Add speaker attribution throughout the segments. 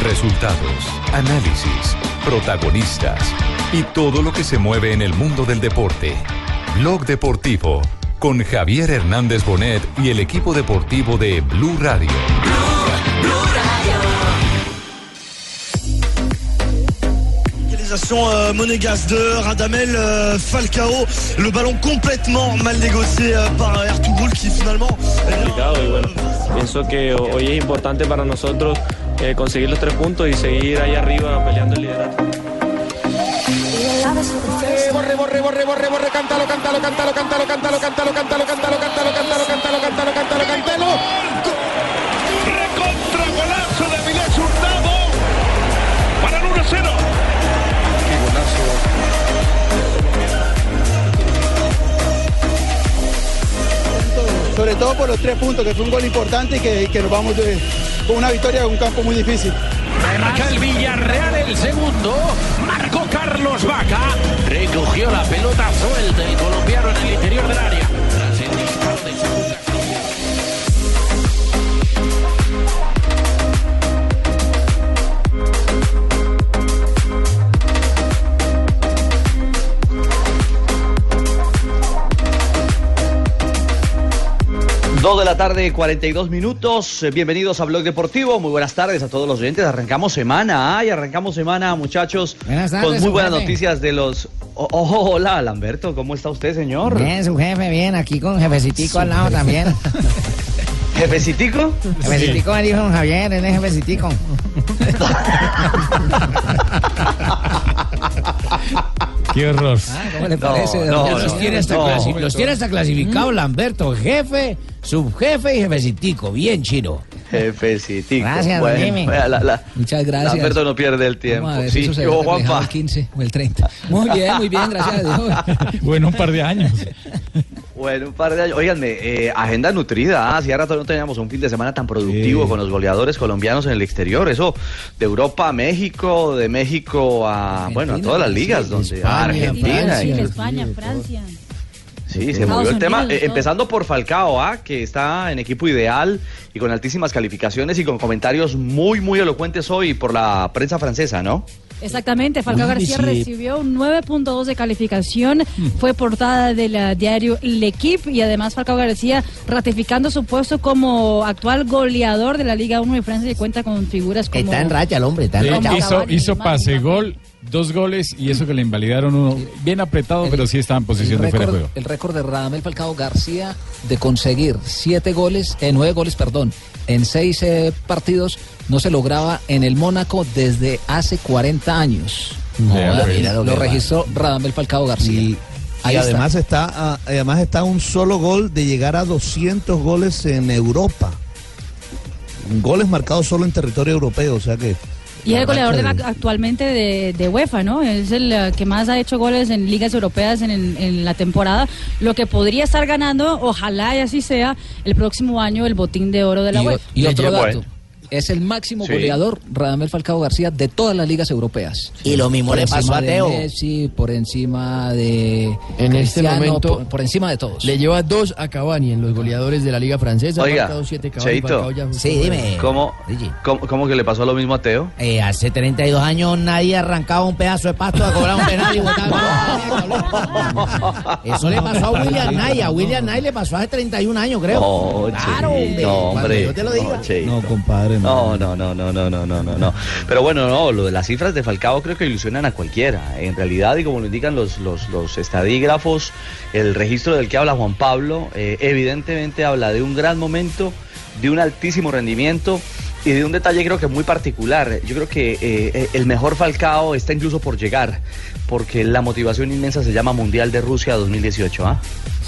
Speaker 1: Resultados, análisis, protagonistas y todo lo que se mueve en el mundo del deporte. Blog Deportivo con Javier Hernández Bonet y el equipo deportivo de Blue Radio.
Speaker 2: Euh, Monégas de Radamel euh, Falcao. Le ballon complètement mal négocié euh, par Ertugrul qui finalement.
Speaker 3: Pienso que hoy es importante para nosotros eh, conseguir los tres puntos y seguir ahí arriba peleando el liderato.
Speaker 4: Borre, borre, borre, borre, borre, cántalo, cántalo, cántalo, cántalo, cántalo, cántalo, cántalo, cántalo, cántalo, cántalo, cántalo, cántalo, cántalo, cántalo.
Speaker 5: Recontra golazo de Vilés Hurtado para el 1-0. Qué
Speaker 6: golazo. Sobre todo por los tres puntos, que fue un gol importante y que, que nos vamos de, con una victoria de un campo muy difícil.
Speaker 7: Marca el Villarreal el segundo. Marcó Carlos Vaca. Recogió la pelota suelta el colombiano en el interior del área. Tras el disparo de segunda cruz.
Speaker 8: Dos de la tarde, 42 minutos. Bienvenidos a Blog Deportivo. Muy buenas tardes a todos los oyentes. Arrancamos semana, ay, arrancamos semana, muchachos.
Speaker 9: Buenas tardes,
Speaker 8: con muy buenas
Speaker 9: jefe.
Speaker 8: noticias de los. Oh, oh, hola, Lamberto, ¿cómo está usted, señor?
Speaker 9: Bien, su jefe, bien, aquí con jefecitico
Speaker 8: Su
Speaker 9: al lado
Speaker 8: jefe.
Speaker 9: también.
Speaker 8: ¿Jefecitico?
Speaker 9: Jefecitico me dijo don Javier, él es jefecitico.
Speaker 10: Qué horror.
Speaker 9: Ah, ¿Cómo le
Speaker 10: No,
Speaker 9: parece? don
Speaker 10: no,
Speaker 9: Javier?
Speaker 10: no,
Speaker 9: los tiene hasta,
Speaker 10: no.
Speaker 9: clasi- los tiene hasta clasificado
Speaker 10: Mm.
Speaker 9: Lamberto, jefe, subjefe y jefecitico. Bien, chino.
Speaker 8: Jefecitico.
Speaker 9: Gracias,
Speaker 8: bueno,
Speaker 9: Jimmy.
Speaker 8: vea, la- la-
Speaker 11: Muchas gracias.
Speaker 8: Lamberto no pierde el tiempo.
Speaker 11: Vamos a ver si
Speaker 8: sí,
Speaker 11: eso se ve
Speaker 8: oh,
Speaker 11: reflejado
Speaker 8: Juanpa.
Speaker 11: el 15 o el 30. Muy bien, muy bien, gracias a Dios.
Speaker 10: Bueno, un par de años.
Speaker 8: Bueno, un par de años. Óiganme, eh, agenda nutrida. Hace rato no teníamos un fin de semana tan productivo con los goleadores colombianos en el exterior. Eso de Europa a México, de México a, bueno, a todas las ligas, donde a Argentina.
Speaker 12: Brasil,
Speaker 8: y-
Speaker 12: España, Francia.
Speaker 8: Sí, se
Speaker 12: Estados
Speaker 8: movió el tema.
Speaker 12: Unidos,
Speaker 8: Eh,
Speaker 12: ¿no?
Speaker 8: empezando por Falcao, ¿ah? que está en equipo ideal y con altísimas calificaciones y con comentarios muy, muy elocuentes hoy por la prensa francesa, ¿no?
Speaker 12: Exactamente, Falcao
Speaker 8: Uy,
Speaker 12: García
Speaker 8: sí.
Speaker 12: recibió un 9.2 de calificación,
Speaker 9: Hmm.
Speaker 12: fue portada del eh, diario L'Equipe y además Falcao García ratificando su puesto como actual goleador de la Liga 1 de Francia y cuenta con figuras como...
Speaker 9: Está en raya el hombre, está en
Speaker 10: Eh,
Speaker 9: raya.
Speaker 10: hizo hizo pase gol, dos goles y eso que le invalidaron uno. Bien apretado, pero sí estaba en posición de fuera de
Speaker 11: Récord-
Speaker 10: juego.
Speaker 11: el récord de Radamel Falcao García de conseguir siete goles, eh, nueve goles, perdón, en seis eh, partidos no se lograba en el Mónaco desde hace 40 años.
Speaker 13: Vea,
Speaker 11: Ahora
Speaker 13: pues.
Speaker 11: lo, registró Radamel Falcao García.
Speaker 13: Y
Speaker 11: Ahí está.
Speaker 13: además está. ah, además está un solo gol de llegar a 200 goles en Europa. Goles marcados solo en territorio europeo, o sea que
Speaker 12: Y es el goleador de la- actualmente de, de UEFA, ¿no? Es el eh, que más ha hecho goles en ligas europeas en, en- en la temporada, lo que podría estar ganando, ojalá y así sea, el próximo año el botín de oro de la
Speaker 11: Y o-
Speaker 12: UEFA.
Speaker 11: y otro
Speaker 12: Bueno.
Speaker 11: dato. Es el máximo
Speaker 12: Sí.
Speaker 11: goleador Radamel Falcao García de todas las ligas europeas.
Speaker 9: Y lo mismo
Speaker 11: Por
Speaker 9: le
Speaker 11: encima
Speaker 9: pasó a
Speaker 11: de
Speaker 9: Teo.
Speaker 11: Messi, por encima de
Speaker 14: En este
Speaker 11: Cristiano,
Speaker 14: momento-
Speaker 11: por, por encima de todos.
Speaker 14: Le lleva dos a Cavani en los goleadores de la Liga Francesa.
Speaker 8: Oiga,
Speaker 14: Pues ha marcado siete Cavani,
Speaker 8: Cheito.
Speaker 14: Falcao ya justo
Speaker 9: Sí,
Speaker 14: fuera.
Speaker 9: dime.
Speaker 8: ¿Cómo, cómo, cómo que le pasó lo mismo a Teo?
Speaker 9: Eh, hace 32 años nadie arrancaba un pedazo de pasto a cobrar un penal y botaba. Eso le pasó a William Nye. A William Nye le pasó hace 31 años, creo.
Speaker 8: No,
Speaker 9: Claro,
Speaker 8: Cheito,
Speaker 9: hombre.
Speaker 8: Oh, no, hombre.
Speaker 9: Cuando yo te lo diga.
Speaker 8: No, compadre. No. no, no, no, no, no, no, no, no. Pero bueno, no, lo de las cifras de Falcao creo que ilusionan a cualquiera. En realidad, y como lo indican los, los, los estadígrafos, el registro del que habla Juan Pablo, eh, evidentemente habla de un gran momento, de un altísimo rendimiento. Y de un detalle creo que muy particular, yo creo que eh, eh, el mejor Falcao está incluso por llegar, porque la motivación inmensa se llama Mundial de Rusia 2018, ¿ah?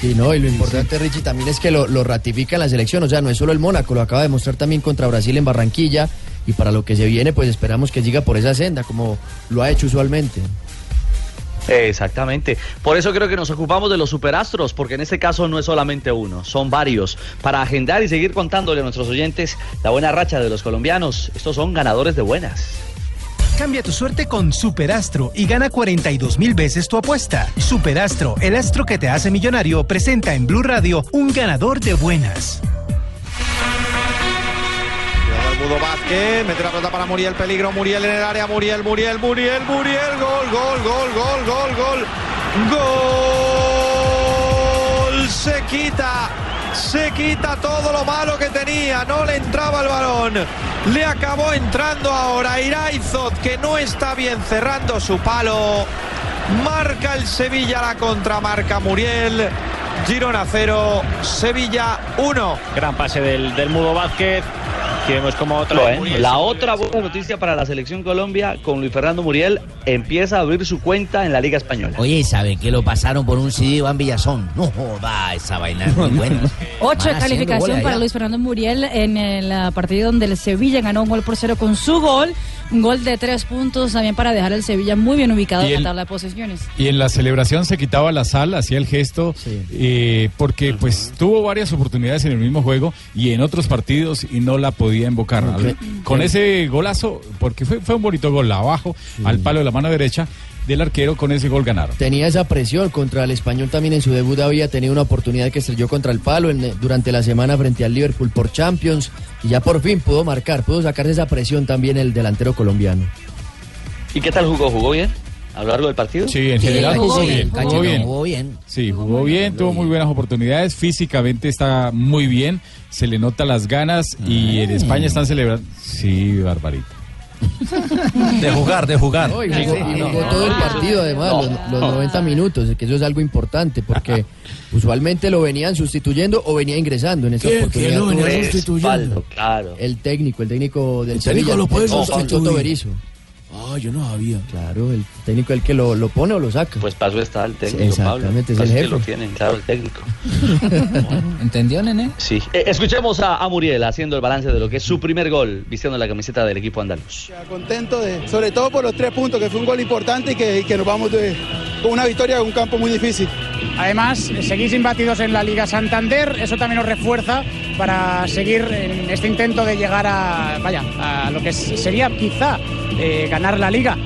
Speaker 14: Sí, no, y lo importante, Richie, también es que lo, lo ratifica en la selección. O sea, no es solo el Mónaco, lo acaba de mostrar también contra Brasil en Barranquilla. Y para lo que se viene, pues esperamos que siga por esa senda, como lo ha hecho usualmente.
Speaker 8: Exactamente. Por eso creo que nos ocupamos de los superastros, porque en este caso no es solamente uno, son varios. Para agendar y seguir contándole a nuestros oyentes la buena racha de los colombianos, estos son ganadores de buenas.
Speaker 15: Cambia tu suerte con Superastro y gana 42 mil veces tu apuesta. Superastro, el astro que te hace millonario, presenta en Blue Radio un ganador de buenas.
Speaker 16: Gudo Vázquez, mete la pelota para Muriel, peligro, Muriel en el área, Muriel, Muriel, Muriel, Muriel, gol, gol, gol, gol, gol, gol, gol, se quita, se quita todo lo malo que tenía, no le entraba el balón, le acabó entrando ahora Iraizot que no está bien cerrando su palo, marca el Sevilla la contramarca Muriel. Girona 0, Sevilla 1.
Speaker 17: Gran pase del, del Mudo Vázquez. Que vemos como otra
Speaker 8: Bueno, ¿eh? la otra buena noticia para la selección Colombia con Luis Fernando Muriel empieza a abrir su cuenta en la Liga Española.
Speaker 9: Oye, ¿sabe que lo pasaron por un CD Iván Villazón? No joda, esa vaina es muy buena.
Speaker 12: Ocho de
Speaker 9: Van haciendo gol
Speaker 12: calificación
Speaker 9: allá.
Speaker 12: para Luis Fernando Muriel en el partido donde el Sevilla ganó un gol por cero con su gol. Un gol de tres puntos también para dejar al Sevilla muy bien ubicado
Speaker 1: Y
Speaker 12: en
Speaker 1: el-
Speaker 12: la tabla de posiciones.
Speaker 1: Y en la celebración se quitaba la sal, hacía el gesto, eh, porque pues tuvo varias oportunidades en el mismo juego y en otros partidos y no la podía invocar.
Speaker 15: Ok.
Speaker 1: Con ese golazo, porque fue, fue un bonito gol abajo, al palo de la mano derecha del arquero, con ese gol ganaron.
Speaker 14: Tenía esa presión contra el español también en su debut había tenido una oportunidad que estrelló contra el palo en- durante la semana frente al Liverpool por Champions y ya por fin pudo marcar, pudo sacarse esa presión también el delantero colombiano.
Speaker 8: ¿Y qué tal jugó? ¿Jugó bien? ¿A lo largo del partido?
Speaker 1: Sí, en
Speaker 8: Sí,
Speaker 1: general
Speaker 8: jugó
Speaker 1: jugó
Speaker 8: bien,
Speaker 1: bien.
Speaker 8: Cacho,
Speaker 1: Jugó
Speaker 8: no,
Speaker 1: bien.
Speaker 8: jugó bien.
Speaker 1: Sí, jugó bien, tuvo muy buenas oportunidades. Físicamente está muy bien, se le nota las ganas y en España están celebrando. Sí, barbarita.
Speaker 15: De jugar, de jugar.
Speaker 14: No, y jugó, y jugó todo el partido además, los, los 90 minutos, que eso es algo importante porque usualmente lo venían sustituyendo o venía ingresando en esa
Speaker 8: ¿Quién-
Speaker 14: oportunidad.
Speaker 8: quién lo venía
Speaker 14: tuvo-
Speaker 8: sustituyendo? Claro.
Speaker 14: El técnico, el técnico del
Speaker 8: El técnico
Speaker 14: Sevilla,
Speaker 8: lo puede
Speaker 14: el- el- el
Speaker 8: sustituir.
Speaker 14: Toto Berizzo.
Speaker 8: Ah, yo no sabía.
Speaker 14: Claro, el técnico el que lo, lo pone o lo saca.
Speaker 8: Pues paso está el técnico,
Speaker 14: Exactamente, es
Speaker 8: Pablo. Paso que
Speaker 14: el jefe.
Speaker 8: lo tienen, claro, el técnico.
Speaker 11: ¿Entendió, nene?
Speaker 8: Sí. Eh, escuchemos a, a Muriel haciendo el balance de lo que es su primer gol vistiendo la camiseta del equipo andaluz.
Speaker 6: Contento, de, sobre todo por los tres puntos, que fue un gol importante y que, y que nos vamos de- con una victoria en un campo muy difícil.
Speaker 18: Además, seguís imbatidos en la Liga Santander, eso también os refuerza para seguir en este intento de llegar a, vaya, a lo que sería quizá eh, ganar la Liga.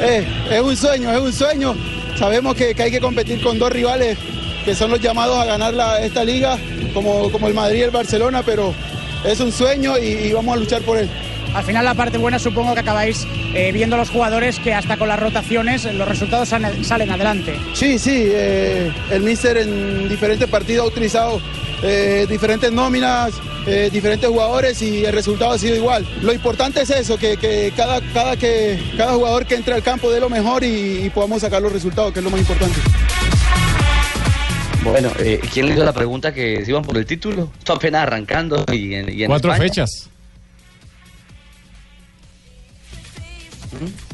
Speaker 6: Eh, es un sueño, es un sueño. Sabemos que, que hay que competir con dos rivales que son los llamados a ganar la- esta liga, como, como el Madrid y el Barcelona, pero es un sueño y, y vamos a luchar por él.
Speaker 18: Al final la parte buena supongo que acabáis eh, viendo los jugadores que hasta con las rotaciones eh, los resultados salen- salen adelante.
Speaker 6: Sí, sí, eh, el míster en diferentes partidos ha utilizado eh, diferentes nóminas, eh, diferentes jugadores y el resultado ha sido igual. Lo importante es eso, que, que cada, cada, que, cada jugador que entre al campo dé lo mejor y, y podamos sacar los resultados, que es lo más importante.
Speaker 8: Bueno, eh, ¿quién le dio la pregunta que se iban por el título? Está apenas arrancando y en, y en
Speaker 1: Cuatro
Speaker 8: España.
Speaker 1: fechas.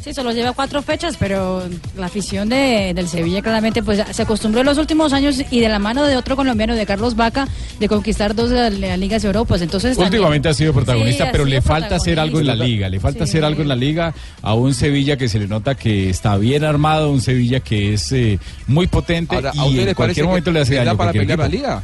Speaker 12: Sí, solo lleva cuatro fechas, pero la afición de, del Sevilla claramente pues se acostumbró en los últimos años y de la mano de otro colombiano, de Carlos Vaca, de conquistar dos de las ligas europeas. Entonces, también-
Speaker 1: Últimamente ha sido protagonista,
Speaker 12: Sí, ha
Speaker 1: pero
Speaker 12: sido
Speaker 1: le falta hacer algo en la liga. Le falta hacer algo en la liga a un Sevilla que se le nota que está bien armado, un Sevilla que es eh, muy potente
Speaker 19: Ahora, ¿a
Speaker 1: y
Speaker 19: ustedes
Speaker 1: en
Speaker 19: les
Speaker 1: cualquier
Speaker 19: parece
Speaker 1: momento
Speaker 19: que
Speaker 1: le hace
Speaker 19: les da
Speaker 1: daño.
Speaker 19: para
Speaker 1: cualquier
Speaker 19: pelear la
Speaker 1: equipo.
Speaker 19: liga?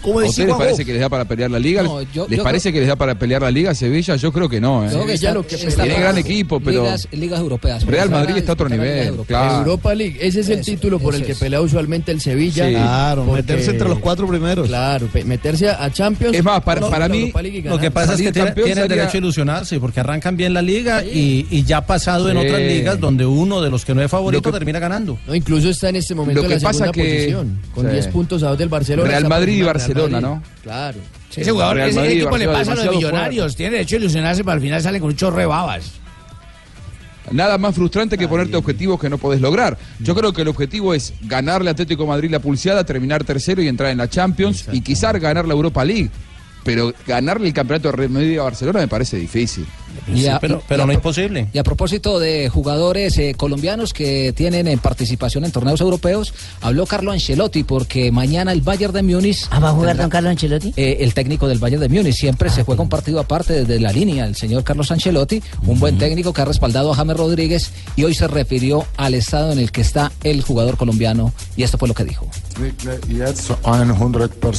Speaker 1: ¿Cómo
Speaker 19: ¿A
Speaker 1: decís,
Speaker 19: ustedes les
Speaker 1: Juanjo?
Speaker 19: parece que les da para pelear la liga?
Speaker 1: No, yo-
Speaker 19: ¿Les
Speaker 1: yo
Speaker 19: parece que les da para pelear la liga a Sevilla? Yo creo que no. ¿eh?
Speaker 11: Creo que está- está
Speaker 19: Tiene
Speaker 11: para
Speaker 19: gran
Speaker 11: las
Speaker 19: equipo, pero
Speaker 11: Ligas, ligas europeas.
Speaker 19: Real
Speaker 11: Está-
Speaker 19: Madrid está a otro
Speaker 11: en la liga
Speaker 19: nivel,
Speaker 11: europea.
Speaker 19: claro.
Speaker 14: Europa League, ese es el título por el que pelea usualmente el Sevilla.
Speaker 20: Sí. Claro,
Speaker 14: porque-
Speaker 20: meterse entre los cuatro primeros.
Speaker 14: Claro, pe- meterse a a Champions.
Speaker 20: Es
Speaker 15: Ah,
Speaker 20: más, para-
Speaker 14: no,
Speaker 20: para
Speaker 14: la
Speaker 20: mí,
Speaker 14: Europa League y
Speaker 20: lo
Speaker 14: ganar.
Speaker 20: que
Speaker 15: pasa es que tiene-
Speaker 20: campeón
Speaker 15: tienen
Speaker 20: sería-
Speaker 15: derecho a ilusionarse porque arrancan bien la liga y, y ya ha pasado en
Speaker 14: Sí.
Speaker 15: otras ligas donde uno de los que no es favorito
Speaker 14: Lo que-
Speaker 15: termina ganando.
Speaker 14: No, incluso está en este momento
Speaker 15: Lo
Speaker 14: en la
Speaker 15: que pasa
Speaker 14: segunda
Speaker 15: que-
Speaker 14: posición, con
Speaker 15: sí.
Speaker 14: 10 puntos a dos del Barcelona.
Speaker 15: Real
Speaker 14: está por
Speaker 15: Madrid y
Speaker 14: encima
Speaker 15: Barcelona,
Speaker 14: del Madrid.
Speaker 15: ¿no?
Speaker 14: Claro.
Speaker 9: Ese jugador,
Speaker 14: Real
Speaker 9: ese
Speaker 14: Madrid,
Speaker 9: equipo le
Speaker 14: Barcelona,
Speaker 9: pasa a los
Speaker 14: demasiado
Speaker 9: millonarios. Tiene derecho a ilusionarse, pero al final salen con un chorro de babas.
Speaker 19: nada más frustrante que ponerte objetivos que no podés lograr. Yo creo que el objetivo es ganarle a Atlético de Madrid la pulseada, terminar tercero y entrar en la Champions y quizás ganar la Europa League. Pero ganarle el campeonato de Real Madrid a Barcelona me parece difícil.
Speaker 11: Y a- pero- y- pero y a- no es
Speaker 15: posible.
Speaker 11: Y a propósito de jugadores eh, colombianos que tienen eh, participación en torneos europeos, habló Carlo Ancelotti porque mañana el Bayern de Múnich. ¿Ah, va a jugar don Carlo Ancelotti? Ah, el técnico del Bayern de Múnich. Siempre se juega un partido aparte desde la línea. El señor Carlos Ancelotti, un buen técnico que ha respaldado a James Rodríguez y hoy se refirió al estado en el que está el jugador colombiano. Y esto fue lo que dijo.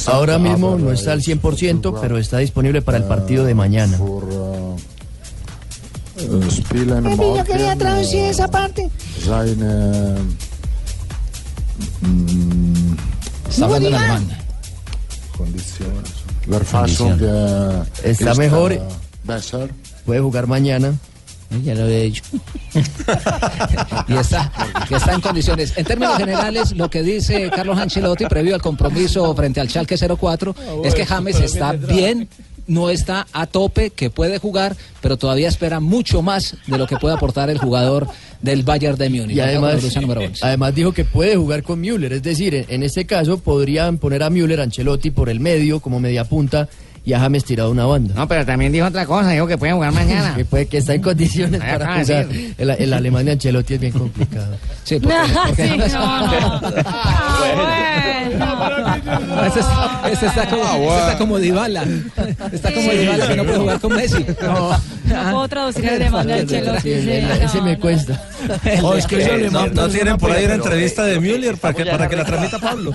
Speaker 14: Ahora mismo no está al 100%, pero está disponible para el partido de mañana.
Speaker 21: Papi, yo quería traducir esa parte.
Speaker 14: Está hablando en alemán.
Speaker 21: Condiciones.
Speaker 14: Está mejor Puede jugar mañana.
Speaker 11: Ya lo he hecho. y está, que está en condiciones. En términos generales, lo que dice Carlos Ancelotti previo al compromiso frente al Schalke 04 es que James está bien, no está a tope, que puede jugar, pero todavía espera mucho más de lo que puede aportar el jugador del Bayern de Múnich.
Speaker 14: Y además,
Speaker 11: Luciano número 11.
Speaker 14: además dijo que puede jugar con Müller, es decir, en, en este caso podrían poner a Müller, Ancelotti por el medio como media punta y a James tirado una banda. No, pero también dijo otra cosa, dijo que puede jugar mañana. que, puede, que está en condiciones
Speaker 10: Ahí
Speaker 14: para
Speaker 10: acaba de
Speaker 14: jugar. El, el alemán de Ancelotti es bien complicado.
Speaker 11: Sí,
Speaker 10: porque-
Speaker 12: Ah,
Speaker 10: porque- Sí, no,
Speaker 11: Ese, es- ese está como, ese está como Dybala. Está como
Speaker 14: Sí.
Speaker 11: Dybala que no puede jugar con Messi.
Speaker 12: No puedo traducir el alemán de Ancelotti. sí, no.
Speaker 14: me cuesta.
Speaker 15: Oh, es que es alemán,
Speaker 14: no, no tienen por ahí una entrevista
Speaker 15: de Müller para que, para que la transmita Pablo.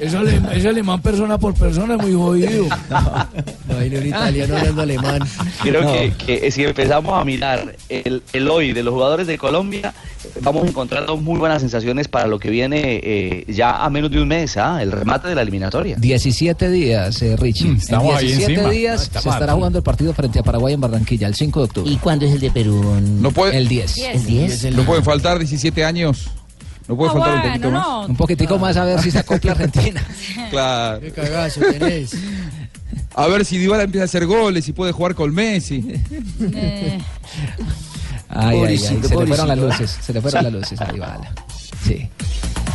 Speaker 9: Es alemán, es alemán persona por persona, muy jodido.
Speaker 14: Baile un italiano hablando alemán.
Speaker 8: Creo que, que eh, si empezamos a mirar el, el hoy de los jugadores de Colombia, vamos a encontrar dos muy buenas sensaciones para lo que viene eh, ya a menos de un mes, ¿ah? el remate de la eliminatoria.
Speaker 11: 17 días, eh, Richie.
Speaker 19: Mm,
Speaker 8: estamos
Speaker 11: en
Speaker 8: ahí
Speaker 11: 17
Speaker 8: encima.
Speaker 11: días
Speaker 8: Estamos
Speaker 11: se estará
Speaker 8: a-
Speaker 11: jugando el partido frente a Paraguay en Barranquilla, el 5 de octubre.
Speaker 19: ¿Y
Speaker 11: cuándo es el de Perú? El 10.
Speaker 19: ¿El 10? No pueden faltar 17 años. No puede
Speaker 11: Ah,
Speaker 19: faltar un
Speaker 11: bueno,
Speaker 19: poquito
Speaker 11: no.
Speaker 19: más.
Speaker 11: Un poquitico más a ver si se acopla Argentina.
Speaker 19: Claro.
Speaker 14: Qué cagazo tenés.
Speaker 19: A ver si Dybala empieza a hacer goles y puede jugar con Messi.
Speaker 11: Ay, ay, ay, se
Speaker 19: Pobrecito,
Speaker 11: le fueron las
Speaker 19: pobrecito.
Speaker 11: luces, se le fueron las luces a Dybala. Sí.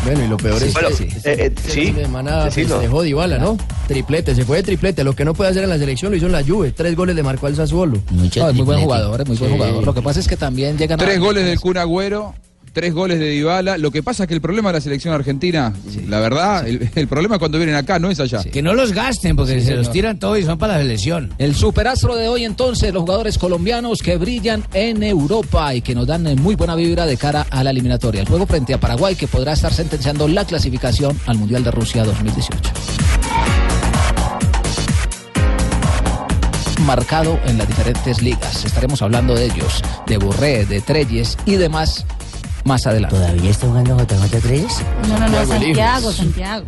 Speaker 14: Bueno, y lo peor es
Speaker 8: Bueno,
Speaker 14: que
Speaker 8: eh, eh,
Speaker 14: este
Speaker 8: sí,
Speaker 14: fin de semana
Speaker 8: decilo.
Speaker 14: festejó Dybala, ¿no? Triplete, se fue de triplete. Lo que no puede hacer en la selección lo hizo en la Juve. Tres goles le marcó al Sassuolo.
Speaker 11: No, es muy buen jugador, es muy buen jugador. Lo que pasa es que también llegan a-
Speaker 19: Tres goles del Kun Agüero, tres goles de Dybala. Lo que pasa es que el problema de la selección argentina, la verdad, el, el problema es cuando vienen acá, no es allá.
Speaker 9: Que no los gasten, porque
Speaker 19: Sí,
Speaker 9: se
Speaker 19: señor.
Speaker 9: los tiran todos y son para la selección.
Speaker 11: El superastro de hoy entonces, los jugadores colombianos que brillan en Europa y que nos dan eh, muy buena vibra de cara a la eliminatoria. El juego frente a Paraguay que podrá estar sentenciando la clasificación al Mundial de Rusia 2018. Marcado en las diferentes ligas. Estaremos hablando de ellos, de Borré, de Treyes y demás más adelante. ¿Todavía está jugando JJ Treyes?
Speaker 12: No, no, no, Santiago, Santiago.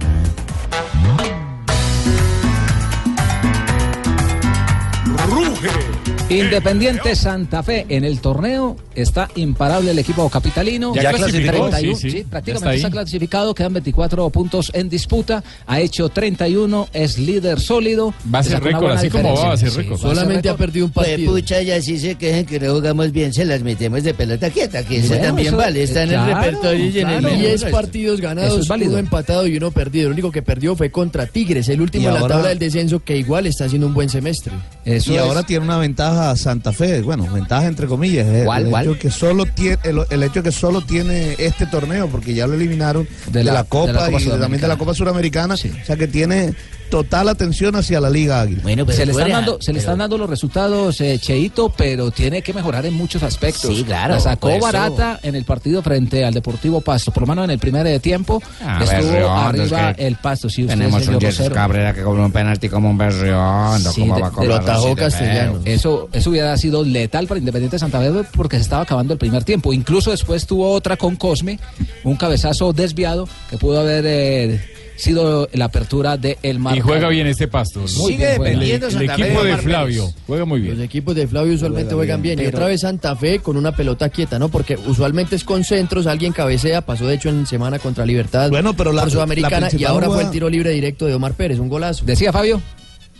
Speaker 11: Independiente Santa Fe en el torneo está imparable el equipo capitalino.
Speaker 15: Ya clasificó,
Speaker 11: 31,
Speaker 15: sí, sí, ya está
Speaker 11: prácticamente
Speaker 15: ahí.
Speaker 11: está clasificado, quedan 24 puntos en disputa, ha hecho 31, es líder sólido.
Speaker 1: Va a ser
Speaker 11: Sacó una
Speaker 1: récord,
Speaker 11: buena
Speaker 1: así como va, va a ser
Speaker 11: diferencia.
Speaker 1: récord.
Speaker 11: Sí, va a ser
Speaker 14: Solamente ha
Speaker 11: récord.
Speaker 14: perdido un partido.
Speaker 22: Pues, Pucha, ya sí se quejan que no jugamos bien, se las metemos de pelota quieta, que eso
Speaker 14: Bueno,
Speaker 22: también
Speaker 14: eso-
Speaker 22: vale, está en el
Speaker 14: claro,
Speaker 22: repertorio y en el
Speaker 14: claro.
Speaker 22: menú.
Speaker 14: 10 partidos
Speaker 22: Eso
Speaker 14: ganados,
Speaker 22: es válido.
Speaker 14: uno empatado y uno perdido. El único que perdió fue contra Tigres, el último
Speaker 13: Y
Speaker 14: en la
Speaker 13: ahora-
Speaker 14: tabla del descenso que igual está haciendo un buen semestre.
Speaker 13: y ahora tiene una ventaja Santa Fe, bueno, ventaja entre comillas, el,
Speaker 14: ¿Cuál,
Speaker 13: el
Speaker 14: cuál?
Speaker 13: hecho que solo tiene el, el hecho que solo tiene este torneo porque ya lo eliminaron de,
Speaker 11: la-
Speaker 13: la,
Speaker 11: de la
Speaker 13: Copa y de-
Speaker 11: Copa
Speaker 13: también de
Speaker 11: Suramericana.
Speaker 13: la Copa Suramericana, o sea que tiene total atención hacia la Liga Águila.
Speaker 11: se le, están dando, se le están dando los resultados, eh, Cheito, pero tiene que mejorar en muchos aspectos.
Speaker 22: Sí, claro, pues, oh.
Speaker 11: La sacó
Speaker 22: por eso.
Speaker 11: barata en el partido frente al Deportivo Pasto, por lo menos en el primer eh, tiempo
Speaker 3: Ah,
Speaker 11: estuvo
Speaker 3: Berriondo, es
Speaker 11: arriba
Speaker 3: que
Speaker 11: el Pasto. Sí, usted,
Speaker 3: Tenemos un
Speaker 11: señor
Speaker 3: Jesús
Speaker 11: Rosero.
Speaker 3: Cabrera que cobró un penalti como un berriondo.
Speaker 11: Sí,
Speaker 3: ¿cómo
Speaker 11: de-
Speaker 3: va a
Speaker 11: de-
Speaker 3: cobrar así de feo?
Speaker 11: Eso, eso hubiera sido letal para Independiente Santa Fe porque se estaba acabando el primer tiempo. Incluso después tuvo otra con Cosme, un cabezazo desviado que pudo haber eh, sido la apertura de El Mar.
Speaker 1: Y juega bien este pasto.
Speaker 11: Sigue dependiendo
Speaker 1: El,
Speaker 11: Santa Fe
Speaker 1: equipo
Speaker 11: de
Speaker 1: de
Speaker 11: Omar
Speaker 1: Flavio.
Speaker 11: Pérez.
Speaker 1: Juega muy bien.
Speaker 14: Los equipos de Flavio usualmente juegan bien. y
Speaker 1: pero-
Speaker 14: otra vez Santa Fe con una pelota quieta, ¿no? Porque usualmente es con centros, alguien cabecea, pasó de hecho en semana contra Libertad.
Speaker 13: Bueno, pero la-
Speaker 14: por
Speaker 13: la
Speaker 14: Sudamericana y
Speaker 13: principal
Speaker 14: ahora fue el
Speaker 13: jugada-
Speaker 14: tiro libre directo de Omar Pérez, un golazo.
Speaker 11: Decía Fabio.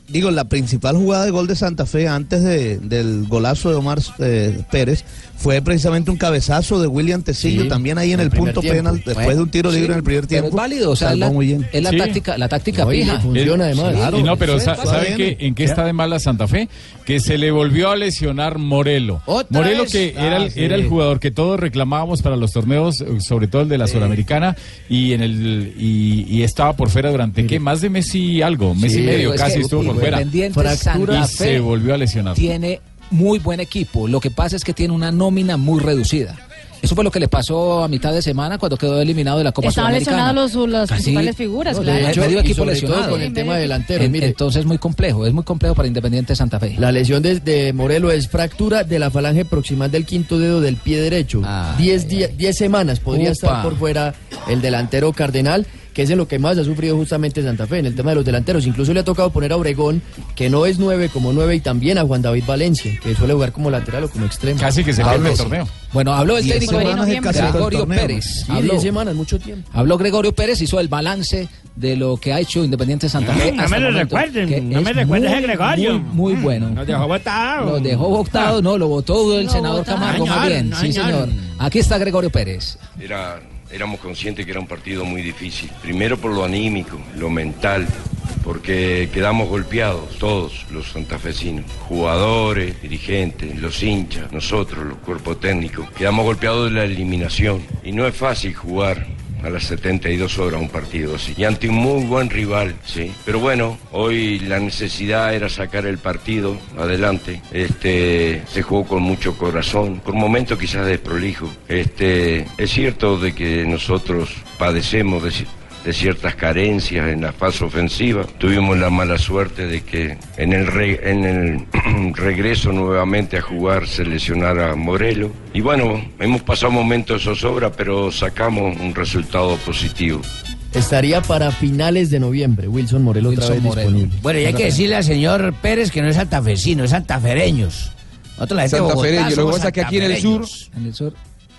Speaker 13: Digo, la principal jugada de gol de Santa Fe antes de- del golazo de Omar eh, Pérez fue precisamente un cabezazo de William Tecillo,
Speaker 11: Sí,
Speaker 13: también ahí en
Speaker 11: en el
Speaker 13: el
Speaker 11: primer
Speaker 13: punto
Speaker 11: tiempo.
Speaker 13: penal, después de un tiro
Speaker 11: Sí,
Speaker 13: libre en el primer
Speaker 11: pero
Speaker 13: tiempo.
Speaker 11: es válido, o sea,
Speaker 13: salvó
Speaker 11: la-
Speaker 13: muy bien.
Speaker 11: es la Sí. táctica- la táctica No, y fija. le funciona además. Eh, Claro,
Speaker 1: y no, pero
Speaker 11: eso
Speaker 1: sa-
Speaker 11: está
Speaker 1: ¿saben
Speaker 11: bien.
Speaker 1: qué, en qué está de mala Santa Fe? Que se le volvió a lesionar Morelo.
Speaker 11: ¿Otra
Speaker 1: Morelo
Speaker 11: vez?
Speaker 1: que era, el-
Speaker 11: Ah, sí.
Speaker 1: era el jugador que todos reclamábamos para los torneos, eh, sobre todo el de la Suramericana, y en el y, y estaba por fuera durante qué, más de mes y algo, mes
Speaker 11: Sí,
Speaker 1: y medio,
Speaker 11: pero es
Speaker 1: casi
Speaker 11: que
Speaker 1: estuvo por fuera.
Speaker 11: Independiente
Speaker 1: y
Speaker 11: Santa
Speaker 1: se
Speaker 11: Fe
Speaker 1: volvió a lesionar.
Speaker 11: Tiene muy buen equipo. Lo que pasa es que tiene una nómina muy reducida. Eso fue lo que le pasó a mitad de semana cuando quedó eliminado de la Copa
Speaker 12: Estaban
Speaker 11: Sudamericana.
Speaker 12: lesionados los, las
Speaker 11: Así,
Speaker 12: principales figuras,
Speaker 11: no, de
Speaker 12: claro.
Speaker 11: hecho, Medio
Speaker 14: y
Speaker 11: equipo
Speaker 14: sobre
Speaker 11: lesionado.
Speaker 14: todo con el tema delantero.
Speaker 11: En-
Speaker 14: mire.
Speaker 11: Entonces es muy complejo, es muy complejo para Independiente Santa Fe.
Speaker 14: La lesión de, de Morelo es fractura de la falange proximal del quinto dedo del pie derecho. 10 diez, días- diez semanas podría
Speaker 11: Upa.
Speaker 14: estar por fuera el delantero Cardenal. que es en lo que más ha sufrido justamente Santa Fe, en el tema de los delanteros. Incluso le ha tocado poner a Obregón, que no es 9 como 9, y también a Juan David Valencia, que suele jugar como lateral o como extremo.
Speaker 1: Casi que se
Speaker 14: Hablo-
Speaker 1: pierde el torneo.
Speaker 11: Bueno, habló el
Speaker 14: Diez
Speaker 11: técnico
Speaker 14: semanas es casi todo el
Speaker 11: Gregorio
Speaker 14: torneo.
Speaker 11: Pérez.
Speaker 14: Sí,
Speaker 11: Habló,
Speaker 14: diez semanas, mucho tiempo.
Speaker 11: habló Gregorio Pérez, hizo el balance de lo que ha hecho Independiente Santa Fe.
Speaker 14: Mm, no
Speaker 11: hasta
Speaker 14: me
Speaker 11: el
Speaker 14: lo
Speaker 11: momento,
Speaker 14: recuerden,
Speaker 11: que
Speaker 14: no
Speaker 11: es
Speaker 14: me recuerdes a Gregorio. Mm,
Speaker 11: Muy, muy bueno. Nos dejó votado. Nos dejó votado, no, lo votó el senador Camargo,
Speaker 23: No,
Speaker 11: muy bien.
Speaker 23: no,
Speaker 11: Sí,
Speaker 23: no.
Speaker 11: señor. Aquí está Gregorio Pérez.
Speaker 23: Era, éramos conscientes que era un partido muy difícil. Primero por lo anímico, lo mental, porque quedamos golpeados todos los santafesinos, jugadores, dirigentes, los hinchas, nosotros, los cuerpos técnicos. Quedamos golpeados de la eliminación y no es fácil jugar a las 72 horas un partido así y ante un muy buen rival, sí. Pero bueno, hoy la necesidad era sacar el partido adelante. Este se jugó con mucho corazón, con momentos quizás desprolijo. Este es cierto de que nosotros padecemos de ci- de ciertas carencias en la fase ofensiva. Tuvimos la mala suerte de que en el, re- en el regreso nuevamente a jugar se lesionara Morelo. Y bueno, hemos pasado momentos de zozobra, pero sacamos un resultado positivo.
Speaker 14: Estaría para finales de noviembre, Wilson Morelo otra
Speaker 9: Wilson
Speaker 14: vez
Speaker 9: Morelo.
Speaker 14: disponible.
Speaker 9: Bueno,
Speaker 22: Y hay que decirle al señor Pérez que no es santafesino, es santafereños. Nosotros la gente de Bogotá
Speaker 19: Santafereño. Lo que
Speaker 22: somos
Speaker 19: pasa es que aquí en el sur,
Speaker 22: santafereños.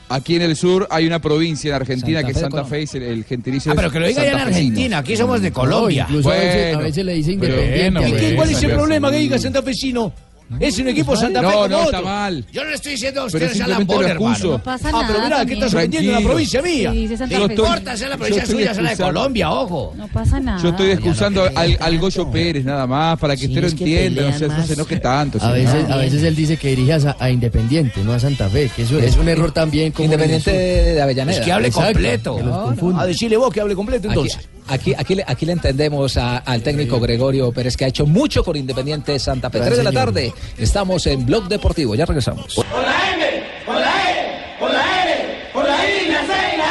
Speaker 19: aquí en el sur hay una provincia en Argentina
Speaker 14: Santa
Speaker 19: que es
Speaker 14: Fe
Speaker 19: Santa
Speaker 14: Colón.
Speaker 19: Fe, es el, el gentilicio
Speaker 14: Ah,
Speaker 19: es
Speaker 14: pero que lo diga ya en
Speaker 19: santafesino.
Speaker 14: Argentina, aquí somos de Colombia.
Speaker 19: No,
Speaker 14: Incluso a veces- a veces le dice independiente. ¿Y qué- cuál es el problema
Speaker 9: que diga santafesino? Es un equipo
Speaker 19: No,
Speaker 9: santafesino.
Speaker 19: no, está mal.
Speaker 9: Yo no le estoy diciendo a
Speaker 19: Pero
Speaker 9: ustedes a la
Speaker 19: simplemente lo excuso.
Speaker 9: hermano. ah, pero mirá, ¿qué estás metiendo en la provincia mía?
Speaker 12: Sí, dice
Speaker 9: No
Speaker 12: Santa Fe.
Speaker 9: importa, sea la provincia
Speaker 19: estoy
Speaker 9: suya, sea la de
Speaker 19: excusando.
Speaker 9: Colombia, ojo.
Speaker 12: No pasa nada.
Speaker 19: Yo estoy excusando al, al Goyo Pérez nada más, para que usted lo
Speaker 14: es que
Speaker 19: entienda, no
Speaker 14: pelean
Speaker 19: se, no
Speaker 14: más.
Speaker 19: se enoje tanto.
Speaker 14: A
Speaker 19: señor.
Speaker 14: veces, a veces él dice que dirige a, Sa- a Independiente, no a Santa Fe, que eso es un error también como
Speaker 11: Independiente de Avellaneda.
Speaker 14: Es que hable completo.
Speaker 11: No, no, a decirle vos que hable completo entonces. Aquí, aquí, le, aquí le entendemos a- al técnico Gregorio Pérez que ha hecho mucho con Independiente Santa Fe.
Speaker 14: Gran
Speaker 11: 3 de la
Speaker 14: señor.
Speaker 11: tarde. Estamos en Blog Deportivo. Ya regresamos.
Speaker 2: Con la E, con la E, con la I, la C y la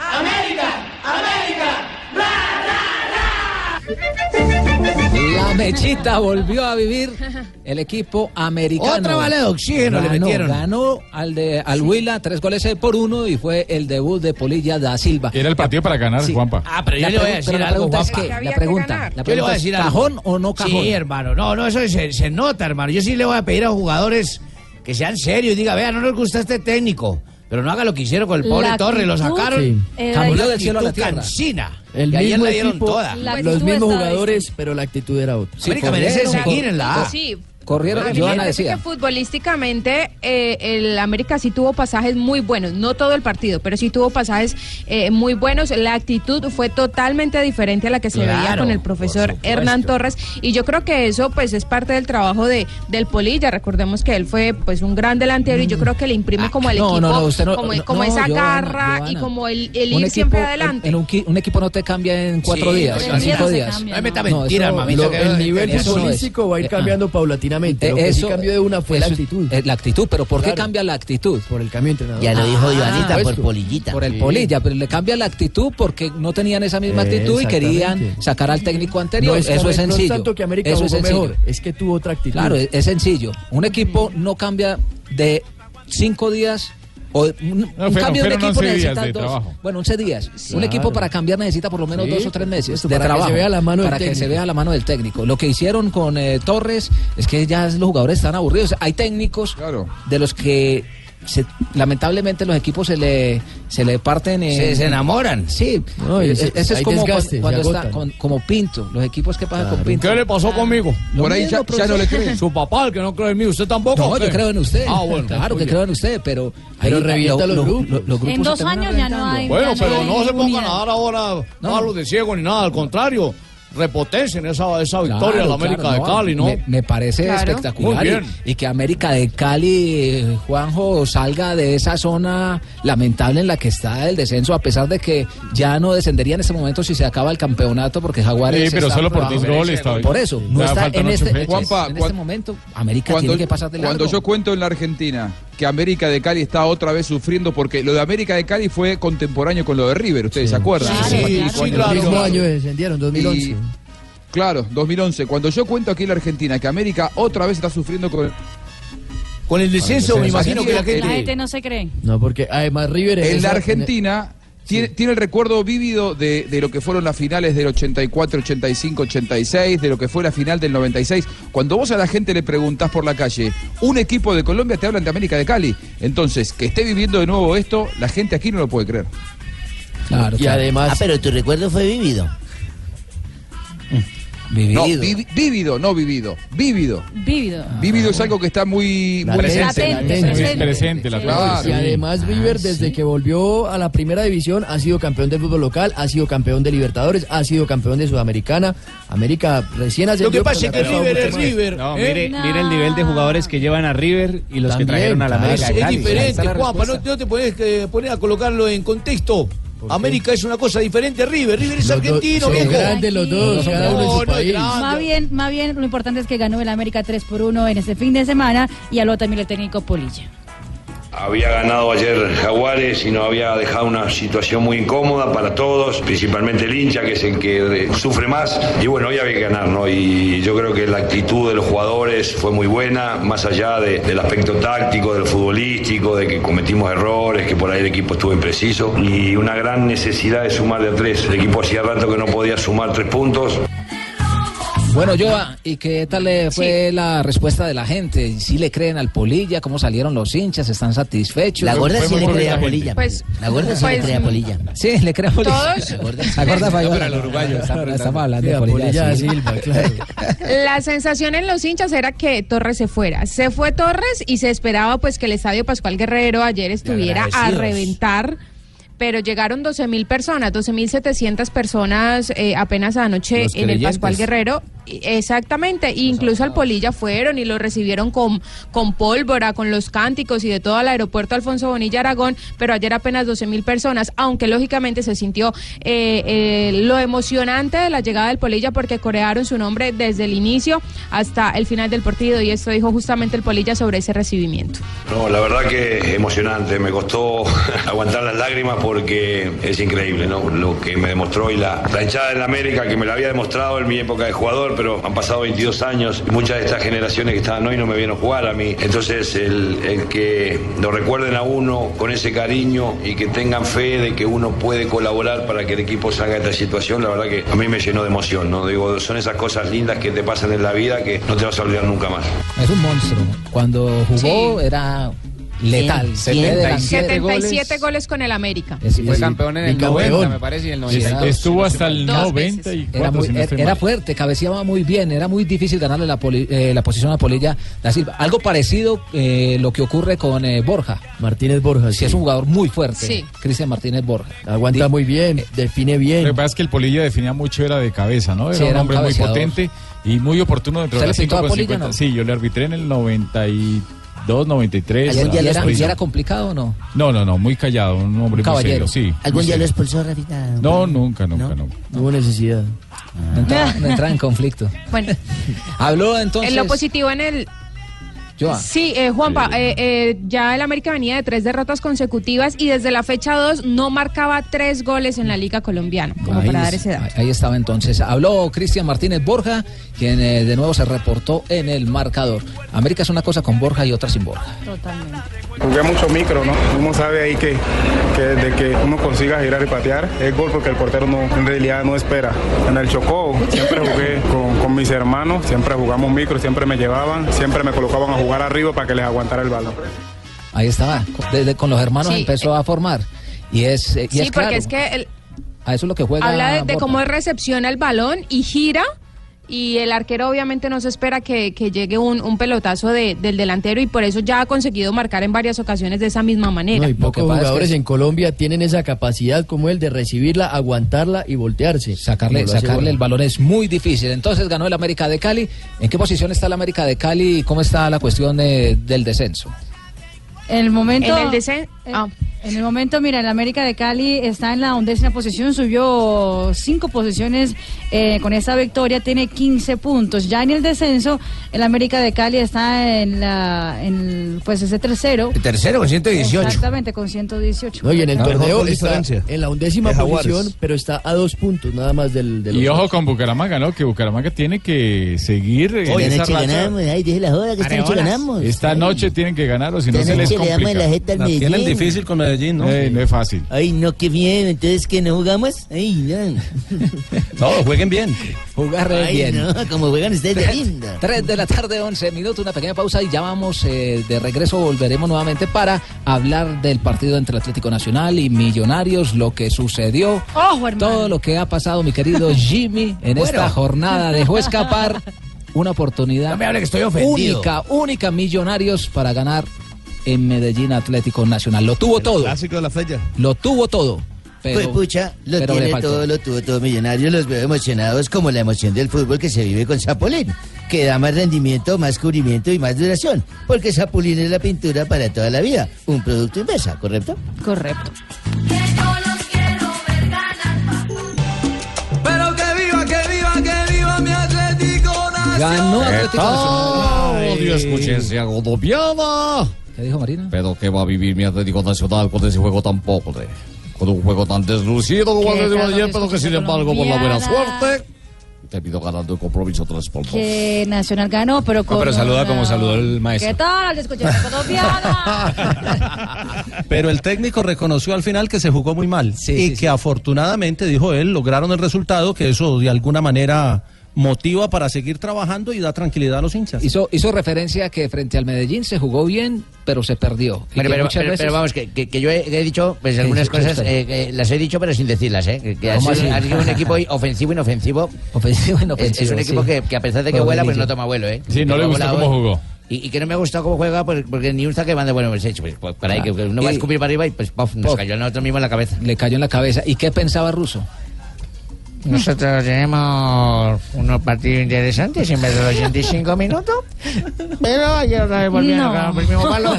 Speaker 2: A. América, América,
Speaker 11: La mechita volvió a vivir el equipo americano.
Speaker 9: Otra bala de oxígeno le
Speaker 11: Ganó,
Speaker 9: metieron.
Speaker 11: Ganó al de al Huila tres goles eh, por uno y fue el debut de Polilla da Silva.
Speaker 1: Era el partido para ganar, Juanpa.
Speaker 9: Ah, pero yo
Speaker 11: La
Speaker 9: le voy a
Speaker 11: pregun-
Speaker 9: decir
Speaker 11: pero la
Speaker 9: algo,
Speaker 11: pregunta es
Speaker 9: Juanpa.
Speaker 11: que-
Speaker 9: Que
Speaker 11: la
Speaker 9: había que
Speaker 11: pregunta,
Speaker 9: ganar.
Speaker 11: la
Speaker 9: Yo le voy
Speaker 11: pregunta
Speaker 9: a
Speaker 11: es,
Speaker 9: decir algo.
Speaker 11: ¿cajón o no cajón?
Speaker 9: Sí, hermano. No, no, eso se, se nota, hermano. Yo sí le voy a pedir a jugadores que sean serios y diga, vea, no nos gusta este técnico. Pero no haga lo que hicieron con el
Speaker 12: La
Speaker 9: pobre Torres, lo
Speaker 12: actitud
Speaker 9: sacaron.
Speaker 12: Sí.
Speaker 9: con
Speaker 12: era-
Speaker 9: una
Speaker 12: del cielo a la
Speaker 9: actitud
Speaker 12: tierra.
Speaker 9: cansina.
Speaker 14: El
Speaker 9: y ayer
Speaker 14: mismo
Speaker 9: la dieron
Speaker 14: equipo,
Speaker 9: toda.
Speaker 12: La
Speaker 14: los
Speaker 12: actitud
Speaker 14: mismos
Speaker 12: estaba
Speaker 14: jugadores, pero la actitud era otra.
Speaker 9: América merece seguir en la A.
Speaker 24: Sí.
Speaker 11: Corrieron,
Speaker 24: Yo
Speaker 11: Joana
Speaker 24: que
Speaker 11: decía.
Speaker 24: futbolísticamente eh, el América sí tuvo pasajes muy buenos, no todo el partido, pero sí tuvo pasajes eh, muy buenos. La actitud fue totalmente diferente a la que se veía
Speaker 25: Claro,
Speaker 24: con el profesor Hernán Torres y yo creo que eso pues es parte del trabajo de del Polilla. Recordemos que él fue pues un gran delantero y yo creo que le imprime como el
Speaker 11: Mm. Ah, no,
Speaker 24: equipo,
Speaker 11: no, no, usted no-
Speaker 24: como,
Speaker 11: no,
Speaker 24: como
Speaker 11: no,
Speaker 24: esa
Speaker 11: Joana,
Speaker 24: garra y
Speaker 11: Joana.
Speaker 24: como el, el ir
Speaker 11: Un
Speaker 24: siempre
Speaker 11: equipo-
Speaker 24: adelante.
Speaker 11: En, en un, qui- un equipo no te cambia en cuatro
Speaker 24: Sí,
Speaker 11: días,
Speaker 24: no,
Speaker 11: en
Speaker 24: en
Speaker 11: cinco
Speaker 24: días no se
Speaker 11: días.
Speaker 24: cambia,
Speaker 9: No me meta mentiras,
Speaker 11: eso-
Speaker 9: mamita,
Speaker 11: lo-
Speaker 9: que-
Speaker 11: el nivel
Speaker 9: eso es.
Speaker 11: futbolístico
Speaker 14: va a ir cambiando paulatinamente.
Speaker 11: Eh,
Speaker 14: Lo que sí
Speaker 11: eso-
Speaker 14: cambió de una fue la
Speaker 11: eso-
Speaker 14: actitud.
Speaker 11: eh, la actitud, pero ¿por qué
Speaker 14: Claro.
Speaker 11: cambia la actitud?
Speaker 14: Por el cambio de entrenador. Ah,
Speaker 11: Ya lo dijo Joanita, por
Speaker 22: polillita.
Speaker 11: Por el polilla, pero le cambia la actitud porque no tenían esa misma actitud y querían
Speaker 14: Exactamente.
Speaker 11: sacar al técnico anterior.
Speaker 14: No es
Speaker 11: Eso es
Speaker 14: correcto, no es
Speaker 11: sencillo.
Speaker 14: tanto que América
Speaker 11: Eso es
Speaker 14: jugó
Speaker 11: sencillo.
Speaker 14: mejor, es que tuvo otra actitud.
Speaker 11: Claro, es, es sencillo. Un equipo no cambia de cinco días. O un, un
Speaker 1: fueron-
Speaker 11: cambio de un
Speaker 1: fueron
Speaker 11: equipo
Speaker 1: 11 días
Speaker 11: necesita
Speaker 1: de
Speaker 11: dos.
Speaker 1: trabajo.
Speaker 11: Bueno, 11 días. Un
Speaker 1: Claro.
Speaker 11: equipo para cambiar necesita por lo menos
Speaker 14: Sí,
Speaker 11: dos o tres meses
Speaker 14: supuesto,
Speaker 11: de
Speaker 14: para que
Speaker 11: pues, trabajo.
Speaker 14: se vea la mano del
Speaker 11: Para que se
Speaker 14: técnico.
Speaker 11: vea la mano del técnico. Lo que hicieron con eh, Torres es que ya los jugadores están aburridos. Hay técnicos de los que se- lamentablemente los equipos se le se le parten eh,
Speaker 9: Se- se enamoran.
Speaker 11: sí
Speaker 9: No, y
Speaker 11: Eh,
Speaker 9: se-
Speaker 11: eso es
Speaker 9: hay
Speaker 11: como
Speaker 9: desgaste,
Speaker 11: cuando, cuando
Speaker 9: se
Speaker 11: está
Speaker 9: agotan.
Speaker 11: con- como Pinto los equipos que pasan con Pinto
Speaker 9: ¿Qué le pasó conmigo?
Speaker 11: Lo Por ahí mismo, ya- ya profesor. no le cree.
Speaker 9: Su papá, el que no cree en mí, usted tampoco.
Speaker 11: No,
Speaker 9: ¿o qué?
Speaker 11: yo creo en usted.
Speaker 9: Ah, bueno.
Speaker 11: Claro que creo en usted, pero.
Speaker 9: Pero
Speaker 11: ahí- lo-
Speaker 9: revienta los
Speaker 11: lo-
Speaker 9: grupos.
Speaker 11: lo- los grupos
Speaker 12: En dos
Speaker 11: se terminan
Speaker 12: años ya no
Speaker 11: reventando.
Speaker 12: hay.
Speaker 9: Bueno,
Speaker 12: ya no
Speaker 9: pero
Speaker 12: hay
Speaker 9: no se pongan
Speaker 12: unidad.
Speaker 9: a dar ahora palos de ciego ni nada, al contrario, repotencien esa, esa victoria de la
Speaker 11: Claro,
Speaker 9: América
Speaker 11: claro,
Speaker 9: de Cali, ¿no?
Speaker 11: Me, me parece
Speaker 9: Claro.
Speaker 11: espectacular.
Speaker 9: Muy
Speaker 11: y-
Speaker 9: bien.
Speaker 11: Y, que América de Cali, eh, Juanjo, salga de esa zona lamentable en la que está el descenso, a pesar de que ya no descendería en este momento si se acaba el campeonato, porque Jaguares.
Speaker 1: Sí, pero
Speaker 11: está
Speaker 1: solo por
Speaker 11: abajo.
Speaker 1: dos goles, Tavio.
Speaker 11: Por eso, no
Speaker 1: Ya
Speaker 11: está
Speaker 1: faltan
Speaker 11: en
Speaker 1: ocho
Speaker 11: este,
Speaker 1: fechas.
Speaker 19: Juanpa,
Speaker 11: en
Speaker 19: cuan-
Speaker 11: este momento. América tiene que pasar de largo.
Speaker 19: cuando yo cuento en la Argentina que América de Cali está otra vez sufriendo, porque lo de América de Cali fue contemporáneo con lo de River, ¿ustedes se acuerdan?
Speaker 14: Sí,
Speaker 19: Ese
Speaker 14: sí,
Speaker 19: partido
Speaker 14: sí,
Speaker 19: con el
Speaker 14: claro. El
Speaker 19: River.
Speaker 14: mismo año descendieron, 2011.
Speaker 19: Y- claro, 2011. Cuando yo cuento aquí en la Argentina que América otra vez está sufriendo con...
Speaker 9: Con el
Speaker 14: descenso, me imagino que la
Speaker 12: La gente no se cree.
Speaker 14: No, porque además River...
Speaker 19: En la Argentina Tiene, tiene el recuerdo vívido de, de lo que fueron las finales del 84, 85, 86, de lo que fue la final del 96. Cuando vos a la gente le preguntás por la calle, un equipo de Colombia te hablan de América de Cali. Entonces, que esté viviendo de nuevo esto, la gente aquí no lo puede creer.
Speaker 22: Claro,
Speaker 19: Y además-
Speaker 22: Ah, pero tu recuerdo fue vivido.
Speaker 19: No, vi- vívido, no vivido. Vívido.
Speaker 12: Vívido.
Speaker 19: Vívido es algo que está muy, muy
Speaker 12: Latente, Latente, presente.
Speaker 1: presente, la
Speaker 19: Claro.
Speaker 14: Y además
Speaker 9: Ah,
Speaker 22: Ah,
Speaker 14: River desde que volvió a la primera división ha sido campeón del fútbol local, ha sido campeón de Libertadores, ha sido campeón de Sudamericana. América recién ascendió.
Speaker 9: que pasa
Speaker 14: pero
Speaker 9: es
Speaker 14: le
Speaker 9: que
Speaker 14: ha costado
Speaker 9: River es
Speaker 14: mucho más.
Speaker 9: River,
Speaker 14: No,
Speaker 9: ¿eh?
Speaker 14: mire-
Speaker 16: Mira el nivel de jugadores que llevan a River y los que
Speaker 9: También,
Speaker 16: trajeron a la
Speaker 9: claro.
Speaker 16: América. de
Speaker 9: Es
Speaker 16: Cali. Ahí está
Speaker 9: diferente,
Speaker 16: la
Speaker 9: Juanpa,
Speaker 16: respuesta.
Speaker 9: no, no te pones, que poner a colocarlo en contexto. América es una cosa diferente a River. River es
Speaker 14: Los dos-
Speaker 9: argentino,
Speaker 14: son
Speaker 9: viejo.
Speaker 14: grandes los dos, cada uno en su
Speaker 9: No, no es
Speaker 14: país.
Speaker 12: Más
Speaker 9: grande.
Speaker 12: bien, más bien, lo importante es que ganó el América 3 por 1 en este fin de semana y habló también el técnico Polilla.
Speaker 26: Había ganado ayer Jaguares y nos había dejado una situación muy incómoda para todos, principalmente el hincha, que es el que eh, sufre más. Y bueno, hoy había que ganar, ¿no? Y yo creo que la actitud de los jugadores fue muy buena, más allá de- del aspecto táctico, del futbolístico, de que cometimos errores, que por ahí el equipo estuvo impreciso. Y una gran necesidad de sumar de a tres. El equipo hacía rato que no podía sumar tres puntos.
Speaker 11: Bueno, Joa, ¿y qué tal eh, fue la respuesta de la gente? ¿Sí le creen al Polilla? ¿Cómo salieron los hinchas? ¿Están satisfechos?
Speaker 22: La gorda sí le creía a Polilla.
Speaker 24: Pues,
Speaker 22: la gorda sí le
Speaker 11: pues,
Speaker 22: creía a Polilla.
Speaker 11: Sí, le creen a Polilla.
Speaker 24: Todos.
Speaker 11: La gorda, la gorda falló.
Speaker 22: No, pero al uruguayo, está
Speaker 11: Estamos
Speaker 22: apretando.
Speaker 11: hablando
Speaker 22: Sí,
Speaker 11: de
Speaker 22: a
Speaker 11: Polilla.
Speaker 22: Polilla
Speaker 11: de
Speaker 22: da
Speaker 11: Silva, claro.
Speaker 24: La sensación en los hinchas era que Torres se fuera. Se fue Torres y se esperaba pues que el estadio Pascual Guerrero ayer estuviera a
Speaker 27: agradecidos.
Speaker 24: reventar. Pero llegaron 12.000 personas, 12.700 personas eh, apenas anoche
Speaker 27: Los
Speaker 24: en el
Speaker 27: creyentes.
Speaker 24: Pascual Guerrero. Y- Exactamente, y incluso al Polilla fueron y lo recibieron con, con pólvora, con los cánticos y de todo al aeropuerto Alfonso Bonilla Aragón, pero ayer apenas 12.000 personas, aunque lógicamente se sintió eh, eh, lo emocionante de la llegada del Polilla porque corearon su nombre desde el inicio hasta el final del partido y esto dijo justamente el Polilla sobre ese recibimiento.
Speaker 26: No, la verdad que emocionante. Me costó aguantar las lágrimas porque es increíble, ¿no? Lo que me demostró hoy la, la hinchada en América, que me la había demostrado en mi época de jugador, pero han pasado 22 años y muchas de estas generaciones que estaban hoy no me vieron jugar a mí. Entonces, el, el que lo recuerden a uno con ese cariño y que tengan fe de que uno puede colaborar para que el equipo salga de esta situación, la verdad que a mí me llenó de emoción, ¿no? Digo, son esas cosas lindas que te pasan en la vida que no te vas a olvidar nunca más.
Speaker 11: Es un monstruo. Cuando jugó era letal. Se fue delantero.
Speaker 24: 77 goles, con el América.
Speaker 11: Es-
Speaker 27: Fue
Speaker 11: es-
Speaker 27: campeón en el
Speaker 11: bicampeón.
Speaker 27: 90, me parece, y en el 92.
Speaker 1: Estuvo hasta el
Speaker 24: Dos
Speaker 1: 90 y
Speaker 11: Era, muy- er- era fuerte, cabeceaba muy bien, era muy difícil ganarle la, poli- eh, la posición a Polilla da Silva. Algo parecido eh, lo que ocurre con eh, Borja.
Speaker 14: Martínez Borja,
Speaker 11: sí. es un jugador muy fuerte.
Speaker 14: Sí.
Speaker 11: Cristian Martínez Borja. eh,
Speaker 14: Aguanta muy bien, define bien.
Speaker 1: Lo que pasa es que el Polilla definía mucho era de cabeza, ¿no? Era
Speaker 11: Sí,
Speaker 1: un
Speaker 11: era un
Speaker 1: hombre muy
Speaker 11: cabeceador.
Speaker 1: potente y muy oportuno dentro
Speaker 11: ¿Usted
Speaker 1: de
Speaker 11: le
Speaker 1: las
Speaker 11: pitó
Speaker 1: 5
Speaker 11: a
Speaker 1: con
Speaker 11: Polilla,
Speaker 1: 50.
Speaker 11: no?
Speaker 1: Sí, yo le arbitré en el 92, 93.
Speaker 11: ¿Algún día
Speaker 1: Ah,
Speaker 11: le era,
Speaker 1: sí.
Speaker 11: y era complicado o no?
Speaker 1: No, no, no, muy callado, un hombre muy
Speaker 11: Caballero.
Speaker 1: serio, sí.
Speaker 11: ¿Algún
Speaker 1: muy
Speaker 11: día lo
Speaker 1: serio.
Speaker 22: expulsó Rafita?
Speaker 1: No, nunca, nunca, nunca.
Speaker 14: No hubo necesidad.
Speaker 11: No entraba, no entraba en conflicto.
Speaker 24: Bueno,
Speaker 11: Habló entonces.
Speaker 24: en lo positivo en el,
Speaker 11: Joa.
Speaker 24: Sí, eh, Juanpa, eh, eh, ya el América venía de tres derrotas consecutivas y desde la fecha 2 no marcaba tres goles en la Liga Colombiana, como para
Speaker 11: es-
Speaker 24: dar ese dato.
Speaker 11: ahí- ahí estaba entonces. Habló Cristian Martínez Borja, quien eh, de nuevo se reportó en el marcador. América es una cosa con Borja y otra sin Borja.
Speaker 25: Jugué mucho micro, ¿no? Uno sabe ahí que, que desde que uno consiga girar y patear es gol porque el portero no, en realidad no espera. En el Chocó siempre jugué con, con mis hermanos, siempre jugamos micro, siempre me llevaban, siempre me colocaban a jugar arriba para que les aguantara el balón.
Speaker 11: Ahí estaba. Desde con los hermanos
Speaker 24: Sí, eh.
Speaker 11: empezó a formar. Y es, eh, y
Speaker 24: Sí,
Speaker 11: es
Speaker 24: porque
Speaker 11: claro,
Speaker 24: es que el-
Speaker 11: a eso es lo que juega.
Speaker 24: habla de, de
Speaker 11: Borja.
Speaker 24: cómo recepciona el balón y gira. Y el arquero obviamente no se espera que, que llegue un, un pelotazo de- del delantero y por eso ya ha conseguido marcar en varias ocasiones de esa misma manera.
Speaker 14: No, y pocos
Speaker 24: pasa es que
Speaker 14: jugadores en Colombia tienen esa capacidad como él de recibirla, aguantarla y voltearse.
Speaker 11: Sacarle, sacarle el balón es muy difícil. Entonces ganó el América de Cali. ¿En qué posición está el América de Cali y cómo está la cuestión eh, del descenso?
Speaker 12: En el momento. Eh,
Speaker 24: En el descen-
Speaker 12: en- en el momento, mira, el América de Cali está en la undécima posición, subió cinco posiciones eh, con esa victoria, tiene 15 puntos. Ya en el descenso, el América de Cali está en la, en, pues ese tercero.
Speaker 9: El tercero con 118.
Speaker 12: Exactamente, con 118.
Speaker 14: No, y en el
Speaker 9: No,
Speaker 14: torneo
Speaker 9: mejor con
Speaker 14: está
Speaker 9: diferencia.
Speaker 14: en la undécima
Speaker 1: De Jaguares.
Speaker 14: posición, pero está a dos puntos nada más del. del
Speaker 1: Y ojo con Bucaramanga, ¿no? Que Bucaramanga tiene que seguir en
Speaker 22: Oye,
Speaker 1: esa
Speaker 22: esta noche
Speaker 1: racha.
Speaker 22: ganamos. Ay, deje
Speaker 9: este
Speaker 22: la joda que esta noche
Speaker 1: Areolas.
Speaker 22: ganamos.
Speaker 1: Esta noche tienen que ganar o si no
Speaker 22: Esta
Speaker 1: se les
Speaker 22: noche le damos
Speaker 1: complica.
Speaker 22: en la jeta al La tienen Medellín. difícil
Speaker 1: con
Speaker 15: Medellín, ¿no?
Speaker 1: Ey, no es fácil.
Speaker 9: Ay, no, qué bien. Entonces, ¿qué no jugamos? Ay, bien.
Speaker 15: No, jueguen bien.
Speaker 11: Jugar re
Speaker 9: Ay,
Speaker 11: bien.
Speaker 9: no, como juegan ustedes de lindo.
Speaker 11: 3 de la tarde, 11 minutos, una pequeña pausa y ya vamos eh, de regreso, volveremos nuevamente para hablar del partido entre Atlético Nacional y Millonarios, lo que sucedió, todo lo que ha pasado, mi querido Jimmy, en
Speaker 3: Bueno.
Speaker 11: esta jornada. Dejó escapar una oportunidad
Speaker 3: No me hable que estoy ofendido.
Speaker 11: única, única Millonarios para ganar en Medellín Atlético Nacional. Lo tuvo todo.
Speaker 28: Clásico de la fecha.
Speaker 11: Lo tuvo todo. Pero,
Speaker 9: pues pucha, lo
Speaker 11: pero le
Speaker 9: tiene
Speaker 11: faltó.
Speaker 9: todo, lo tuvo todo millonario, los veo emocionados como la emoción del fútbol que se vive con Zapolín, que da más rendimiento, más cubrimiento y más duración, porque Zapolín es la pintura para toda la vida, un producto inversa, ¿correcto?
Speaker 12: Correcto.
Speaker 22: Pero que viva, que viva, que viva mi Atlético
Speaker 11: Ganó Atlético Nacional.
Speaker 7: Odio escuché ese agodopiada.
Speaker 11: ¿Qué dijo Marina?
Speaker 7: Pero que va a vivir mi Atlético Nacional con ese juego tan pobre. Con un juego tan deslucido como
Speaker 22: Qué
Speaker 7: el de
Speaker 22: raro
Speaker 7: ayer,
Speaker 22: que
Speaker 7: pero que sin
Speaker 22: escuche
Speaker 7: embargo, por la buena
Speaker 12: colombiana.
Speaker 7: suerte, terminó ganando el compromiso 3 por 2.
Speaker 12: Que Nacional ganó, pero como.
Speaker 7: pero saluda como saludó el
Speaker 12: ¿Qué tal? Les escuché la colombiana.
Speaker 15: Pero el técnico reconoció al final que se jugó muy mal y que afortunadamente, dijo él, lograron el resultado, que eso de alguna manera motiva para seguir trabajando y da tranquilidad a los hinchas.
Speaker 11: Hizo, hizo referencia a que frente al Medellín se jugó bien, pero se perdió. Y
Speaker 9: Pero,
Speaker 11: que
Speaker 9: pero-
Speaker 11: muchas
Speaker 9: pero-
Speaker 11: veces-
Speaker 9: pero vamos, que, que- que yo he, he dicho pues
Speaker 11: ¿Qué
Speaker 9: algunas
Speaker 11: dice
Speaker 9: cosas,
Speaker 11: usted?
Speaker 9: eh, que las he dicho pero sin decirlas, ¿eh? Que, que ha
Speaker 11: ¿Cómo
Speaker 9: sido,
Speaker 11: así?
Speaker 9: ha sido un equipo ofensivo, inofensivo.
Speaker 11: Ofensivo,
Speaker 9: Es, es un
Speaker 11: inofensivo,
Speaker 9: equipo
Speaker 11: sí.
Speaker 9: que, que a pesar de que
Speaker 11: Pobre
Speaker 9: vuela, pues
Speaker 11: Millo.
Speaker 9: no toma vuelo, ¿eh?
Speaker 11: Sí, no
Speaker 9: Que
Speaker 11: le
Speaker 9: ha
Speaker 11: gusta
Speaker 9: volado,
Speaker 11: cómo
Speaker 9: eh.
Speaker 11: jugó.
Speaker 9: Y, y que no me ha gustado cómo juega por- porque ni gusta que van de bueno, pues, pues, pues para ahí, que uno va a
Speaker 11: Ah. Y-
Speaker 9: escupir para arriba y pues pof, nos
Speaker 11: Pof.
Speaker 9: cayó a nosotros mismo en la cabeza.
Speaker 11: Le cayó en la cabeza. ¿Y qué pensaba Russo?
Speaker 9: Nosotros tenemos unos partidos interesantes en vez de 85 minutos. Pero ayer otra vez volvieron a clavar por el mismo palo.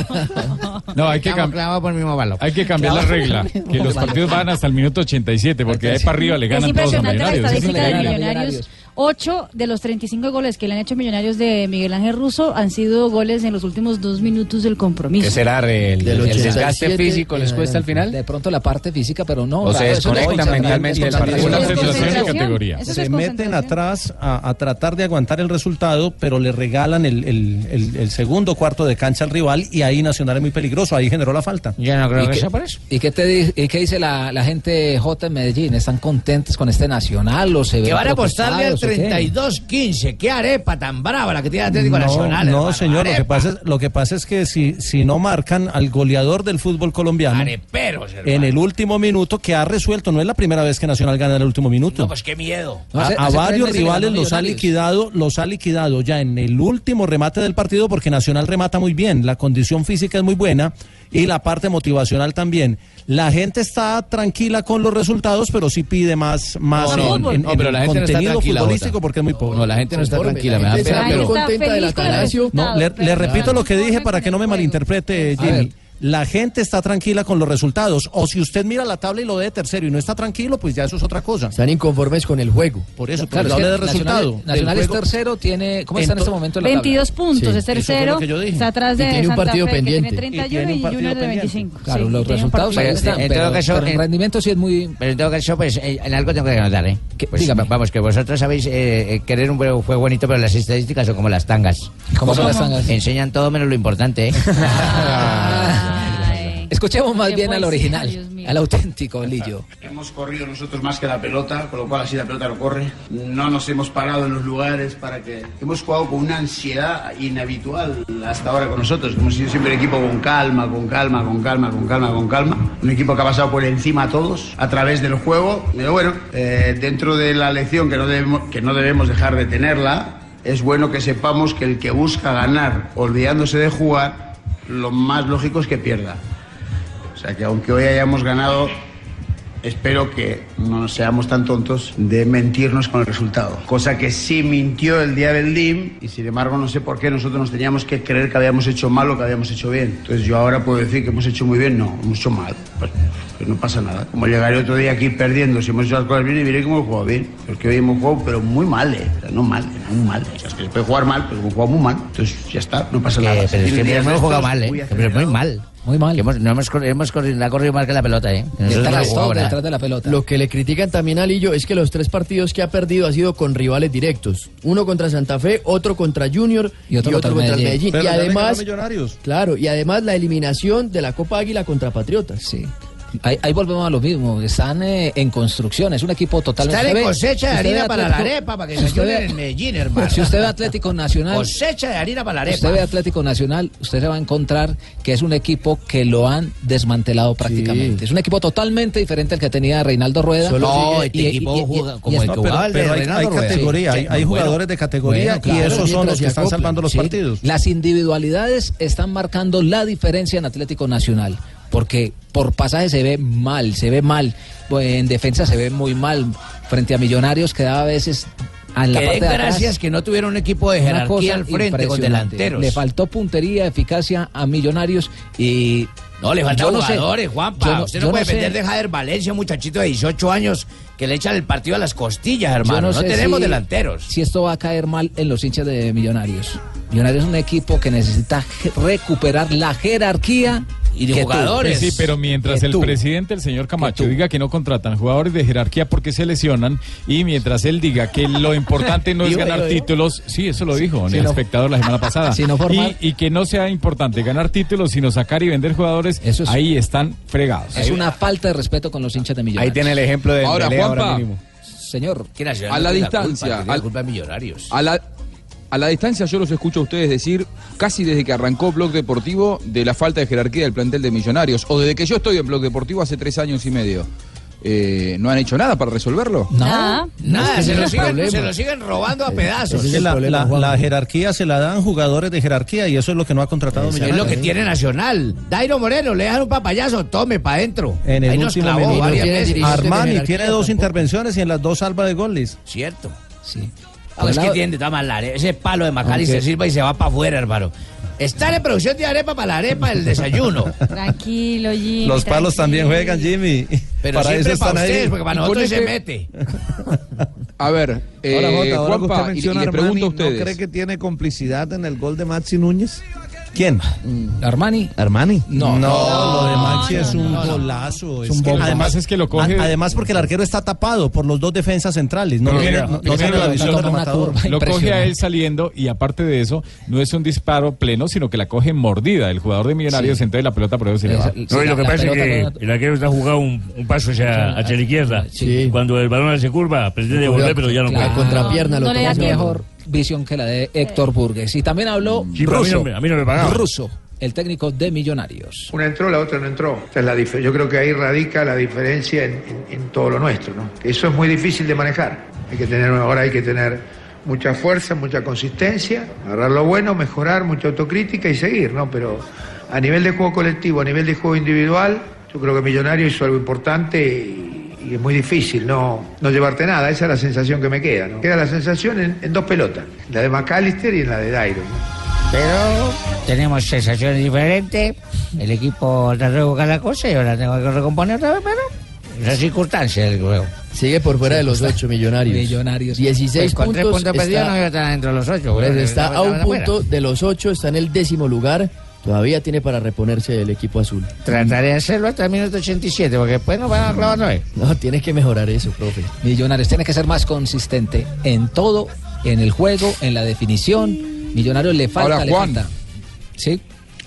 Speaker 1: No, hay que, cam- hay que cambiar la regla, que los partidos van hasta el minuto 87, porque de ahí para arriba le
Speaker 12: Es
Speaker 1: ganan todos a
Speaker 12: impresionante la
Speaker 1: Millonarios. es
Speaker 12: estadística de
Speaker 1: increíble.
Speaker 12: Millonarios. Ocho de los 35 goles que le han hecho Millonarios de Miguel Ángel Russo han sido goles en los últimos dos minutos del compromiso.
Speaker 3: ¿Qué será el,
Speaker 11: Del
Speaker 3: el
Speaker 11: 87
Speaker 3: desgaste físico les cuesta al final?
Speaker 11: eh, De pronto la parte física, pero no.
Speaker 3: O se
Speaker 11: claro, eso no es
Speaker 3: desconectan
Speaker 11: concentración,
Speaker 3: mentalmente del
Speaker 11: es
Speaker 3: partido.
Speaker 11: concentración.
Speaker 3: Una sensación
Speaker 11: Concentración.
Speaker 3: de categoría.
Speaker 11: Eso
Speaker 15: se
Speaker 11: es
Speaker 15: meten atrás a, a tratar de aguantar el resultado, pero le regalan el, el- el- el segundo cuarto de cancha al rival y ahí Nacional es muy peligroso, ahí generó la falta.
Speaker 9: Ya no
Speaker 11: ¿Y qué- ¿Y qué, te di- y qué dice la, la gente J en Medellín? ¿Están contentos con este Nacional o se
Speaker 3: Que
Speaker 11: ven
Speaker 3: van a apostarle al
Speaker 11: preocupados o qué?
Speaker 3: 32-15. Qué arepa tan brava la que tiene el Atlético
Speaker 15: no,
Speaker 3: Nacional.
Speaker 15: no,
Speaker 3: hermano.
Speaker 15: señor, lo que,
Speaker 3: Arepa.
Speaker 15: pasa es, lo que pasa es que si, si no marcan al goleador del fútbol colombiano
Speaker 3: Areperos, hermano.
Speaker 15: en el último minuto, que ha resuelto, no es la primera vez que Nacional gana en el último minuto.
Speaker 3: No, pues qué miedo.
Speaker 15: a, a varios rivales los ha liquidado, los ha liquidado ya en el último remate del partido porque Nacional remata muy bien, la condición física es muy buena y la parte motivacional también. La gente está tranquila con los resultados, pero sí pide más, más
Speaker 14: No, no, no, pero la gente no está
Speaker 15: contenido
Speaker 14: tranquila,
Speaker 15: futbolístico porque es muy pobre. No,
Speaker 14: la gente no está tranquila, me da pena, pero-
Speaker 22: contenta del Atanasio.
Speaker 15: No, le, le repito lo que dije para que no me malinterprete,
Speaker 22: A ver.
Speaker 15: Jimmy. La gente está tranquila con los resultados. O si usted mira la tabla y lo ve de tercero y no está tranquilo, pues ya eso es otra cosa.
Speaker 29: Están inconformes con el juego.
Speaker 15: Por eso,
Speaker 29: Claro,
Speaker 15: pero
Speaker 29: es que
Speaker 15: habla de
Speaker 29: Nacional-
Speaker 15: resultado.
Speaker 29: Nacional
Speaker 15: del
Speaker 29: es
Speaker 15: juego.
Speaker 11: tercero, tiene. ¿Cómo está en este
Speaker 15: Ento-
Speaker 11: momento la tabla?
Speaker 12: 22 puntos, es
Speaker 11: Sí, eso fue
Speaker 12: tercero.
Speaker 11: lo que yo dije.
Speaker 12: Está atrás
Speaker 11: Y
Speaker 12: de
Speaker 11: tiene un
Speaker 12: Santa
Speaker 11: partido
Speaker 12: Fe,
Speaker 11: pendiente.
Speaker 12: que
Speaker 11: Y
Speaker 12: tiene
Speaker 11: tiene
Speaker 12: 31 y,
Speaker 11: un partido
Speaker 12: Junior de
Speaker 11: pendiente.
Speaker 12: 25.
Speaker 11: Claro,
Speaker 12: Sí,
Speaker 11: los
Speaker 12: tiene un
Speaker 11: resultados
Speaker 12: partido
Speaker 11: ahí están,
Speaker 12: pendiente.
Speaker 9: en todo
Speaker 11: pero,
Speaker 9: caso,
Speaker 11: pero el
Speaker 9: en-
Speaker 11: rendimiento sí es muy.
Speaker 9: Pero en todo caso, pues eh, en algo tengo que anotar, ¿eh? Pues,
Speaker 11: dígame.
Speaker 9: Vamos, que vosotros sabéis eh, eh, querer un buen juego bonito, pero las estadísticas son como las tangas.
Speaker 11: ¿Cómo son las tangas?
Speaker 9: Enseñan todo menos lo importante, ¿eh?
Speaker 11: Escuchemos más
Speaker 9: Qué
Speaker 11: bien al
Speaker 9: poesía,
Speaker 11: original, al auténtico Lillo.
Speaker 18: Hemos corrido nosotros más que la pelota, con lo cual así la pelota no corre. No nos hemos parado en los lugares para que... Hemos jugado con una ansiedad inhabitual hasta ahora con nosotros. Hemos sido siempre un equipo con calma, con calma, con calma, con calma, con calma. Un equipo que ha pasado por encima a todos a través del juego. Pero bueno, eh, dentro de la lección que no, debemos, que no debemos dejar de tenerla, es bueno que sepamos que el que busca ganar olvidándose de jugar, lo más lógico es que pierda. O sea que aunque hoy hayamos ganado Espero que no seamos tan tontos de mentirnos con el resultado. Cosa que sí mintió el día del DIM y sin embargo no sé por qué nosotros nos teníamos que creer que habíamos hecho mal o que habíamos hecho bien. Entonces yo ahora puedo decir que hemos hecho muy bien, no, hemos hecho mal. Pues, pues no pasa nada. Como llegaré otro día aquí perdiendo, si hemos hecho las cosas bien y diré que hemos jugado bien. Porque hoy hemos jugado pero muy mal, eh. O sea, no mal, eh, muy mal. O sea, es que se puede jugar mal, pero hemos jugado muy mal. Entonces ya está, no pasa
Speaker 9: Que-
Speaker 18: nada.
Speaker 9: pero es que
Speaker 18: Tienen días
Speaker 9: hemos
Speaker 18: de
Speaker 9: jugado
Speaker 18: estos,
Speaker 9: mal, ¿eh?
Speaker 18: muy
Speaker 9: Pero muy mal.
Speaker 11: Muy mal.
Speaker 22: hemos, no hemos, cor- hemos corrido, no ha corrido más que la pelota, ¿eh? Que nosotros no hemos jugado nada.
Speaker 11: de la pelota.
Speaker 14: Lo que le critican también a Lillo es que los tres partidos que ha perdido ha sido con rivales directos. Uno contra Santa Fe, otro contra Junior
Speaker 11: Y otro contra el Medellín. Pero
Speaker 14: Y
Speaker 11: ya le ganó
Speaker 14: además,
Speaker 11: Millonarios.
Speaker 14: claro, y además la eliminación de la Copa Águila contra Patriotas.
Speaker 11: Sí. Ahí, ahí volvemos a lo mismo. Están eh, en construcción. Es un equipo totalmente.
Speaker 14: Están en
Speaker 11: Usted ve-
Speaker 14: cosecha de
Speaker 11: usted ve
Speaker 14: harina para la
Speaker 11: Atlético-
Speaker 14: arepa, para que
Speaker 11: si usted
Speaker 14: desayunen
Speaker 11: ve-
Speaker 14: en Medellín, hermano.
Speaker 11: Si usted ve Atlético Nacional.
Speaker 9: Cosecha de harina para la arepa.
Speaker 11: Usted ve Atlético Nacional, usted se va a encontrar que es un equipo que lo han desmantelado prácticamente. Es un equipo totalmente diferente al que tenía Reinaldo Rueda.
Speaker 15: Solo este
Speaker 11: No,
Speaker 15: sigue-
Speaker 11: y- y- y- y- y-
Speaker 15: No, pero- pero hay, hay categoría, hay, hay jugadores de categoría
Speaker 11: Bueno, claro,
Speaker 15: y esos son
Speaker 11: mientras
Speaker 15: los
Speaker 11: se
Speaker 15: que están
Speaker 11: acoplan,
Speaker 15: salvando los
Speaker 11: sí.
Speaker 15: partidos.
Speaker 11: Las individualidades están marcando la diferencia en Atlético Nacional. Porque por pasaje se ve mal, se ve mal. En defensa se ve muy mal. Frente a Millonarios quedaba a veces ah, en la
Speaker 9: Que
Speaker 11: parte
Speaker 9: den
Speaker 11: de atrás.
Speaker 9: gracias que no tuvieron un equipo de
Speaker 11: Una
Speaker 9: jerarquía
Speaker 11: cosa
Speaker 9: al frente con
Speaker 11: impresionante.
Speaker 9: delanteros.
Speaker 11: Le faltó puntería, eficacia a Millonarios y.
Speaker 9: No, le
Speaker 11: faltó
Speaker 9: faltan jugadores, Juanpa. Usted no puede depender de
Speaker 11: dejar
Speaker 9: Jader Valencia, un muchachito de 18 años que le echan el partido a las costillas, hermano.
Speaker 11: Yo
Speaker 9: no
Speaker 11: sé
Speaker 9: tenemos
Speaker 11: si-
Speaker 9: delanteros.
Speaker 11: Si esto va a caer mal en los hinchas de Millonarios. Millonarios es un equipo que necesita je- recuperar la jerarquía y
Speaker 1: Que tú. Sí, pero mientras el presidente, el señor Camacho, diga que no contratan jugadores de jerarquía porque se lesionan y mientras él diga que lo importante no es
Speaker 11: Digo,
Speaker 1: ganar
Speaker 11: digo, digo.
Speaker 1: títulos, sí, eso lo dijo en
Speaker 11: Si
Speaker 1: el
Speaker 11: no-
Speaker 1: espectador la semana pasada,
Speaker 11: Si no formar-
Speaker 1: y, y que no sea importante ganar títulos, sino sacar y vender jugadores,
Speaker 11: es-
Speaker 1: ahí están fregados.
Speaker 11: es una falta de respeto con los hinchas de Millonarios.
Speaker 1: Ahí tiene el ejemplo de
Speaker 19: Ahora,
Speaker 1: Dembélé ahora
Speaker 19: Juanpa,
Speaker 1: mismo.
Speaker 11: Señor,
Speaker 19: a la distancia,
Speaker 9: Culpa,
Speaker 19: al-
Speaker 9: culpa de millonarios.
Speaker 19: A la, a la distancia yo los escucho a ustedes decir, casi desde que arrancó Blog Deportivo, de la falta de jerarquía del plantel de Millonarios, o desde que yo estoy en Blog Deportivo hace tres años y medio. Eh, ¿No han hecho nada para resolverlo?
Speaker 12: Nada.
Speaker 9: Nada, Ah, se
Speaker 15: ese
Speaker 9: lo,
Speaker 15: es el
Speaker 9: siguen,
Speaker 15: problema.
Speaker 9: se lo siguen robando a pedazos.
Speaker 15: Es que la, la- la jerarquía se la dan jugadores de jerarquía y eso es lo que no ha contratado
Speaker 9: Es
Speaker 15: Millonarios.
Speaker 9: lo que tiene Nacional. Dairo Moreno, le dejan un papayazo, tome para adentro.
Speaker 15: En
Speaker 9: Ahí
Speaker 15: el
Speaker 9: nos
Speaker 15: último
Speaker 9: clavó
Speaker 15: minuto.
Speaker 9: varias veces.
Speaker 15: Armani tiene dos intervenciones y en las dos salva de goles.
Speaker 9: Cierto.
Speaker 11: Sí.
Speaker 9: Ah, es que tiene de todas maneras la are- Ese palo de Macari
Speaker 15: Aunque-
Speaker 9: se sirva y se va para afuera, hermano. Está en producción de arepa para la arepa del desayuno.
Speaker 12: Tranquilo, Jimmy.
Speaker 15: Los palos también juegan, Jimmy.
Speaker 9: Pero
Speaker 15: para eso
Speaker 9: siempre
Speaker 15: están
Speaker 9: para
Speaker 15: ahí.
Speaker 9: ustedes, porque para
Speaker 19: Y con
Speaker 9: nosotros
Speaker 19: este-
Speaker 9: se mete.
Speaker 19: A ver, eh,
Speaker 15: ahora, Jota, ahora que usted
Speaker 19: Juanpa, y, y
Speaker 15: menciona
Speaker 19: le
Speaker 15: Armani,
Speaker 19: pregunto a
Speaker 15: ¿no cree
Speaker 19: ustedes.
Speaker 15: que tiene complicidad en el gol de Maxi Núñez? ¿Quién?
Speaker 19: Mm.
Speaker 11: Armani.
Speaker 15: Armani.
Speaker 1: No.
Speaker 15: No,
Speaker 1: No,
Speaker 15: lo de Maxi
Speaker 1: no,
Speaker 15: es
Speaker 1: no,
Speaker 15: un
Speaker 1: no, no.
Speaker 15: golazo.
Speaker 1: Es un bombazo.
Speaker 15: además
Speaker 1: es que lo coge-
Speaker 15: a- Además porque el arquero está tapado por los dos defensas centrales. No,
Speaker 1: Primero,
Speaker 15: no- no
Speaker 1: primero
Speaker 15: tiene la
Speaker 1: lo-
Speaker 15: visión
Speaker 1: lo-
Speaker 15: del rematador.
Speaker 1: lo coge a él saliendo y aparte de eso, no es un disparo pleno, sino que la coge mordida. El jugador de Millonarios
Speaker 11: Sí.
Speaker 1: entonces la pelota por eso se le va.
Speaker 6: No, y lo que pasa es que el arquero está jugado un, un paso hacia, hacia la izquierda. Cuando el balón se curva, pretende devolver, pero ya no puede.
Speaker 11: no,
Speaker 6: lo
Speaker 11: le da
Speaker 6: toma.
Speaker 11: mejor visión que la de Héctor Burgues. Y también habló
Speaker 6: Sí, pero a mí
Speaker 11: Russo,
Speaker 6: no me- a mí no me pagaban.
Speaker 11: Russo, el técnico de Millonarios.
Speaker 10: Una entró, la otra no entró. Esa es la dif- yo creo que ahí radica la diferencia en, en- en todo lo nuestro. ¿no? Eso es muy difícil de manejar. Hay que tener, ahora hay que tener mucha fuerza, mucha consistencia, agarrar lo bueno, mejorar, mucha autocrítica y seguir. ¿no? Pero a nivel de juego colectivo, a nivel de juego individual, yo creo que Millonario hizo algo importante y, y es muy difícil no, no llevarte nada. Esa es la sensación que me queda. ¿no? Queda la sensación en, en dos pelotas, la de McAllister y en la de Dairo.
Speaker 21: Pero tenemos sensaciones diferentes. El equipo trató de buscar la cosa y ahora tengo que recomponer otra vez, pero las circunstancias del juego.
Speaker 14: Sigue por fuera de los ocho millonarios.
Speaker 11: Millonarios.
Speaker 14: 16
Speaker 21: Pues con tres
Speaker 14: puntos.
Speaker 21: puntos perdidos no iba a estar dentro de los ocho,
Speaker 14: Pues
Speaker 21: güey.
Speaker 14: está a
Speaker 21: Estaban
Speaker 14: un
Speaker 21: afuera.
Speaker 14: punto de los ocho, está en el décimo lugar. Todavía tiene para reponerse el equipo azul.
Speaker 21: Trataré de hacerlo hasta el minuto 87, porque después nos van a clavar nueve.
Speaker 14: No, tienes que mejorar eso, profe.
Speaker 11: Millonarios tiene que ser más consistente en todo, en el juego, en la definición. Millonarios le falta,
Speaker 19: Ahora,
Speaker 11: le
Speaker 19: Juan.
Speaker 11: falta. Sí.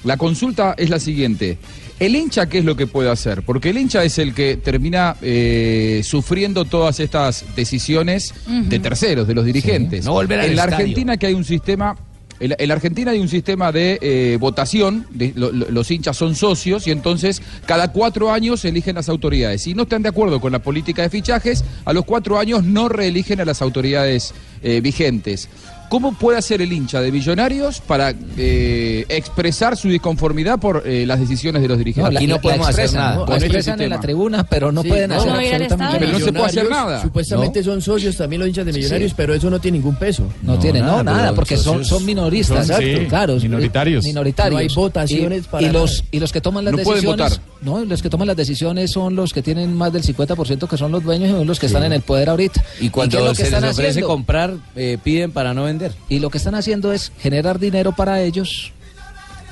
Speaker 19: La consulta es la siguiente. ¿El hincha qué es lo que puede hacer? Porque el hincha es el que termina eh, sufriendo todas estas decisiones
Speaker 6: Ujú.
Speaker 19: de terceros, de los dirigentes.
Speaker 6: no volver al
Speaker 19: en la
Speaker 6: estadio.
Speaker 19: Argentina que hay un sistema... En la- en la Argentina hay un sistema de eh, votación, de- lo- lo- los hinchas son socios y entonces cada cuatro años eligen las autoridades. Si no están de acuerdo con la política de fichajes, a los cuatro años no reeligen a las autoridades eh, vigentes. ¿Cómo puede hacer el hincha de Millonarios para eh, expresar su disconformidad por eh, las decisiones de los dirigentes?
Speaker 11: la- la- la expresan, ¿no? La
Speaker 19: Con este
Speaker 11: expresan en
Speaker 19: sistema.
Speaker 11: la tribuna, pero no
Speaker 14: Sí,
Speaker 11: pueden
Speaker 14: no,
Speaker 11: hacer
Speaker 14: no ir al
Speaker 11: absolutamente nada.
Speaker 19: Pero no se puede hacer nada.
Speaker 14: Supuestamente son socios también los hinchas de Millonarios,
Speaker 11: Sí.
Speaker 14: pero eso no tiene ningún peso.
Speaker 11: No, tiene, no, nada, porque son, son minoristas,
Speaker 14: Exacto.
Speaker 11: claro, eh, minoritarios.
Speaker 14: No hay votaciones
Speaker 11: y,
Speaker 14: para
Speaker 11: y los
Speaker 14: nada.
Speaker 11: y los que toman las
Speaker 14: No pueden
Speaker 11: decisiones,
Speaker 14: votar.
Speaker 11: no, los que toman las decisiones son los que tienen más del 50% que son los dueños y son los que están en el poder ahorita.
Speaker 7: Y cuando
Speaker 11: qué es lo que
Speaker 7: se les
Speaker 11: están
Speaker 7: ofrece
Speaker 11: haciendo?
Speaker 7: comprar, eh, piden para no vender.
Speaker 11: Y lo que están haciendo es generar dinero para ellos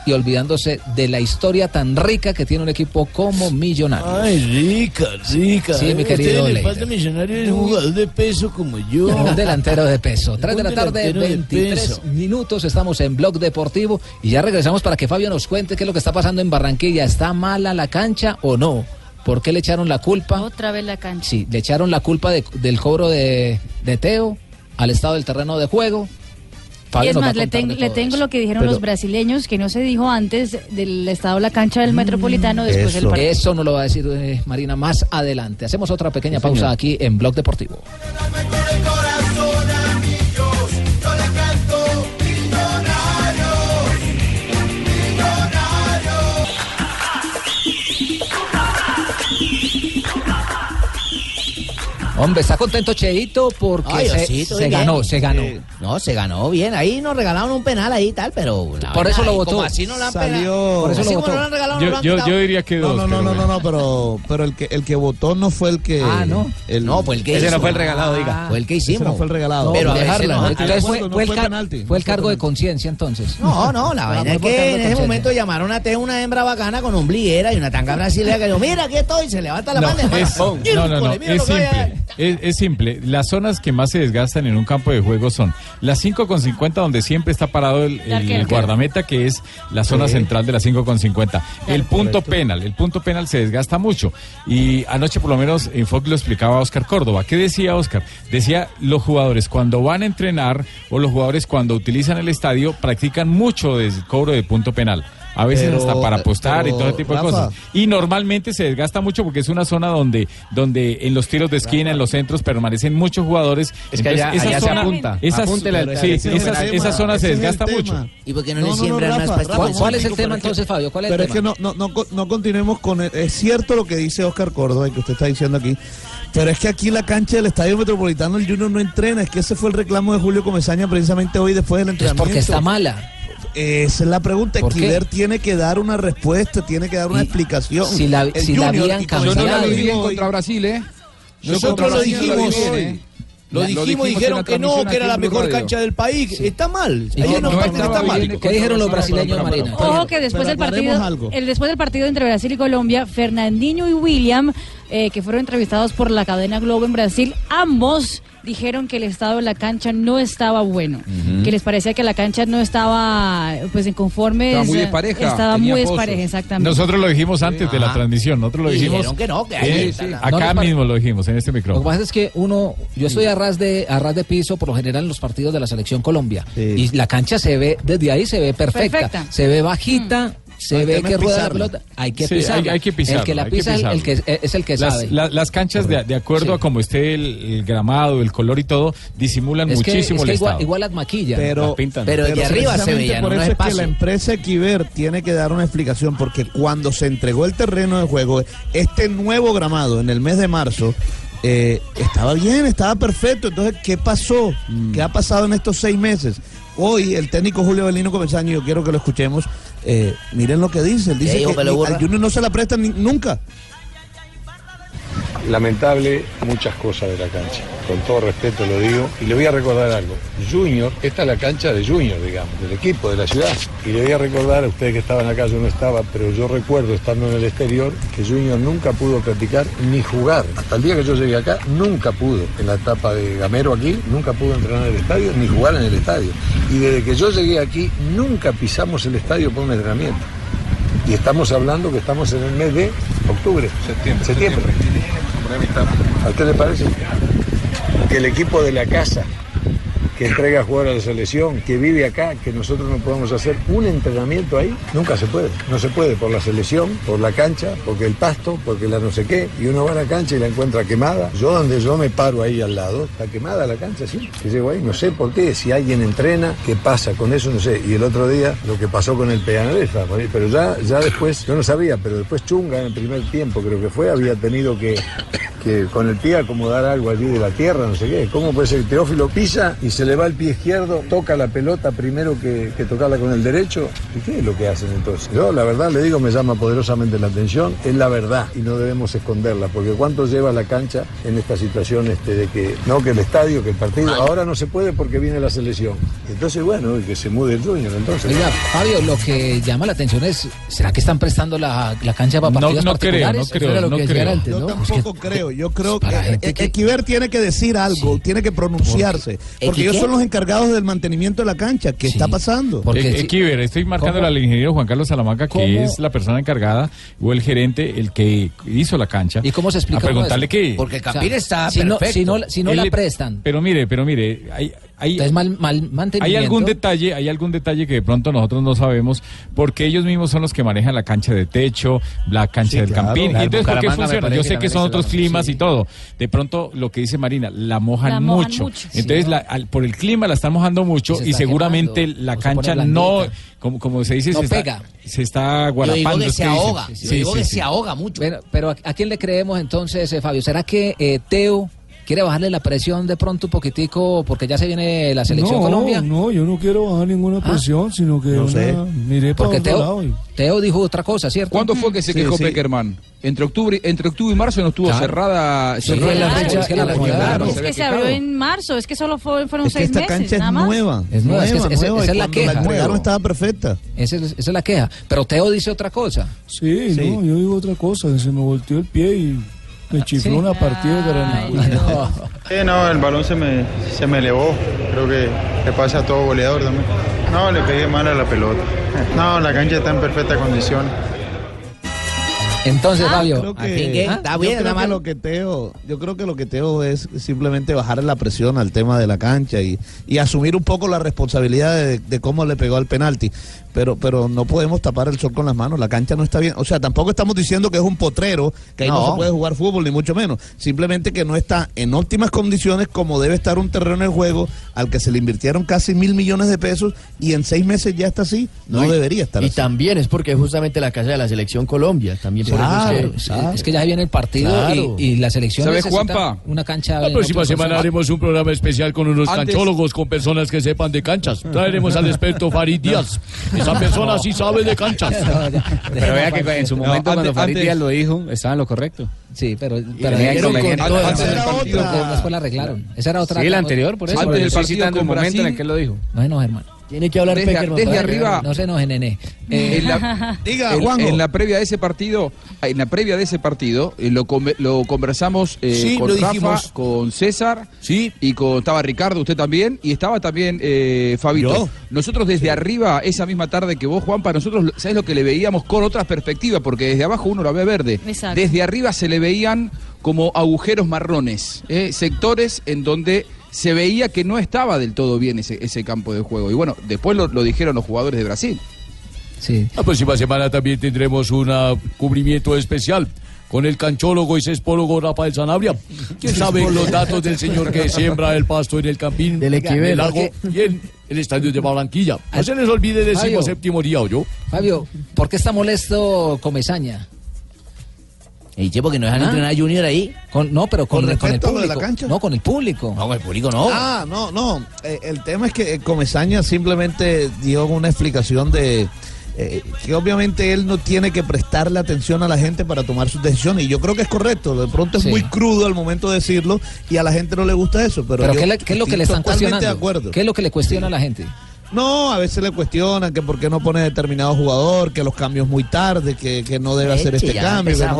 Speaker 11: y olvidándose de la historia tan rica que tiene un equipo como Millonarios.
Speaker 30: Ay, rica, rica.
Speaker 11: Sí, mi
Speaker 14: Eh,
Speaker 30: Usted
Speaker 11: querido
Speaker 30: le
Speaker 11: Leider.
Speaker 30: falta millonario es jugador de peso como yo.
Speaker 11: Un delantero de peso. 3 de
Speaker 30: Un
Speaker 11: la tarde,
Speaker 30: delantero de
Speaker 11: 23
Speaker 30: peso.
Speaker 11: minutos. Estamos en Blog Deportivo y ya regresamos para que Fabio nos cuente qué es lo que está pasando en Barranquilla. ¿Está mala la cancha o no? ¿Por qué le echaron la culpa?
Speaker 12: Otra vez la cancha.
Speaker 11: Sí, le echaron la culpa de- del cobro de, de Teo al estado del terreno de juego.
Speaker 12: Y
Speaker 11: Fabio
Speaker 12: es
Speaker 11: nos va a
Speaker 12: más, le,
Speaker 11: contar
Speaker 12: tengo-
Speaker 11: de
Speaker 12: le
Speaker 11: todo
Speaker 12: tengo
Speaker 11: eso.
Speaker 12: lo que dijeron
Speaker 11: Pero-
Speaker 12: los brasileños, que no se dijo antes del estado de la cancha del Metropolitano después del
Speaker 11: eso.
Speaker 12: partido.
Speaker 11: Eso no lo va a decir eh, Marina más adelante. Hacemos otra pequeña pausa
Speaker 12: señor.
Speaker 11: aquí en Blog Deportivo.
Speaker 2: Yo le canto millonarios,
Speaker 11: Hombre, está contento Cheito porque
Speaker 9: Ay,
Speaker 11: se,
Speaker 9: Osito,
Speaker 11: se
Speaker 9: bien.
Speaker 11: ganó, se ganó.
Speaker 9: No, se ganó bien. Ahí nos regalaron un penal ahí y tal, pero. la
Speaker 11: Por
Speaker 9: vaina
Speaker 11: eso lo
Speaker 9: ahí,
Speaker 11: votó.
Speaker 9: como Así no la han
Speaker 13: Salió.
Speaker 9: penado.
Speaker 13: Por eso
Speaker 9: Así
Speaker 13: lo
Speaker 9: como
Speaker 13: votó.
Speaker 9: no la han regalado, no la han
Speaker 13: yo-
Speaker 9: quitado.
Speaker 1: diría que
Speaker 13: No,
Speaker 1: dos,
Speaker 13: no, no, no, no, no, pero, pero el, que, el que votó no fue el que.
Speaker 9: Ah, no.
Speaker 13: El,
Speaker 9: No, fue el que Ese hizo. no fue el regalado, diga. Fue el que hicimos.
Speaker 13: Ese no fue el regalado.
Speaker 9: No,
Speaker 13: pero
Speaker 9: a veces
Speaker 11: Dejarla,
Speaker 9: no,
Speaker 11: ¿no?
Speaker 9: a
Speaker 11: Entonces
Speaker 9: veces
Speaker 11: fue,
Speaker 9: no
Speaker 11: fue el,
Speaker 9: fue
Speaker 11: car-
Speaker 9: penalti,
Speaker 11: fue el cargo de conciencia entonces.
Speaker 9: No, no, la vaina es
Speaker 11: fue el cargo
Speaker 9: que
Speaker 11: de
Speaker 9: en ese
Speaker 11: conciencia.
Speaker 9: momento llamaron a Teo una hembra bacana con ombliguera y una tanga brasileña que dijo, mira, aquí estoy, se levanta la
Speaker 1: No,
Speaker 9: mano. hermano.
Speaker 1: es, no, no, no,
Speaker 9: Híjole, mira
Speaker 1: es
Speaker 9: lo que hay ahí.
Speaker 1: simple. Es, es simple. Las zonas que más se desgastan en un campo de juego son las 5 con 50, donde siempre está parado el,
Speaker 31: El arquero.
Speaker 1: el guardameta, que es la zona
Speaker 31: Sí.
Speaker 1: central de las 5 con 50. El punto
Speaker 31: Correcto.
Speaker 1: penal, el punto penal se desgasta mucho. Y anoche, por lo menos, en Fox lo explicaba Oscar Córdoba. ¿Qué decía Oscar? Decía los jugadores cuando van a entrenar o los jugadores cuando utilizan el estadio practican mucho de cobro de punto penal. A veces
Speaker 31: Pero-
Speaker 1: hasta
Speaker 11: eh,
Speaker 1: para apostar y
Speaker 31: pero,
Speaker 1: todo ese tipo de
Speaker 31: Rafa,
Speaker 1: cosas. Y normalmente se desgasta mucho porque es una zona donde, donde en los tiros de esquina, en los centros, permanecen muchos jugadores.
Speaker 31: Es que allá- allá se apunta.
Speaker 1: Esa,
Speaker 31: Apúntela al-
Speaker 1: sí,
Speaker 31: ese es
Speaker 1: esa-
Speaker 31: el
Speaker 1: esa
Speaker 31: tema.
Speaker 1: zona se
Speaker 13: Ese es el
Speaker 1: desgasta
Speaker 13: tema.
Speaker 1: mucho.
Speaker 9: ¿Y por qué no,
Speaker 13: No,
Speaker 9: le
Speaker 13: no, no,
Speaker 9: siembran
Speaker 13: Rafa,
Speaker 9: unas
Speaker 13: Rafa,
Speaker 11: este
Speaker 9: pastillas?
Speaker 13: un momentico, pero que- pero es que no, no, no, no continuemos con... el- es cierto lo que dice Oscar Córdoba y que usted está diciendo aquí, pero es que aquí la cancha del Estadio Metropolitano el Junior no entrena. Es que ese fue el reclamo de Julio Comesaña precisamente hoy después del
Speaker 11: Es
Speaker 13: entrenamiento.
Speaker 11: Pues porque está mala.
Speaker 13: Esa es la pregunta.
Speaker 11: ¿Por qué?
Speaker 13: Equiver tiene que dar una respuesta, tiene que dar una explicación.
Speaker 11: si la-
Speaker 13: El
Speaker 11: si la
Speaker 13: Junior,
Speaker 11: habían
Speaker 13: y como yo no
Speaker 11: cambiado.
Speaker 13: la viví
Speaker 19: Bien
Speaker 13: hoy,
Speaker 19: contra Brasil, ¿eh? Yo contra
Speaker 9: Nosotros lo
Speaker 19: Brasil la
Speaker 9: dijimos.
Speaker 19: vi bien, ¿eh?
Speaker 9: Lo
Speaker 19: La-
Speaker 9: dijimos,
Speaker 19: en
Speaker 9: dijeron
Speaker 19: la
Speaker 9: que no,
Speaker 19: transmisión
Speaker 9: que era
Speaker 19: aquí
Speaker 9: la
Speaker 19: en Blue
Speaker 9: mejor
Speaker 19: Radio.
Speaker 9: cancha del país. Está mal.
Speaker 19: Sí.
Speaker 9: Ellos
Speaker 19: No,
Speaker 9: nos
Speaker 19: no
Speaker 9: parten,
Speaker 19: estaba
Speaker 9: está mal.
Speaker 19: bien. ¿Qué dijeron los brasileños, Marina?
Speaker 12: Ojo que después del partido, el después del partido entre Brasil y Colombia, Fernandinho y William, eh, que fueron entrevistados por la cadena Globo en Brasil, ambos dijeron que el estado de la cancha no estaba bueno,
Speaker 19: Ujú.
Speaker 12: que les parecía que la cancha no estaba pues en conforme,
Speaker 1: Estaba muy despareja,
Speaker 12: estaba
Speaker 1: tenía
Speaker 12: muy
Speaker 1: pozos.
Speaker 12: despareja, exactamente.
Speaker 1: Nosotros lo dijimos antes de la transmisión, nosotros lo
Speaker 11: Y
Speaker 1: dijimos.
Speaker 11: dijeron que no, que ahí
Speaker 1: Eh,
Speaker 11: está la- No
Speaker 1: Acá
Speaker 11: les pare-
Speaker 1: mismo lo dijimos, en este
Speaker 11: Lo que
Speaker 1: micrófono.
Speaker 11: pasa es que uno, yo estoy a ras de a ras de piso por lo general en los partidos de la selección Colombia y la cancha se ve desde ahí se ve perfecta,
Speaker 31: Perfecta.
Speaker 11: se ve bajita,
Speaker 9: Mm.
Speaker 11: se
Speaker 31: El
Speaker 11: ve
Speaker 31: tema
Speaker 11: que
Speaker 31: es
Speaker 11: rueda la
Speaker 31: pisarla.
Speaker 11: pelota, hay que
Speaker 1: Sí,
Speaker 11: pisar,
Speaker 1: hay- hay que pisarla,
Speaker 11: el que la
Speaker 1: hay que
Speaker 11: pisa es el que
Speaker 1: pisarla.
Speaker 11: es el que
Speaker 1: las,
Speaker 11: sabe.
Speaker 1: la- las canchas de, de acuerdo a como esté el, el gramado, el color y todo, disimulan
Speaker 11: es que, es
Speaker 1: muchísimo
Speaker 11: que
Speaker 1: el
Speaker 11: igual,
Speaker 1: estado.
Speaker 11: igual las maquillan,
Speaker 13: Pero,
Speaker 11: las pintan. precisamente
Speaker 13: precisamente Por eso es que la empresa Equiver tiene que dar una explicación, porque cuando se entregó el terreno de juego, este nuevo gramado en el mes de marzo. eh, estaba bien, estaba perfecto. Entonces, ¿qué pasó? ¿Qué ha pasado en estos seis meses? Hoy el técnico Julio Belino Comesaña, yo quiero que lo escuchemos. eh, miren lo que dice. Él
Speaker 9: ¿Qué
Speaker 13: dice
Speaker 9: dijo,
Speaker 13: que
Speaker 9: pelo
Speaker 13: ni-
Speaker 9: burra?
Speaker 13: al Junior no se la prestan ni- nunca.
Speaker 31: lamentable muchas cosas de la cancha. Con todo respeto lo digo. Y le voy a recordar algo. Junior, esta es la cancha de Junior, digamos, del equipo, de la ciudad. Y le voy a recordar a ustedes que estaban acá, yo no estaba, pero yo recuerdo estando en el exterior que Junior nunca pudo practicar ni jugar. Hasta el día que yo llegué acá, nunca pudo. En la etapa de Gamero aquí, nunca pudo entrenar en el estadio ni jugar en el estadio. Y desde que yo llegué aquí, nunca pisamos el estadio por un entrenamiento. Y estamos hablando que estamos en el mes de octubre, septiembre. ¿A usted le parece? Que el equipo de la casa, que entrega a jugar a la selección, que vive acá, que nosotros no podemos hacer un entrenamiento ahí, nunca se puede. No se puede por la selección, por la cancha, porque el pasto, porque la no sé qué. Y uno va a la cancha y la encuentra quemada. Yo donde yo me paro ahí al lado, está quemada la cancha, sí. Que llego ahí, no sé por qué. Si alguien entrena, ¿qué pasa con eso? No sé. Y el otro día, lo que pasó con el Peñaleza, pero ya, ya después, yo no sabía, pero después Chunga en el primer tiempo creo que fue, había tenido que
Speaker 8: que con el pie acomodar algo allí de la tierra, no sé qué. ¿Cómo puede ser que Teófilo pisa y se le va el pie izquierdo, toca la pelota primero que, que tocarla con el derecho? ¿Y qué es lo que hacen entonces? Yo la verdad le digo, me llama poderosamente la atención, es la verdad y no debemos esconderla, porque ¿cuánto lleva la cancha en esta situación este, de que no, que el estadio, que el partido, ahora no se puede porque viene la selección? Entonces, bueno, que se mude el dueño, entonces.
Speaker 11: Oiga, Fabio, lo que llama la atención es, ¿será que están prestando la, la cancha para partidos particulares? Eso era lo que decían antes,
Speaker 13: Yo
Speaker 11: ¿no?
Speaker 13: tampoco creo. Yo creo que
Speaker 11: gente
Speaker 13: eh, Equiver tiene que decir algo, tiene que pronunciarse.
Speaker 1: ¿Equi
Speaker 13: Porque ellos
Speaker 1: qué?
Speaker 13: son los encargados del mantenimiento de la cancha. ¿Qué está pasando?
Speaker 1: Eh, eh, Kiber, estoy marcándole
Speaker 13: ¿Cómo?
Speaker 1: al ingeniero Juan Carlos Salamanca, que
Speaker 13: ¿Cómo?
Speaker 1: es la persona encargada o el gerente, el que hizo la cancha. ¿Y cómo se
Speaker 11: explica
Speaker 1: A preguntarle
Speaker 11: uno eso?
Speaker 1: qué.
Speaker 11: Porque Capir O sea, está si no- perfecto. si no- si no
Speaker 1: Él
Speaker 11: la
Speaker 1: le-
Speaker 11: prestan.
Speaker 1: Pero mire, pero mire, hay, hay, hay
Speaker 11: mantenimiento.
Speaker 1: algún detalle, hay algún detalle que de pronto nosotros no sabemos, porque ellos mismos son los que manejan la cancha de techo, la cancha
Speaker 19: Sí,
Speaker 1: del
Speaker 19: claro.
Speaker 1: Campín.
Speaker 19: Claro,
Speaker 1: y entonces, ¿por qué
Speaker 19: Bucaramanga me
Speaker 1: funciona?
Speaker 19: parece
Speaker 1: Yo
Speaker 19: que
Speaker 1: sé que
Speaker 19: también
Speaker 1: son
Speaker 19: es
Speaker 1: otros
Speaker 19: la-
Speaker 1: climas y todo. De pronto, lo que dice Marina, la mojan,
Speaker 19: La mojan
Speaker 1: mucho.
Speaker 19: mucho, sí.
Speaker 1: Entonces, la- al- por el clima la están mojando mucho
Speaker 19: se
Speaker 1: y
Speaker 19: está
Speaker 1: seguramente
Speaker 19: quemando,
Speaker 1: la
Speaker 19: o se
Speaker 1: cancha
Speaker 19: pone
Speaker 1: no,
Speaker 19: blandita.
Speaker 1: como, como se dice,
Speaker 19: No
Speaker 1: se,
Speaker 19: pega.
Speaker 1: Está, se está
Speaker 11: Yo digo
Speaker 1: guarapando.
Speaker 11: que
Speaker 1: es
Speaker 11: se
Speaker 1: dicen.
Speaker 11: ahoga,
Speaker 1: Sí,
Speaker 11: yo
Speaker 1: sí,
Speaker 11: digo que
Speaker 1: sí.
Speaker 11: se ahoga mucho. Bueno, pero ¿a, a quién le creemos entonces, eh, Fabio? ¿Será que eh, Teo quiere bajarle la presión de pronto un poquitico porque ya se viene la selección
Speaker 26: no,
Speaker 11: Colombia?
Speaker 26: No, yo no quiero bajar ninguna presión, sino que
Speaker 11: No sé.
Speaker 26: una- miré para
Speaker 11: Porque
Speaker 26: otro
Speaker 11: Teo,
Speaker 26: lado. y-
Speaker 11: Teo dijo otra cosa, ¿cierto?
Speaker 19: ¿Cuándo fue que se quejó Peckerman? Entre octubre, entre octubre y marzo no estuvo
Speaker 11: Claro.
Speaker 19: cerrada.
Speaker 11: Sí, fue la
Speaker 19: cerrada.
Speaker 11: fecha en la que
Speaker 19: Claro,
Speaker 11: hablaron.
Speaker 19: se
Speaker 11: Es
Speaker 19: había
Speaker 12: que se abrió
Speaker 19: quejado.
Speaker 12: en marzo, es que solo fue- fueron
Speaker 13: Es que
Speaker 12: seis
Speaker 13: esta
Speaker 12: meses,
Speaker 13: cancha
Speaker 12: nada
Speaker 13: es
Speaker 12: más.
Speaker 13: nueva.
Speaker 11: Es nueva, es que esa-
Speaker 13: nueva, y
Speaker 11: esa es la
Speaker 13: cuando
Speaker 11: queja.
Speaker 13: entregaron estaba perfecta.
Speaker 11: Esa es, esa es la queja. Pero Teo dice otra cosa.
Speaker 26: Sí, no, yo digo otra cosa, se me volteó el pie y me chifló una partida de granada.
Speaker 16: Sí, no, el balón se me, se me elevó. Creo que le pasa a todo goleador también. No, le pegué mal a la pelota. No, la cancha está en perfecta condición.
Speaker 11: Entonces,
Speaker 13: Ah, Creo que- yo creo que lo que Teo, yo creo que lo que Teo es simplemente bajar la presión al tema de la cancha y, y asumir un poco la responsabilidad de, de cómo le pegó al penalti. Pero, pero no podemos tapar el sol con las manos, la cancha no está bien. O sea, tampoco estamos diciendo que es un potrero, que ahí no,
Speaker 25: No.
Speaker 13: se puede jugar fútbol, ni mucho menos. Simplemente que no está en óptimas condiciones como debe estar un terreno de juego al que se le invirtieron casi mil millones de pesos y en seis meses ya está así. No,
Speaker 14: y-
Speaker 13: debería estar
Speaker 14: Y
Speaker 13: así.
Speaker 14: también es porque es justamente la casa de la selección Colombia. También por
Speaker 11: Claro,
Speaker 14: eso es
Speaker 11: sí,
Speaker 14: que,
Speaker 11: es que ya se viene el partido
Speaker 14: Claro.
Speaker 11: y, y la selección
Speaker 14: ¿Sabe,
Speaker 11: necesita
Speaker 14: Juanpa?
Speaker 11: una cancha.
Speaker 7: La
Speaker 11: en
Speaker 7: próxima
Speaker 11: óptimas
Speaker 7: semana
Speaker 11: condiciones.
Speaker 7: haremos un programa especial con unos
Speaker 11: Antes-
Speaker 7: canchólogos, con personas que sepan de canchas. Traeremos al experto Farid Díaz. Esa persona sí sabe de canchas.
Speaker 27: Pero vea que en su
Speaker 7: No,
Speaker 27: momento,
Speaker 7: antes-
Speaker 27: cuando Farid
Speaker 7: antes-
Speaker 27: Díaz lo dijo, estaba en lo correcto.
Speaker 11: Sí, pero.
Speaker 27: pero
Speaker 11: le
Speaker 27: tenía
Speaker 11: dieron con
Speaker 27: inconveniente.
Speaker 11: toda la
Speaker 27: Antes del
Speaker 11: mano.
Speaker 27: partido
Speaker 11: Pero
Speaker 27: con-
Speaker 11: Después la arreglaron. Esa era otra.
Speaker 27: Sí, la anterior, por eso.
Speaker 11: Antes
Speaker 27: Por
Speaker 11: del
Speaker 27: eso estoy
Speaker 11: partido
Speaker 27: citando el
Speaker 11: con
Speaker 27: momento
Speaker 11: Brasil.
Speaker 27: en el que él lo dijo.
Speaker 11: No, no, hermano.
Speaker 14: Tiene que
Speaker 19: hablar Desde- Peckerman. desde arriba-
Speaker 11: No se nos nene.
Speaker 19: En la- en- En la previa de ese partido, en la previa de ese partido, eh, lo, come- lo conversamos eh,
Speaker 11: Sí,
Speaker 19: con
Speaker 11: lo
Speaker 19: Rafa,
Speaker 11: dijimos.
Speaker 19: con César, y con estaba Ricardo, usted también, y estaba también eh, Fabito.
Speaker 13: Yo.
Speaker 19: Nosotros desde arriba, esa misma tarde que vos, Juan, para nosotros, ¿sabes lo que le veíamos con otras perspectivas? Porque desde abajo uno la ve verde.
Speaker 9: Exacto.
Speaker 19: Desde arriba se le veían como agujeros marrones, eh, sectores en donde se veía que no estaba del todo bien ese, ese campo de juego. Y bueno, después lo- lo dijeron los jugadores de Brasil.
Speaker 7: La próxima semana también tendremos un ah, cubrimiento especial con el canchólogo y sespólogo Rafael Sanabria. ¿Quién sabe los datos del señor que siembra el pasto en el campín, del en
Speaker 11: Equivel,
Speaker 7: el lago y en el estadio de Barranquilla? No se les olvide
Speaker 11: Fabio.
Speaker 7: decimos séptimo día, yo.
Speaker 11: Fabio, ¿por qué está molesto Comezaña?
Speaker 22: Y che, porque no dejan
Speaker 11: Ah.
Speaker 22: entrenar a Junior ahí.
Speaker 11: Con, no, pero con,
Speaker 22: Con
Speaker 11: con, el
Speaker 22: respecto a lo
Speaker 11: público.
Speaker 22: de la
Speaker 11: No, con el público. No,
Speaker 22: con el público no.
Speaker 13: Ah, no, no. Eh, el tema es que eh, Comesaña simplemente dio una explicación de eh, que obviamente él no tiene que prestarle atención a la gente para tomar sus decisiones. Y yo creo que es correcto. De pronto es
Speaker 11: Sí.
Speaker 13: muy crudo al momento de decirlo y a la gente no le gusta eso. Pero,
Speaker 11: Pero,
Speaker 13: yo
Speaker 11: ¿qué, le- qué es lo que le
Speaker 13: estoy
Speaker 11: están
Speaker 13: totalmente
Speaker 11: cuestionando?
Speaker 13: de acuerdo.
Speaker 11: ¿Qué es lo que le cuestiona a la gente?
Speaker 13: No, a veces le cuestionan que por qué no pone determinado jugador, que los cambios muy tarde, que, que no debe hacer
Speaker 11: Eche,
Speaker 13: este
Speaker 11: ya
Speaker 13: cambio.
Speaker 11: empezó
Speaker 13: que
Speaker 11: a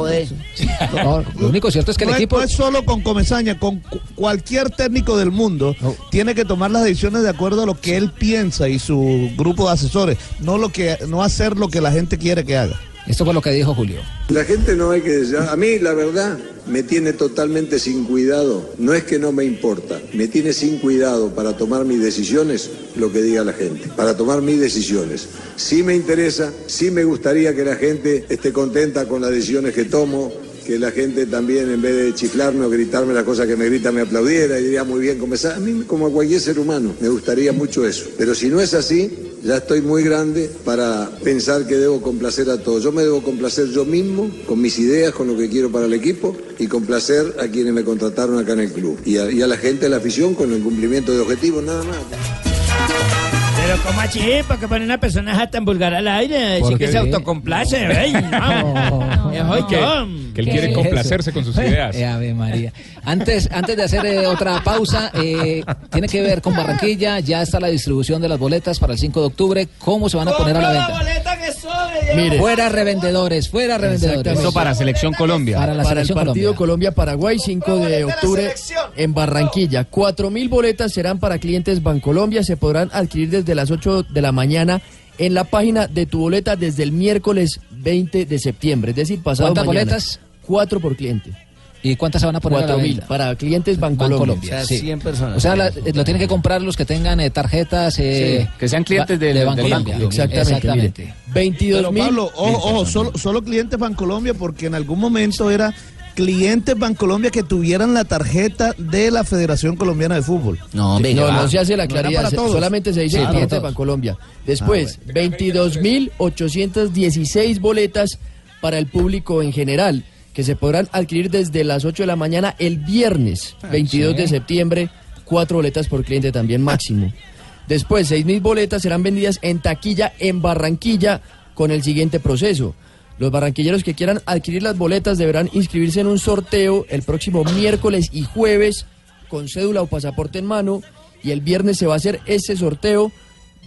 Speaker 13: no-
Speaker 11: joder. No, lo único cierto es que el
Speaker 13: no
Speaker 11: equipo.
Speaker 13: Es, no es solo con Comesaña, con cu- cualquier técnico del mundo tiene que tomar las decisiones de acuerdo a lo que él piensa y su grupo de asesores, no lo que no hacer lo que la gente quiere que haga.
Speaker 11: Esto fue lo que dijo Julio.
Speaker 31: La gente no hay que desear. A mí, la verdad, me tiene totalmente sin cuidado. No es que no me importa. Me tiene sin cuidado para tomar mis decisiones lo que diga la gente. Para tomar mis decisiones. Sí me interesa, sí me gustaría que la gente esté contenta con las decisiones que tomo. Que la gente también, en vez de chiflarme o gritarme las cosas que me grita, me aplaudiera y diría muy bien comenzar. A mí, como a cualquier ser humano, me gustaría mucho eso. Pero si no es así, Ya estoy muy grande para pensar que debo complacer a todos. Yo me debo complacer yo mismo, con mis ideas, con lo que quiero para el equipo y complacer a quienes me contrataron acá en el club. Y a, y a la gente, de la afición, con el cumplimiento de objetivos, nada más.
Speaker 24: Pero ¿cómo así? ¿Por qué poner una personaje tan vulgar al aire?
Speaker 7: ¿Por
Speaker 24: Decir que
Speaker 7: qué?
Speaker 24: se autocomplace. ey, no. Es hoy con.
Speaker 1: que él quiere
Speaker 11: ¿Qué es
Speaker 1: complacerse con sus ideas.
Speaker 11: Eh, Ave María. Antes, antes de hacer eh, otra pausa, eh, tiene que ver con Barranquilla. Ya está la distribución de las boletas para el 5 de octubre. ¿Cómo se van a poner a la venta?
Speaker 2: boleta que sobre!
Speaker 11: Mire. Fuera revendedores, fuera revendedores.
Speaker 27: Eso para Selección Colombia.
Speaker 11: Para la
Speaker 14: Para el
Speaker 11: Selección
Speaker 14: partido Colombia-Paraguay, 5 de octubre en Barranquilla. 4.000 boletas serán para clientes Bancolombia. Se podrán adquirir desde las 8 de la mañana en la página de tu boleta desde el miércoles 20 de septiembre. Es decir, pasado
Speaker 11: ¿Cuántas
Speaker 14: mañana.
Speaker 11: boletas?
Speaker 14: Cuatro por cliente.
Speaker 11: ¿Y cuántas se van a poner a la
Speaker 14: 4.000
Speaker 11: venta?
Speaker 14: para clientes Bancolombia.
Speaker 11: Bancolombia, sí. O sea, la- eh, lo tienen que comprar los que tengan eh, tarjetas. eh,
Speaker 14: Sí, que sean clientes
Speaker 11: ba-
Speaker 14: del-
Speaker 11: de
Speaker 14: del
Speaker 11: Banco
Speaker 14: banco.
Speaker 11: Colombia.
Speaker 14: Exactamente,
Speaker 11: Exactamente.
Speaker 14: mire. 22
Speaker 13: Pero
Speaker 14: mil.
Speaker 13: Pablo, ojo, ojo, solo, solo clientes Bancolombia, porque en algún momento era clientes Bancolombia que tuvieran la tarjeta de la Federación Colombiana de Fútbol.
Speaker 14: No,
Speaker 13: hombre,
Speaker 14: no,
Speaker 13: que va.
Speaker 14: se hace la
Speaker 13: ah, No era
Speaker 14: claridad,
Speaker 13: para
Speaker 14: se-
Speaker 13: todos.
Speaker 14: solamente se dice
Speaker 13: Sí,
Speaker 14: el
Speaker 13: para
Speaker 14: cliente de
Speaker 13: todos. Ah,
Speaker 14: Bancolombia. Después, 22.816 boletas para el público en general, que se podrán adquirir desde las 8 de la mañana el viernes,
Speaker 13: Ah,
Speaker 14: 22 de
Speaker 11: sí.
Speaker 14: septiembre, cuatro boletas por cliente también máximo. Después, 6.000 boletas serán vendidas en taquilla en Barranquilla con el siguiente proceso. Los barranquilleros que quieran adquirir las boletas deberán inscribirse en un sorteo el próximo miércoles y jueves con cédula o pasaporte en mano y el viernes se va a hacer ese sorteo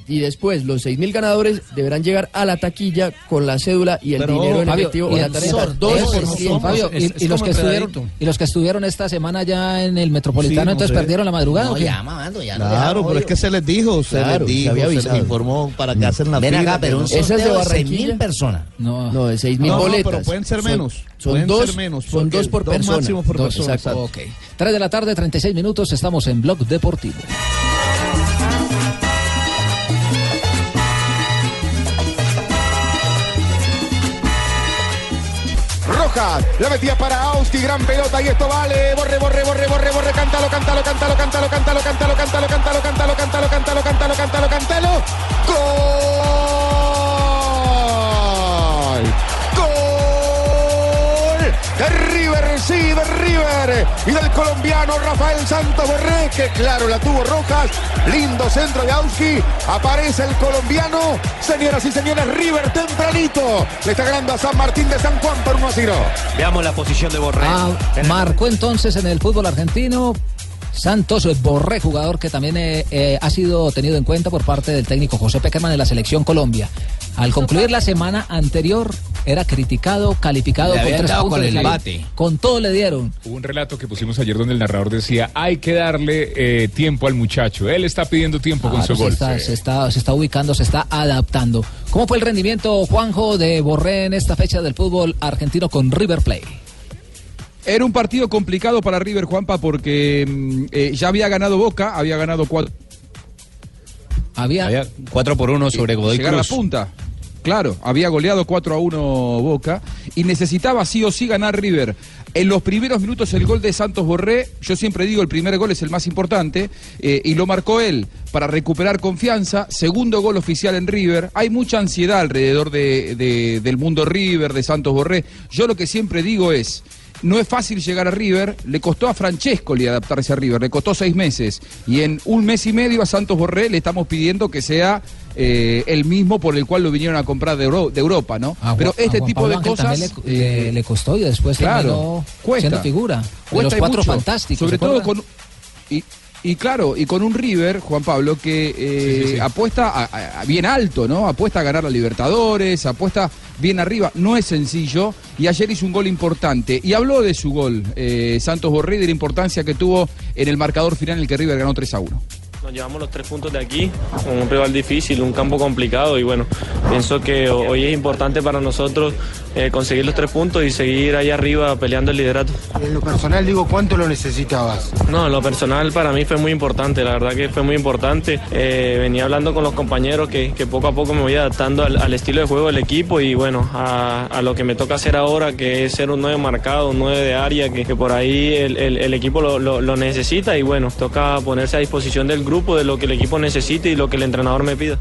Speaker 14: y después los 6.000 ganadores deberán llegar a la taquilla con la cédula y el
Speaker 11: Pero,
Speaker 14: dinero en
Speaker 11: Fabio,
Speaker 14: efectivo
Speaker 11: y
Speaker 14: o la
Speaker 11: el
Speaker 14: tarjeta.
Speaker 11: sorteo,
Speaker 14: Dos por
Speaker 11: sí,
Speaker 14: ciento.
Speaker 11: Fabio, y- y los que estuvieron y los que estuvieron esta semana ya en el Metropolitano,
Speaker 13: Sí,
Speaker 11: entonces
Speaker 13: hombre.
Speaker 11: perdieron la madrugada.
Speaker 13: No,
Speaker 11: ¿o qué?
Speaker 13: ya,
Speaker 22: ya no
Speaker 13: Claro, pero es que se les dijo, se
Speaker 14: Claro,
Speaker 13: les
Speaker 14: se
Speaker 13: dijo,
Speaker 14: había
Speaker 13: se,
Speaker 14: avisado. Mm.
Speaker 13: les informó para que hacen la
Speaker 14: Ven
Speaker 13: fila.
Speaker 14: acá, pero un
Speaker 13: que no-
Speaker 14: sorteo
Speaker 13: Esa es de
Speaker 14: de
Speaker 13: Barranquilla.
Speaker 14: 6.000
Speaker 22: personas.
Speaker 11: No,
Speaker 14: no de 6.000
Speaker 13: No, no,
Speaker 14: boletas.
Speaker 13: pero pueden ser
Speaker 14: Son-
Speaker 13: menos,
Speaker 14: Son,
Speaker 13: pueden
Speaker 14: dos,
Speaker 13: ser menos,
Speaker 14: son
Speaker 13: porque
Speaker 14: dos por
Speaker 13: dos
Speaker 14: persona.
Speaker 13: máximos por
Speaker 14: Dos,
Speaker 13: persona,
Speaker 14: exacto.
Speaker 13: exacto.
Speaker 11: 3 de la tarde, 36 minutos, estamos en Blog Deportivo.
Speaker 4: Rojas, la metía para Auski, gran pelota y esto vale. Borre, borre, borre, borre, borre, cántalo, cántalo, cántalo, cántalo, cántalo, cántalo, cántalo, cántalo, cántalo, cántalo, cántalo, cántalo, cántalo, cántalo. Gol. Gol. De River, sí, de River. Y del colombiano Rafael Santos Borré, que claro, la tuvo Rojas. Lindo centro de Auski. Aparece el colombiano. Señoras y señores, River tempranito. Le está ganando a San Martín de San Juan por 1 a 0.
Speaker 18: Veamos la posición de Borré.
Speaker 11: Ah, marcó entonces en el fútbol argentino Santos Borré, jugador que también eh, eh, ha sido tenido en cuenta por parte del técnico José Peckerman de la selección Colombia. Al concluir la semana anterior, era criticado, calificado
Speaker 1: Le
Speaker 11: con
Speaker 1: habían
Speaker 11: tres
Speaker 1: dado
Speaker 11: puntos
Speaker 1: con
Speaker 11: de
Speaker 1: el
Speaker 11: cali-
Speaker 1: bate.
Speaker 11: Con todo le dieron.
Speaker 1: Hubo un relato que pusimos ayer donde el narrador decía, hay que darle eh, tiempo al muchacho. Él está pidiendo tiempo con
Speaker 11: Claro,
Speaker 1: su
Speaker 11: se,
Speaker 1: gol.
Speaker 11: está, se, está, se está ubicando, se está adaptando. ¿Cómo fue el rendimiento, Juanjo, de Borré en esta fecha del fútbol argentino con River Plate?
Speaker 19: Era un partido complicado para River Juanpa porque mm, eh, ya había ganado Boca, había ganado cuatro.
Speaker 11: Había,
Speaker 27: 4 por 1 sobre Godoy
Speaker 19: llegar a la
Speaker 27: Cruz.
Speaker 19: punta. Claro, había goleado 4 a 1 Boca y necesitaba sí o sí ganar River. En los primeros minutos el gol de Santos Borré, yo siempre digo el primer gol es el más importante eh, y lo marcó él para recuperar confianza. Segundo gol oficial en River. Hay mucha ansiedad alrededor de- de- del mundo River, de Santos Borré. Yo lo que siempre digo es, no es fácil llegar a River, le costó a Francescoli adaptarse a River, le costó seis meses. Y en un mes y medio a Santos Borré le estamos pidiendo que sea eh, el mismo por el cual lo vinieron a comprar de, Euro- de Europa, ¿no?
Speaker 11: A Ju-
Speaker 19: Pero
Speaker 11: a
Speaker 19: este
Speaker 11: Ah, Juan
Speaker 19: tipo
Speaker 11: Pablo
Speaker 19: de
Speaker 11: Ángel
Speaker 19: cosas.
Speaker 11: también le, le- le costó y después
Speaker 19: Claro,
Speaker 11: terminó
Speaker 19: cuesta.
Speaker 11: siendo figura. De
Speaker 19: Cuesta
Speaker 11: los
Speaker 19: y
Speaker 11: cuatro
Speaker 19: mucho.
Speaker 11: fantásticos. ¿se
Speaker 19: Sobre todo con.
Speaker 11: acuerda?
Speaker 19: Y, y claro, y con un River, Juan Pablo, que eh, apuesta a- a- a bien alto, ¿no? Apuesta a ganar la Libertadores, apuesta bien arriba. No es sencillo. Y ayer hizo un gol importante. Y habló de su gol, eh, Santos Borré, de la importancia que tuvo en el marcador final en el que River ganó 3 a 1.
Speaker 3: Nos llevamos los tres puntos de aquí, con un rival difícil, un campo complicado y bueno, pienso que ho- hoy es importante para nosotros eh, conseguir los tres puntos y seguir ahí arriba peleando el liderato.
Speaker 25: En lo personal digo, ¿cuánto lo necesitabas?
Speaker 3: No, lo personal para mí fue muy importante, la verdad que fue muy importante. Eh, venía hablando con los compañeros que, que poco a poco me voy adaptando al, al estilo de juego del equipo y bueno, a, a lo que me toca hacer ahora, que es ser un 9 marcado, un 9 de área, que, que por ahí el, el- el equipo lo, lo- lo necesita y bueno, toca ponerse a disposición del grupo, de lo que el equipo necesite y lo que el entrenador me pida.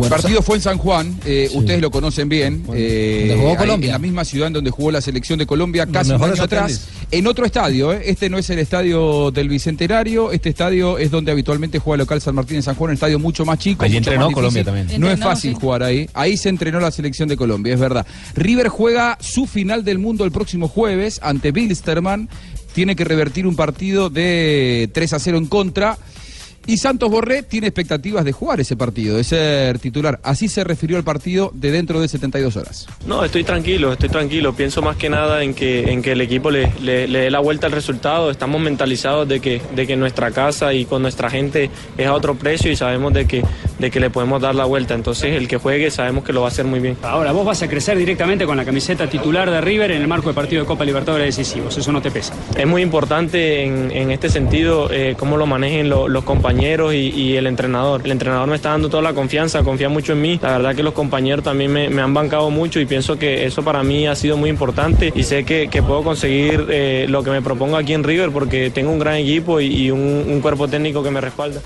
Speaker 19: El partido fue en San Juan, eh, ustedes lo conocen bien. eh,
Speaker 11: Donde jugó
Speaker 19: ahí
Speaker 11: Colombia.
Speaker 19: En la misma ciudad en donde jugó la selección de Colombia casi un
Speaker 11: mejores
Speaker 19: año atrás. En otro estadio, eh, este no es el estadio del Bicentenario, este estadio es donde habitualmente juega local San Martín en San Juan, un estadio mucho más chico.
Speaker 27: Allí
Speaker 19: mucho
Speaker 27: entrenó
Speaker 19: más difícil.
Speaker 27: Colombia también.
Speaker 19: No es
Speaker 27: Entrenó,
Speaker 19: fácil
Speaker 27: sí.
Speaker 19: jugar ahí. Ahí se entrenó la selección de Colombia, es verdad. River juega su final del mundo el próximo jueves ante Bilsterman. Tiene que revertir un partido de 3 a 0 en contra. Y Santos Borré tiene expectativas de jugar ese partido, de ser titular. Así se refirió al partido de dentro de 72 horas.
Speaker 3: No, estoy tranquilo, estoy tranquilo. Pienso más que nada en que, en que el equipo le, le- le dé la vuelta al resultado. Estamos mentalizados de que, de que nuestra casa y con nuestra gente es a otro precio y sabemos de que, de que le podemos dar la vuelta. Entonces el que juegue sabemos que lo va a hacer muy bien.
Speaker 23: Ahora, vos vas a crecer directamente con la camiseta titular de River en el marco del partido de Copa Libertadores decisivos, eso no te pesa.
Speaker 3: Es muy importante en, en este sentido eh, cómo lo manejen lo- los compañeros y, y el entrenador. El entrenador me está dando toda la confianza, confía mucho en mí. La verdad que los compañeros también me, me han bancado mucho y pienso que eso para mí ha sido muy importante y sé que, que puedo conseguir eh, lo que me propongo aquí en River porque tengo un gran equipo y, y un- un cuerpo técnico que me respalda.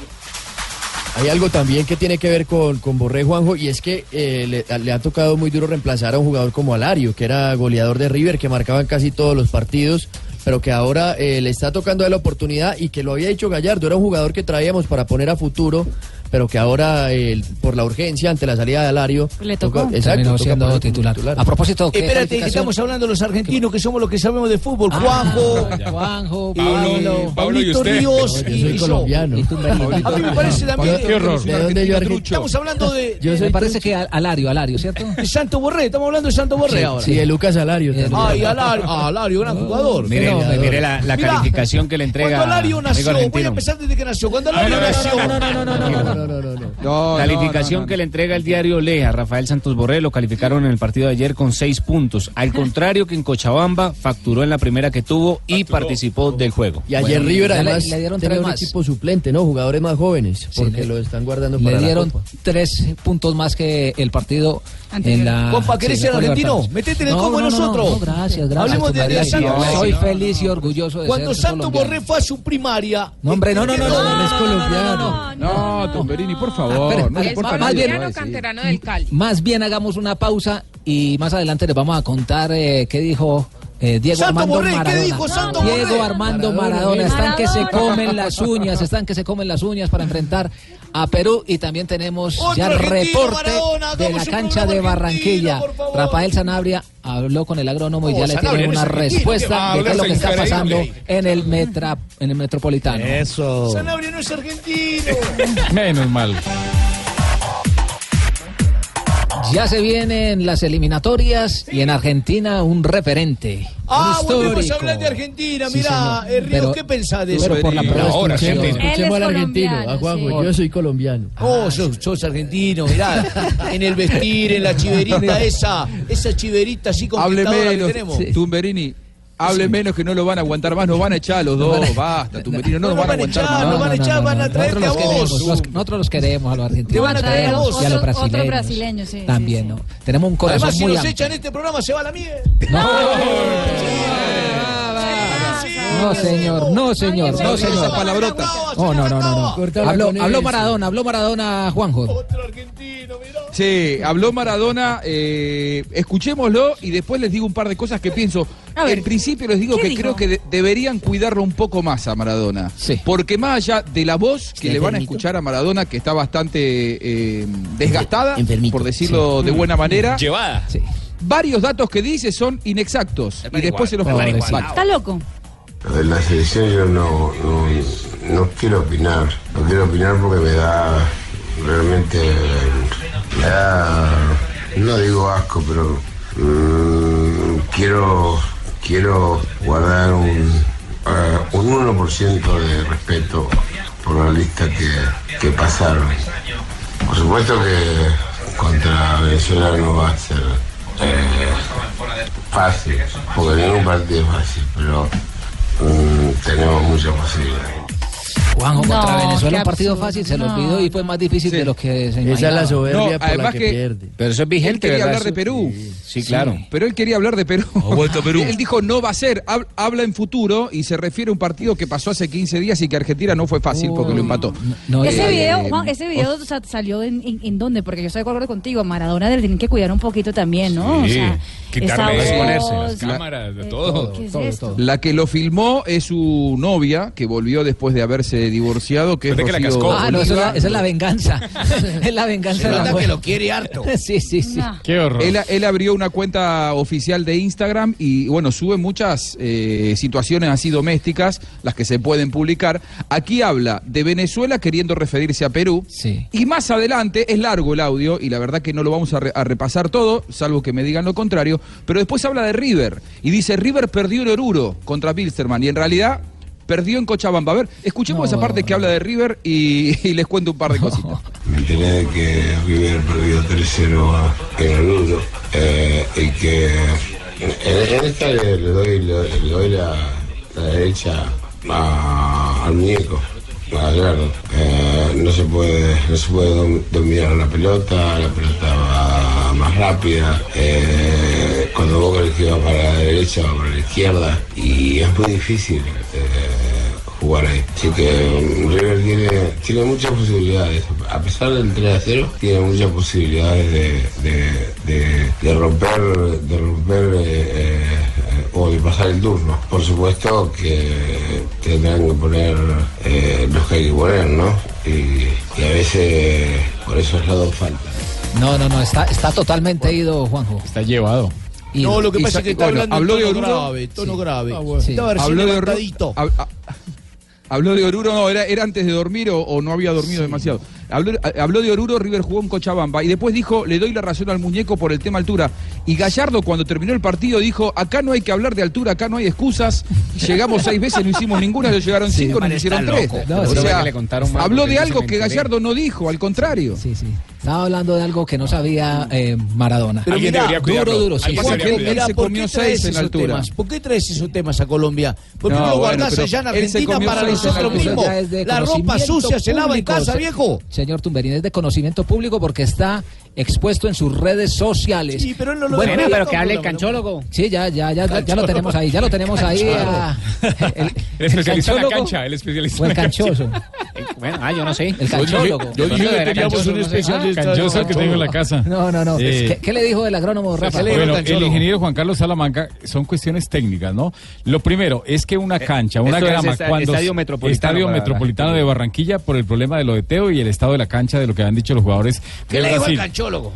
Speaker 14: Hay algo también que tiene que ver con, con Borré Juanjo y es que eh, le, le ha tocado muy duro reemplazar a un jugador como Alario, que era goleador de River, que marcaba en casi todos los partidos, pero que ahora eh, le está tocando a él la oportunidad y que lo había dicho Gallardo, era un jugador que traíamos para poner a futuro, pero que ahora eh, por la urgencia ante la salida de Alario
Speaker 11: Le tocó.
Speaker 14: exacto,
Speaker 11: Terminó
Speaker 14: toca
Speaker 11: siendo
Speaker 14: ponerlo como
Speaker 11: titular. A propósito, ¿qué
Speaker 6: Eh, Espérate, que
Speaker 11: calificación?
Speaker 6: estamos hablando los argentinos, que somos los que sabemos de fútbol. Juanjo,
Speaker 11: Juanjo,
Speaker 6: Pablo, Pablito Ríos y
Speaker 14: soy
Speaker 6: yo.
Speaker 14: colombiano.
Speaker 11: Ah,
Speaker 6: A mí me parece también.
Speaker 11: Qué horror.
Speaker 14: ¿De dónde yo argentino?
Speaker 6: Estamos hablando de.
Speaker 11: Yo
Speaker 6: de-
Speaker 11: me parece que Al- Alario, Alario, ¿cierto?
Speaker 6: de Santo Borré, estamos hablando de Santo Borré
Speaker 11: Sí,
Speaker 6: ahora.
Speaker 11: sí,
Speaker 14: de Lucas Alario.
Speaker 6: Ay, Alario, ah, Alario, gran jugador.
Speaker 27: Mire, la, mire la- la
Speaker 6: Mirá,
Speaker 27: calificación que le entrega.
Speaker 6: Cuando Alario
Speaker 27: amigo
Speaker 6: nació, voy a
Speaker 27: argentino.
Speaker 6: empezar desde que nació. Cuando Alario nació.
Speaker 27: La Calificación que le entrega el diario Leja, Rafael Santos Borré, lo calificaron en el partido de ayer con seis puntos. Al contrario que en Cochabamba, facturó en la primera que tuvo y participó del juego.
Speaker 14: Y ayer River
Speaker 11: Ya le-
Speaker 14: además
Speaker 11: le dieron
Speaker 14: tenía
Speaker 11: tres
Speaker 14: un
Speaker 11: más.
Speaker 14: equipo suplente, ¿no? Jugadores más jóvenes, porque lo están guardando para
Speaker 11: Le
Speaker 14: la
Speaker 11: dieron
Speaker 14: Copa.
Speaker 11: tres puntos más que el partido en la.
Speaker 14: Compa, ¿querés
Speaker 11: sí,
Speaker 14: ser
Speaker 11: la Copa
Speaker 14: argentino?
Speaker 11: Libertadores.
Speaker 6: Metete en el
Speaker 11: No,
Speaker 6: combo de
Speaker 11: no, no,
Speaker 6: nosotros.
Speaker 11: no, gracias, gracias.
Speaker 6: Hablemos de- de
Speaker 11: Gracias.
Speaker 6: Santos.
Speaker 11: Soy feliz y orgulloso de
Speaker 6: Cuando
Speaker 11: ser
Speaker 6: Santo
Speaker 11: colombiano.
Speaker 6: Borré fue a su primaria.
Speaker 11: No, hombre, no, no, no, no, no, no, es colombiano.
Speaker 19: No, Tumberini, por favor.
Speaker 11: Ah, espere,
Speaker 19: no le
Speaker 11: es
Speaker 19: importa a
Speaker 11: más
Speaker 19: nadie.
Speaker 11: bien-
Speaker 19: No, sí.
Speaker 15: canterano del Cali.
Speaker 11: Más bien hagamos una pausa y más adelante les vamos a contar eh, qué dijo eh, Diego
Speaker 15: Santo
Speaker 11: Armando
Speaker 15: Borré, ¿qué
Speaker 11: Maradona.
Speaker 15: dijo Santo
Speaker 11: Diego
Speaker 15: Borré?
Speaker 11: Armando
Speaker 15: Maradona,
Speaker 11: Maradona, están
Speaker 15: Maradona.
Speaker 11: que se comen las uñas, están que se comen las uñas para enfrentar a Perú y también tenemos
Speaker 15: Otro
Speaker 11: ya el
Speaker 15: argentino,
Speaker 11: reporte
Speaker 15: Maradona,
Speaker 11: de la
Speaker 15: hagamos un
Speaker 11: cancha de Barranquilla. Rafael Sanabria habló con el agrónomo y
Speaker 15: Oh,
Speaker 11: ya le
Speaker 15: Sanabria,
Speaker 11: tiene
Speaker 15: no es
Speaker 11: una
Speaker 15: argentino, que va
Speaker 11: respuesta
Speaker 15: a
Speaker 11: de qué es lo que
Speaker 15: hablarse
Speaker 11: está pasando
Speaker 15: increíble.
Speaker 11: en el metra, en el metropolitano. Eso.
Speaker 6: Sanabria no es argentino.
Speaker 1: Menos mal.
Speaker 11: Ya se vienen las eliminatorias y en Argentina un referente.
Speaker 6: Ah,
Speaker 11: un
Speaker 9: pues
Speaker 6: volvemos a
Speaker 11: histórico.
Speaker 6: hablar de Argentina.
Speaker 11: Sí,
Speaker 6: Mirá,
Speaker 11: señor.
Speaker 6: eh, Ríos,
Speaker 11: Pero-
Speaker 6: ¿qué pensás de eso?
Speaker 11: pero por la
Speaker 14: Pero
Speaker 11: prueba es
Speaker 14: ahora,
Speaker 11: colombiano.
Speaker 14: escuchemos, escuchemos al argentino, a Juanjo, yo soy colombiano.
Speaker 6: Oh, sos, sos argentino, mirá, en el vestir, en la chiverita esa, esa chiverita así
Speaker 19: Hable
Speaker 6: conquistadora que tenemos.
Speaker 19: menos, Tumberini. Hable menos que no lo van a aguantar más, nos van a echar a los dos. Basta, Tumberini, no nos van a aguantar más.
Speaker 11: Nosotros los queremos, los- nosotros los queremos a los argentinos.
Speaker 6: Te van a
Speaker 11: los
Speaker 6: traer a
Speaker 11: queremos
Speaker 6: vos.
Speaker 11: y a los
Speaker 6: Otro-
Speaker 11: brasileños.
Speaker 12: Otro brasileño, sí.
Speaker 11: También, ¿no? Tenemos un corazón
Speaker 6: Además, si
Speaker 11: muy
Speaker 6: nos
Speaker 11: amplio.
Speaker 6: echan este programa, se va la mierda.
Speaker 11: No, señor, no, señor, no, señor. palabrota. No, no, no, no. no.
Speaker 19: Cortala
Speaker 11: Habló,
Speaker 19: con
Speaker 11: habló
Speaker 19: eso.
Speaker 11: Maradona, habló Maradona, Juanjo.
Speaker 19: Sí, habló Maradona, eh, escuchémoslo y después les digo un par de cosas que pienso. en principio les digo
Speaker 10: ¿qué
Speaker 19: que
Speaker 10: dijo?
Speaker 19: creo que de- deberían cuidarlo un poco más a Maradona. Porque más allá de la voz que le van a escuchar a Maradona, que está bastante eh, desgastada, por decirlo de buena manera.
Speaker 18: Llevada.
Speaker 19: Varios datos que dice son inexactos. Y después se los Vale.
Speaker 12: Está loco.
Speaker 21: Lo de la selección yo no, no, no quiero opinar. No quiero opinar porque me da realmente. Me da. No digo asco, pero. mm, quiero. Quiero guardar un. ah, un 1% de respeto por la lista que, que pasaron. Por supuesto que contra Venezuela no va a ser eh, fácil, porque ningún partido es fácil, pero mm, tenemos mucha posibilidad.
Speaker 11: Juanjo contra
Speaker 32: No,
Speaker 11: Venezuela,
Speaker 32: qué
Speaker 11: un partido
Speaker 32: absurdo.
Speaker 11: fácil, se
Speaker 32: No.
Speaker 11: lo olvidó y fue más difícil de lo que se
Speaker 32: Esa
Speaker 11: imaginaba.
Speaker 32: es la soberbia
Speaker 19: No, por además la que que pierde.
Speaker 33: Pero eso es
Speaker 19: Él
Speaker 33: vigente,
Speaker 19: quería
Speaker 33: ¿verdad?
Speaker 19: hablar de
Speaker 33: Eso-
Speaker 19: Perú.
Speaker 33: Sí, claro.
Speaker 19: Pero él quería hablar de Perú.
Speaker 33: Aguanta, Perú.
Speaker 19: Él dijo no va a ser, hab- habla en futuro y se refiere a un partido que pasó hace 15 días y que Argentina no fue fácil porque lo empató.
Speaker 12: ese
Speaker 19: Eh,
Speaker 12: video, Juan, ese video o sea, salió en, en, en dónde, porque yo estoy de acuerdo contigo, a Maradona le tienen que cuidar un poquito también, ¿no?
Speaker 19: Sí,
Speaker 12: o sea,
Speaker 19: quitarle
Speaker 12: esa
Speaker 19: exponerse,
Speaker 12: voz,
Speaker 19: las cámaras,
Speaker 12: eh,
Speaker 19: todo.
Speaker 12: ¿qué es
Speaker 19: Todo,
Speaker 12: esto?
Speaker 19: La que lo filmó es su novia, que volvió después de haberse divorciado, que es
Speaker 11: Pensé que la
Speaker 19: Rocío
Speaker 11: cascó. Ah, no, esa es la-
Speaker 19: Oliva.
Speaker 11: esa es la venganza. es la venganza
Speaker 19: Se
Speaker 11: de la
Speaker 19: nota
Speaker 11: mujer.
Speaker 19: que lo quiere harto.
Speaker 11: sí, sí, sí.
Speaker 19: Qué horror. Él, él abrió una cuenta oficial de Instagram y, bueno, sube muchas eh, situaciones así domésticas, las que se pueden publicar. Aquí habla de Venezuela queriendo referirse a Perú. Y más adelante, es largo el audio y la verdad que no lo vamos a, re- a repasar todo, salvo que me digan lo contrario. Pero después habla de River y dice: River perdió en Oruro contra Bilsterman y en realidad. Perdió en Cochabamba. A ver, escuchemos esa parte que habla de River y, y les cuento un par de cositas.
Speaker 21: Me enteré de que River perdió 3-0 a- en Oruro eh, y que en, en esta le, le doy, le- le doy la, la derecha a- al muñeco, a Gerardo. Eh, no se puede, no se puede dom- dominar la pelota, la pelota va más rápida. eh, cuando Boca le que va para la derecha o para la izquierda y es muy difícil. eh, jugar ahí. Así que um, River tiene, tiene muchas posibilidades. A pesar del 3 a 0, tiene muchas posibilidades de, de- de- de romper, de romper eh, eh, eh, o de pasar el turno. Por supuesto que tendrán que poner eh, los que hay que poner, ¿no? Y, y a veces por esos lados falta.
Speaker 11: No, no, no, está, está totalmente ido, Juanjo.
Speaker 1: Está llevado.
Speaker 11: Ido.
Speaker 1: No, lo que pasa es que está hablando en tono
Speaker 19: grave,
Speaker 11: sí.
Speaker 19: Ah,
Speaker 9: grave.
Speaker 11: Sí.
Speaker 9: Está versión
Speaker 19: Habló de, Oruro,
Speaker 9: levantadito.
Speaker 19: hab- ah, habló de Oruro, no, era, era antes de dormir o, o no había dormido demasiado. Habló, ah, habló de Oruro, River jugó en Cochabamba y después dijo, le doy la razón al muñeco por el tema altura. Y Gallardo cuando terminó el partido dijo, acá no hay que hablar de altura, acá no hay excusas. Llegamos seis veces, no hicimos ninguna, ellos llegaron
Speaker 33: Sí,
Speaker 19: cinco,
Speaker 33: me
Speaker 19: nos
Speaker 33: parece
Speaker 19: hicieron
Speaker 33: tan
Speaker 19: tres.
Speaker 33: loco.
Speaker 11: No,
Speaker 19: O
Speaker 11: sí.
Speaker 19: sea,
Speaker 11: que le contaron mal,
Speaker 19: habló
Speaker 11: porque
Speaker 19: de
Speaker 11: yo sí
Speaker 19: algo
Speaker 11: me
Speaker 19: que
Speaker 11: enteré.
Speaker 19: Gallardo no dijo, al contrario.
Speaker 11: Sí, sí. Estaba hablando de algo que no sabía eh, Maradona.
Speaker 9: Pero mira,
Speaker 11: duro, duro. Sí.
Speaker 9: ¿por qué, mira, ¿por qué traes
Speaker 11: en
Speaker 9: esos temas? ¿Por qué traes esos temas a Colombia? ¿Por qué
Speaker 11: No,
Speaker 9: no, lo
Speaker 11: bueno,
Speaker 9: guardás
Speaker 11: pero
Speaker 9: allá en
Speaker 11: él se
Speaker 9: Argentina
Speaker 11: comió
Speaker 9: para
Speaker 11: seis en la
Speaker 9: nosotros
Speaker 11: cruz.
Speaker 9: mismos?
Speaker 11: Ya es de
Speaker 9: La ropa
Speaker 11: conocimiento
Speaker 9: sucia se lava en
Speaker 11: público,
Speaker 9: casa,
Speaker 11: se-
Speaker 9: viejo.
Speaker 11: Señor Tumberín, es de conocimiento público porque está expuesto en sus redes sociales. Sí, pero
Speaker 33: no lo Bueno, pero que hable el canchólogo.
Speaker 11: Sí, ya, ya, ya, ya lo tenemos ahí, ya lo tenemos ahí.
Speaker 33: Canchólogo.
Speaker 11: a-
Speaker 33: El especialista en la
Speaker 11: canchólogo
Speaker 33: cancha, el especialista
Speaker 11: o
Speaker 33: en
Speaker 11: el
Speaker 33: la cancha.
Speaker 11: canchoso.
Speaker 33: Bueno, ah, yo no sé.
Speaker 11: El canchólogo. Ah,
Speaker 33: Yo dije que teníamos un especialista. Ah, Canchoso que tengo en la casa.
Speaker 11: No, no, no.
Speaker 1: Eh.
Speaker 11: ¿Qué, qué le dijo el agrónomo Rafa?
Speaker 1: Bueno, el ingeniero Juan Carlos Salamanca son cuestiones técnicas, ¿no? Lo primero es que una cancha,
Speaker 33: Eh,
Speaker 1: una
Speaker 33: esto es
Speaker 1: grama,
Speaker 33: esta-
Speaker 1: cuando
Speaker 33: estadio
Speaker 1: se-
Speaker 33: metropolitano
Speaker 1: estadio
Speaker 33: para la
Speaker 1: metropolitano
Speaker 33: gente.
Speaker 1: de Barranquilla por el problema del loeteo y el estado de la cancha de lo que han dicho los jugadores de
Speaker 34: ¿Qué le dijo el
Speaker 1: Brasil.
Speaker 34: canchólogo?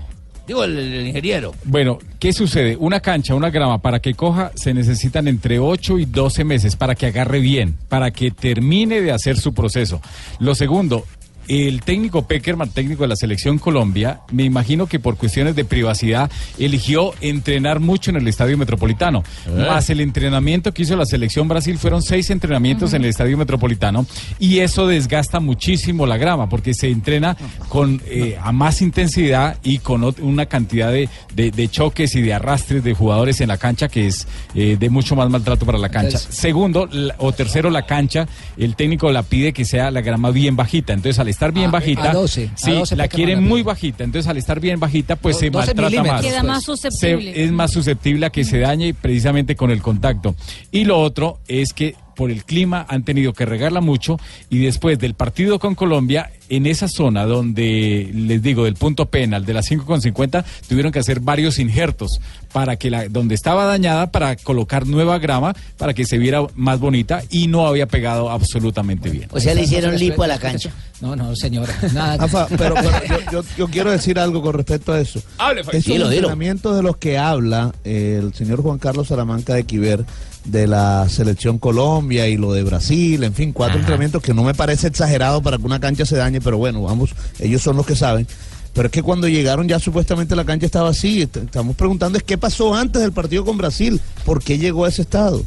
Speaker 34: Digo, el, el ingeniero.
Speaker 1: Bueno, ¿qué sucede? Una cancha, una grama, para que coja, se necesitan entre 8 y 12 meses para que agarre bien, para que termine de hacer su proceso. Lo segundo, el técnico Peckerman, técnico de la selección Colombia, me imagino que por cuestiones de privacidad eligió entrenar mucho en el Estadio Metropolitano. Más el entrenamiento que hizo la selección Brasil fueron seis entrenamientos en el Estadio Metropolitano y eso desgasta muchísimo la grama porque se entrena con eh, a más intensidad y con ot- una cantidad de, de- de choques y de arrastres de jugadores en la cancha que es eh, de mucho más maltrato para la cancha.
Speaker 7: Entonces-
Speaker 1: Segundo la- o tercero la cancha, el técnico la pide que sea la grama bien bajita, entonces al estar bien
Speaker 11: A-
Speaker 1: bajita,
Speaker 11: Ah, a 12, a
Speaker 1: sí,
Speaker 11: 12
Speaker 1: la
Speaker 11: Peckerman
Speaker 1: quieren
Speaker 11: la
Speaker 1: muy bajita, entonces al estar bien bajita pues
Speaker 11: Do-
Speaker 1: se
Speaker 11: 12
Speaker 1: maltrata más.
Speaker 11: milímetros, pues.
Speaker 12: Queda más susceptible.
Speaker 1: Se- es más susceptible a que se dañe precisamente con el contacto. Y lo otro es que por el clima han tenido que regarla mucho y después del partido con Colombia, en esa zona donde, les digo, del punto penal de las 5,50, tuvieron que hacer varios injertos para que la, donde estaba dañada, para colocar nueva grama, para que se viera más bonita y no había pegado absolutamente bien.
Speaker 35: O sea, le hicieron lipo a la cancha.
Speaker 11: No, no, señora. Nada.
Speaker 13: Rafa, pero, pero yo, yo- yo quiero decir algo con respecto a eso.
Speaker 11: Hable, pues. Fabio.
Speaker 13: Estos
Speaker 11: Dilo, dilo.
Speaker 13: entrenamientos de los que habla eh, el señor Juan Carlos Salamanca de Quiver, de la selección Colombia y lo de Brasil, en fin, cuatro entrenamientos que no me parece exagerado para que una cancha se dañe, pero bueno, vamos, ellos son los que saben. Pero es que cuando llegaron ya supuestamente la cancha estaba así. Est- Estamos preguntando es qué pasó antes del partido con Brasil, por qué llegó a ese estado.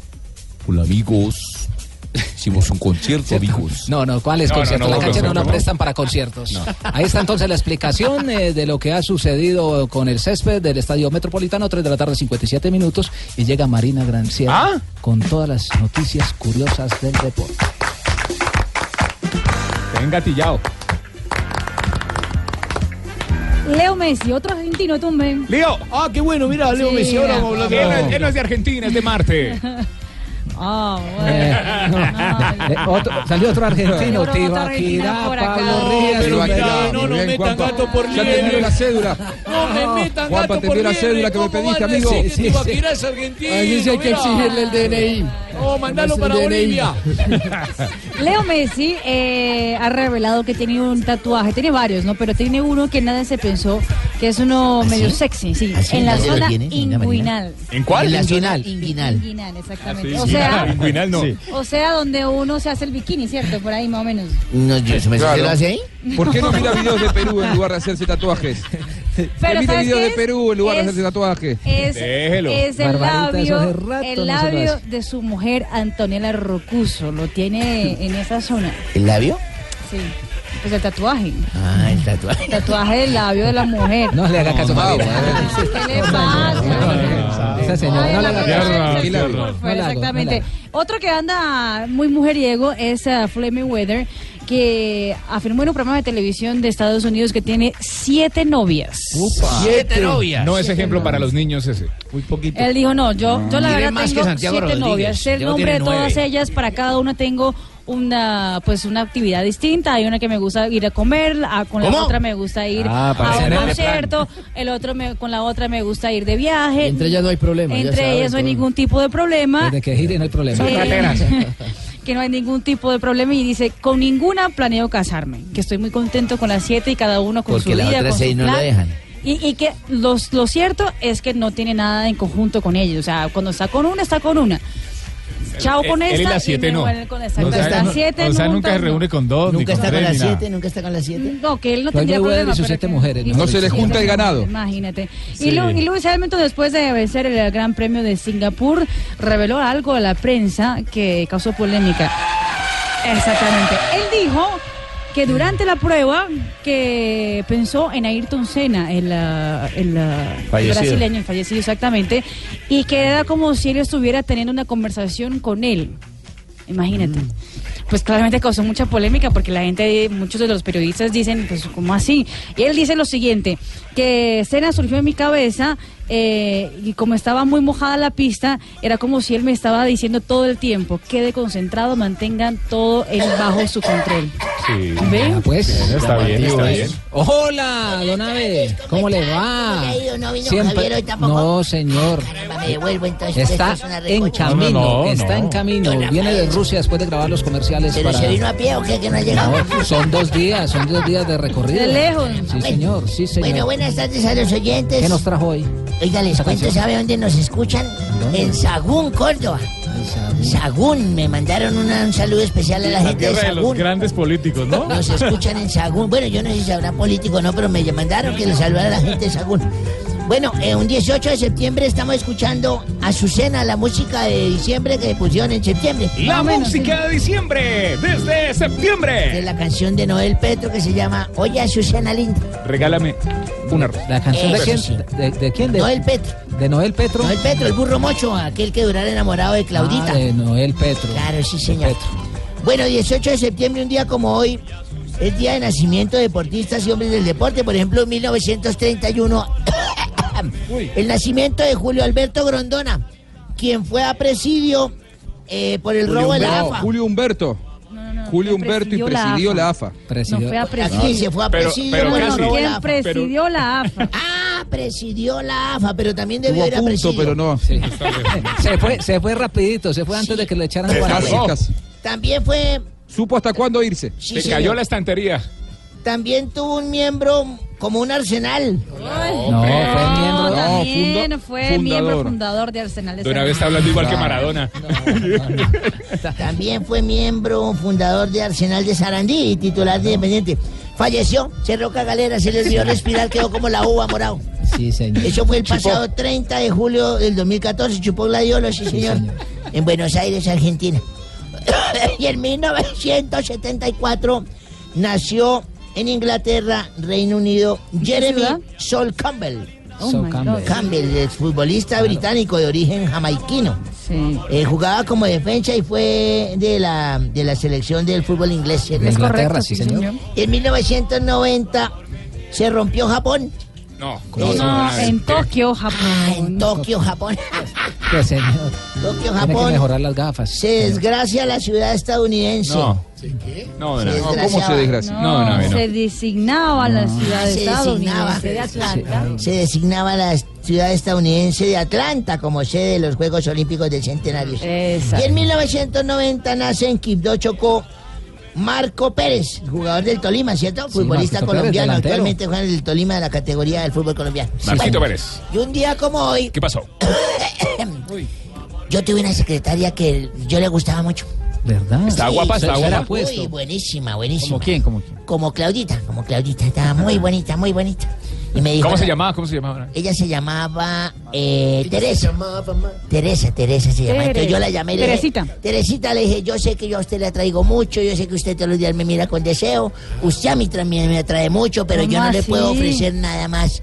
Speaker 7: Hola amigos, hicimos un concierto amigos.
Speaker 11: No, no, ¿cuál es
Speaker 7: No, no,
Speaker 11: concierto?
Speaker 7: no,
Speaker 11: la cancha no
Speaker 7: concierto,
Speaker 11: la
Speaker 7: no.
Speaker 11: prestan para conciertos. Ahí está entonces la explicación eh, de lo que ha sucedido con el césped del Estadio Metropolitano, 3 de la tarde, 57 minutos, y llega Marina Gran Sierra con todas las noticias curiosas del deporte.
Speaker 1: Engatillado.
Speaker 12: Leo Messi, otro argentino, tumben.
Speaker 1: Leo. Ah, qué bueno, mira,
Speaker 12: Leo Sí, Messi, ahora vamos a hablar de-
Speaker 1: Él, no- él no es de Argentina, es de Marte.
Speaker 12: Ah,
Speaker 11: Eh, otro- salió otro argentino, Tibaquirá, Pablo Ríos.
Speaker 19: Tibaquirá,
Speaker 11: no,
Speaker 19: muy
Speaker 11: no
Speaker 19: bien,
Speaker 11: metan
Speaker 19: Juanpa.
Speaker 11: gato por
Speaker 19: Ya te
Speaker 11: liebre.
Speaker 19: envió la cédula. Ah.
Speaker 11: No me metan
Speaker 19: Juanpa,
Speaker 11: gato
Speaker 19: te
Speaker 11: por
Speaker 19: envió la
Speaker 11: liebre,
Speaker 19: cédula que me pediste,
Speaker 11: van a
Speaker 19: amigo.
Speaker 11: decir que Tibaquirá
Speaker 7: es argentino?
Speaker 11: Ahí sí hay que
Speaker 7: mira.
Speaker 11: exigirle el DNI.
Speaker 7: No,
Speaker 11: Es
Speaker 7: mandalo
Speaker 11: el
Speaker 7: para
Speaker 11: DNI.
Speaker 7: Bolivia.
Speaker 12: Leo Messi eh, ha revelado que tiene un tatuaje, tiene varios, ¿no? Pero tiene uno que nadie se pensó, que es uno
Speaker 22: ¿Ah, sí?
Speaker 12: medio sexy, sí,
Speaker 22: ¿Ah, sí?
Speaker 12: en la
Speaker 22: ¿Dónde lo
Speaker 12: zona
Speaker 22: tiene? Venga, Marina.
Speaker 12: inguinal.
Speaker 22: ¿En cuál?
Speaker 12: En la zona
Speaker 22: Inguinal.
Speaker 12: inguinal. Inguinal, exactamente.
Speaker 22: Ah,
Speaker 12: o
Speaker 22: sí.
Speaker 12: sea,
Speaker 22: Inguinal no. Sí.
Speaker 12: O sea, donde uno se hace el bikini, ¿cierto? Por ahí más o menos.
Speaker 22: No, yo, ¿se me
Speaker 19: Claro.
Speaker 22: se lo hace ahí?
Speaker 19: ¿Por qué no mira videos de Perú en lugar de hacerse tatuajes? ¿Por qué
Speaker 12: Pero
Speaker 19: mira
Speaker 12: ¿sabes
Speaker 19: videos
Speaker 12: qué
Speaker 19: de
Speaker 12: es?
Speaker 19: Perú en lugar de
Speaker 12: Es-
Speaker 19: hacerse tatuajes?
Speaker 12: Es, es el
Speaker 19: Barbarita, eso
Speaker 12: labio,
Speaker 19: hace rato
Speaker 12: el
Speaker 19: no se lo
Speaker 12: labio
Speaker 19: hace.
Speaker 12: de su mujer Antonella Rocuso. Lo tiene en esa zona.
Speaker 22: ¿El labio?
Speaker 12: Sí. Pues el tatuaje.
Speaker 22: Ah, el tatuaje.
Speaker 12: El tatuaje del labio de la mujer.
Speaker 11: No le haga caso, Marina.
Speaker 12: ¿Qué le pasa?
Speaker 11: Esa señora,
Speaker 12: Ay,
Speaker 11: no le
Speaker 12: la
Speaker 11: haga
Speaker 12: mujer
Speaker 11: caso.
Speaker 12: del
Speaker 11: Tranquila,
Speaker 12: sexo
Speaker 11: Marina.
Speaker 12: fue,
Speaker 11: No la hago,
Speaker 12: Exactamente. Otro que anda muy mujeriego es uh, Fleming Weather, que afirmó en un programa de televisión de Estados Unidos que tiene siete novias.
Speaker 25: Siete novias.
Speaker 1: No es ejemplo para los niños ese. Muy poquito.
Speaker 12: Él dijo, no, yo, yo la
Speaker 25: Mire
Speaker 12: verdad
Speaker 25: más que
Speaker 12: tengo siete
Speaker 25: Santiago Rodríguez,
Speaker 12: novias. Sé el
Speaker 25: Santiago
Speaker 12: nombre de
Speaker 25: tiene
Speaker 12: todas
Speaker 25: nueve.
Speaker 12: ellas, para cada una tengo una pues una actividad distinta. Hay una que me gusta ir a comer, a- con la
Speaker 25: ¿Cómo?
Speaker 12: otra me gusta ir
Speaker 14: Ah, para
Speaker 12: a
Speaker 14: hacer
Speaker 12: un
Speaker 14: el plan.
Speaker 12: concierto, el otro me- con la otra me gusta ir de viaje.
Speaker 14: Entre ellas no hay problema. ya
Speaker 12: Entre
Speaker 14: saben
Speaker 12: ellas no hay
Speaker 14: todo.
Speaker 12: ningún tipo de problema.
Speaker 11: Desde que gire no hay problema.
Speaker 12: Son rateras. que no hay ningún tipo de problema y dice, con ninguna planeo casarme, que estoy muy contento con las siete y cada uno con
Speaker 22: Porque
Speaker 12: su
Speaker 22: las
Speaker 12: vida,
Speaker 22: otras
Speaker 12: con su
Speaker 22: seis no la
Speaker 12: plan.
Speaker 22: dejan.
Speaker 12: Y, y que los, lo cierto es que no tiene nada en conjunto con ellos. O sea, cuando está con una, está con una. Chao con
Speaker 1: Eh, Él- él y
Speaker 12: esta.
Speaker 1: las siete
Speaker 12: me
Speaker 1: no.
Speaker 12: vuelven con esta.
Speaker 1: No, o sea,
Speaker 12: Las
Speaker 1: no-
Speaker 12: siete
Speaker 1: o sea, nunca
Speaker 12: juntas,
Speaker 1: se reúne con dos, ni
Speaker 22: ¿Nunca
Speaker 1: con
Speaker 22: está con
Speaker 1: tres,
Speaker 22: las
Speaker 1: ni nada.
Speaker 22: siete? ¿Nunca está con las siete?
Speaker 12: No, que él no
Speaker 11: Fue
Speaker 12: tendría
Speaker 11: Mayweather
Speaker 12: problema.
Speaker 11: y sus
Speaker 12: pero
Speaker 11: siete
Speaker 12: que-
Speaker 11: mujeres, ¿no?
Speaker 12: y
Speaker 11: No se
Speaker 12: sus
Speaker 11: le
Speaker 12: siete
Speaker 11: junta el
Speaker 12: mujeres,
Speaker 11: ganado.
Speaker 12: Imagínate.
Speaker 11: Sí.
Speaker 12: Y, Lu- y Lewis Hamilton, después de vencer el Gran Premio de Singapur, reveló algo a la prensa que causó polémica. Exactamente. Él dijo que durante la prueba que pensó en Ayrton Senna, el, ah, el, ah, el
Speaker 2: Fallecido.
Speaker 12: brasileño, el fallecido exactamente, y que era como si él estuviera teniendo una conversación con él. Imagínate. Pues claramente causó mucha polémica porque la gente, muchos de los periodistas dicen, pues, ¿cómo así? Y él dice lo siguiente, que Senna surgió en mi cabeza eh, y como estaba muy mojada la pista, era como si él me estaba diciendo todo el tiempo, quede concentrado, mantengan todo en bajo su control.
Speaker 1: Sí.
Speaker 12: ¿Ven?
Speaker 11: Ah, pues.
Speaker 1: Está bien, está bien.
Speaker 11: Hola, don Abe. ¿Cómo le va?
Speaker 22: ¿Cómo le ha ido? ¿No vino Javier hoy tampoco?
Speaker 11: No, señor.
Speaker 22: Me devuelvo entonces.
Speaker 11: Está
Speaker 22: esto es una
Speaker 11: en
Speaker 22: recocha.
Speaker 11: camino,
Speaker 22: No, no,
Speaker 11: está en camino. Viene de Rusia después de grabar los comerciales
Speaker 22: ¿Pero
Speaker 11: para...
Speaker 22: se vino a pie o qué? ¿Que no ha llegado?
Speaker 11: No, son dos días, son dos días de recorrido.
Speaker 22: De lejos.
Speaker 11: Sí, señor, sí, señor.
Speaker 22: Bueno, buenas tardes a los oyentes.
Speaker 11: ¿Qué nos trajo hoy?
Speaker 22: Oiga, les
Speaker 11: Esa
Speaker 22: cuento,
Speaker 11: canción.
Speaker 22: ¿sabe dónde nos escuchan?
Speaker 11: ¿Dónde?
Speaker 22: En Sagún, Córdoba. Sagún, me mandaron una- un saludo especial a la
Speaker 1: La
Speaker 22: gente de
Speaker 1: tierra de los
Speaker 22: Sagún.
Speaker 1: grandes políticos, ¿no?
Speaker 22: Nos escuchan en Sagún. Bueno, yo no sé si habrá político o no, pero me mandaron que le saludara a la gente de Sagún. Bueno, eh, un 18 de septiembre estamos escuchando Azucena, la música de diciembre que pusieron en septiembre.
Speaker 1: La música de diciembre, desde
Speaker 22: De
Speaker 1: septiembre.
Speaker 22: la canción de Noel Petro que se llama Oye Azucena Linda.
Speaker 1: Regálame una rosa.
Speaker 11: ¿La canción de
Speaker 22: Eso
Speaker 11: quién?
Speaker 22: sí.
Speaker 11: ¿De, de quién? De,
Speaker 22: Noel Petro.
Speaker 11: ¿De Noel Petro?
Speaker 22: Noel Petro, el burro mocho, aquel que durara enamorado de Claudita.
Speaker 11: Ah, de Noel Petro.
Speaker 22: Claro, sí, señor. Bueno, 18 de septiembre, un día como hoy, es día de nacimiento de deportistas y hombres del deporte. Por ejemplo, en 1931, el nacimiento de Julio Alberto Grondona, quien fue a presidio eh, por el robo de la
Speaker 19: Humberto,
Speaker 22: AFA.
Speaker 19: Julio Humberto. Julio Humberto y
Speaker 22: presidió la
Speaker 19: presidió la AFA.
Speaker 22: AFA. Ah, No, fue a presidio. Aquí se fue a
Speaker 19: Pero-
Speaker 22: presidio.
Speaker 19: pero
Speaker 22: por el
Speaker 19: casi.
Speaker 22: robo de la
Speaker 12: ¿Quién
Speaker 22: AFA.
Speaker 12: presidió la AFA?
Speaker 22: Ah, presidió la AFA, pero también debió
Speaker 19: Tuvo
Speaker 22: ir a presidio.
Speaker 19: punto, pero no.
Speaker 11: Se fue, se fue rapidito, se fue antes de que le echaran
Speaker 19: Casi,
Speaker 11: guardia.
Speaker 19: casi.
Speaker 22: También fue
Speaker 19: Supo hasta cuándo irse.
Speaker 22: Sí, Se señor. cayó la
Speaker 19: estantería.
Speaker 22: también tuvo un miembro como un arsenal.
Speaker 11: No, fue miembro.
Speaker 12: También fue miembro
Speaker 1: fundador.
Speaker 12: fundador de Arsenal de
Speaker 1: De una
Speaker 12: San
Speaker 1: vez está
Speaker 12: Juan.
Speaker 1: hablando igual que Maradona.
Speaker 22: Ah, También fue miembro fundador de Arsenal de Sarandí y titular de Independiente. Falleció, cerró Cagalera, se le olvidó respirar, quedó como la uva morado.
Speaker 11: Sí, señor.
Speaker 22: Eso fue el pasado 30 de julio del 2014, chupó gladiolos, sí, señor, en Buenos Aires, Argentina. y en 1974 nació en Inglaterra, Reino Unido, Jeremy
Speaker 12: ciudad?
Speaker 22: Sol Campbell. Oh, my God. Campbell, el futbolista británico de origen jamaiquino. Eh, jugaba como defensa y fue de la, de la selección del fútbol inglés. ¿cierto?
Speaker 11: Es Inglaterra, correcto, sí, sí, señor. señor.
Speaker 22: En 1990 se rompió Japón.
Speaker 26: No,
Speaker 12: No,
Speaker 22: Em,
Speaker 12: en Tokio, Japón.
Speaker 22: Ah, en Tokio, Japón.
Speaker 11: Pues, señor.
Speaker 22: Tokio,
Speaker 11: Tiene que
Speaker 22: Japón.
Speaker 11: mejorar las gafas.
Speaker 22: Se desgracia la ciudad estadounidense.
Speaker 11: No.
Speaker 26: No,
Speaker 22: Se
Speaker 26: no.
Speaker 22: desgraciaba.
Speaker 26: No, no, no.
Speaker 12: Se designaba la ciudad de
Speaker 22: Se designaba.
Speaker 12: Estados de Atlanta.
Speaker 22: Se designaba la ciudad estadounidense de Atlanta como sede de los Juegos Olímpicos del Centenario. Y en 1990 nace en Quibdó, Chocó, Marco Pérez, jugador del Tolima, ¿cierto? Futbolista
Speaker 11: Marquito Pérez,
Speaker 22: colombiano,
Speaker 11: delantero.
Speaker 22: actualmente juega en el Tolima de la categoría del fútbol colombiano.
Speaker 26: Marquito
Speaker 22: Bueno,
Speaker 26: Pérez.
Speaker 22: Y un día como hoy,
Speaker 26: ¿Qué pasó?
Speaker 22: yo tuve una secretaria que yo le gustaba mucho.
Speaker 11: ¿Verdad?
Speaker 26: Está guapa, está guapa.
Speaker 22: Muy buenísima, buenísima. ¿Como quién? ¿Como Claudita, como Claudita. Estaba muy bonita, muy bonita. Y me dijo,
Speaker 26: ¿Cómo se llamaba? ¿Cómo se llamaba?
Speaker 22: Ella se llamaba eh,
Speaker 2: se
Speaker 22: Teresa. Teresa, Teresa se llamaba. Entonces
Speaker 2: Tere.
Speaker 22: yo la llamé y le dije,
Speaker 2: Teresita.
Speaker 22: Teresita, le dije, yo sé que yo a usted le atraigo mucho, yo sé que usted todos los días me mira con deseo, usted a mí también me atrae mucho, pero yo
Speaker 12: ¿Cómo
Speaker 22: no le puedo
Speaker 12: así?
Speaker 22: ofrecer nada más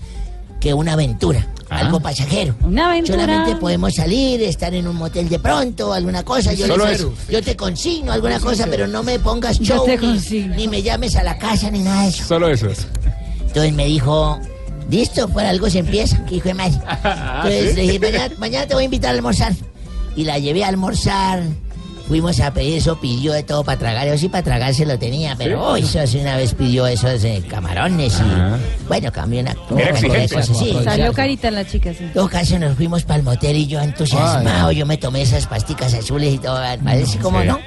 Speaker 22: que una aventura, algo pasajero. Una
Speaker 12: aventura.
Speaker 22: Solamente podemos salir, estar en un motel de pronto, alguna cosa. Yo,
Speaker 2: Solo
Speaker 22: le-
Speaker 2: eso.
Speaker 22: yo te consigno alguna cosa,
Speaker 2: Sincero.
Speaker 22: pero no me pongas
Speaker 2: Yo
Speaker 22: show,
Speaker 2: te
Speaker 22: ni- ni me llames a la casa, ni nada de eso.
Speaker 26: Solo eso es.
Speaker 22: Entonces me dijo, listo, por algo se empieza, que hijo de madre.
Speaker 2: Ah,
Speaker 22: Entonces le dije, mañana, mañana te voy a invitar a almorzar. Y la llevé a almorzar, fuimos a pedir eso, pidió de todo para tragar. Yo sí para tragar se lo tenía, pero
Speaker 2: ¿Sí?
Speaker 22: uy, eso sí una vez pidió esos eh, camarones y... Bueno, cambió una...
Speaker 2: Era exigente.
Speaker 22: sí.
Speaker 12: Salió carita la chica, sí.
Speaker 22: Dos casos nos fuimos para el motel y yo entusiasmado, yo me tomé esas pasticas azules y todo, parece como
Speaker 2: sí.
Speaker 22: no.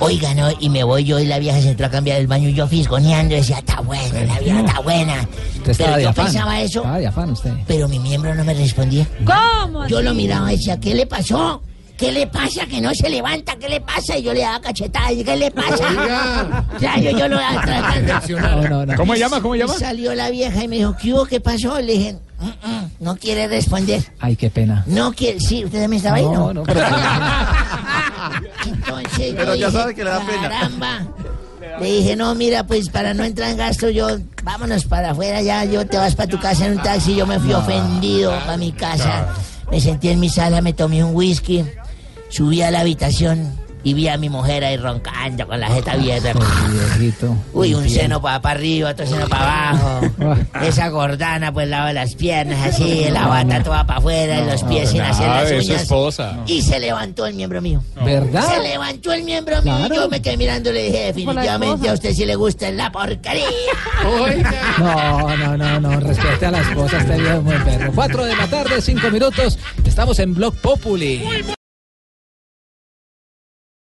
Speaker 22: Oiga, no, y me voy yo y la vieja se entró a cambiar el baño y yo fisgoneando, decía, está buena, la vieja está buena.
Speaker 11: Usted estaba
Speaker 22: Pero
Speaker 11: de
Speaker 22: yo
Speaker 11: afán.
Speaker 22: pensaba eso,
Speaker 11: Estaba de afán usted.
Speaker 22: pero mi miembro no me respondía.
Speaker 12: ¿Cómo?
Speaker 22: Yo
Speaker 12: así?
Speaker 22: lo miraba y decía, ¿qué le pasó? ¿Qué le pasa que no se levanta? ¿Qué le pasa? Y yo le daba cachetadas, ¿qué le pasa? Ya, yo, yo lo
Speaker 11: No, no, no.
Speaker 26: ¿Cómo se llama? ¿Cómo se llama?
Speaker 22: Y Salió la vieja y me dijo, ¿qué hubo? ¿Qué pasó? Le dije, "Mm, mm, no quiere responder.
Speaker 11: Ay, qué pena.
Speaker 22: No quiere, sí, usted también estaba ahí, ¿no?
Speaker 11: No, no, pero-
Speaker 22: Entonces,
Speaker 11: Pero
Speaker 22: yo
Speaker 11: ya
Speaker 22: dije,
Speaker 11: sabe que le da pena.
Speaker 22: Caramba. Le dije, no, mira, pues para no entrar en gasto, yo, vámonos para afuera ya, yo te vas para tu casa en un taxi, yo me fui ofendido para mi casa. Me senté en mi sala, me tomé un whisky, subí a la habitación y vi a mi mujer ahí roncando con la jeta abierta. Uy, un seno para arriba, otro seno para abajo.
Speaker 11: Ah.
Speaker 22: Esa gordana por el lado de las piernas, así, la bata toda para afuera, los pies sin hacer las
Speaker 26: es Ah, su
Speaker 22: uñas.
Speaker 26: esposa.
Speaker 22: Y se levantó el miembro mío.
Speaker 11: ¿Verdad?
Speaker 22: Se levantó el miembro mío y yo me quedé mirando y le dije, definitivamente a usted sí le gusta la porquería.
Speaker 11: No, no, no, no. Respete a la esposa, este viejo es muy perro. Cuatro de la tarde, cinco minutos. Estamos en Blog Populi.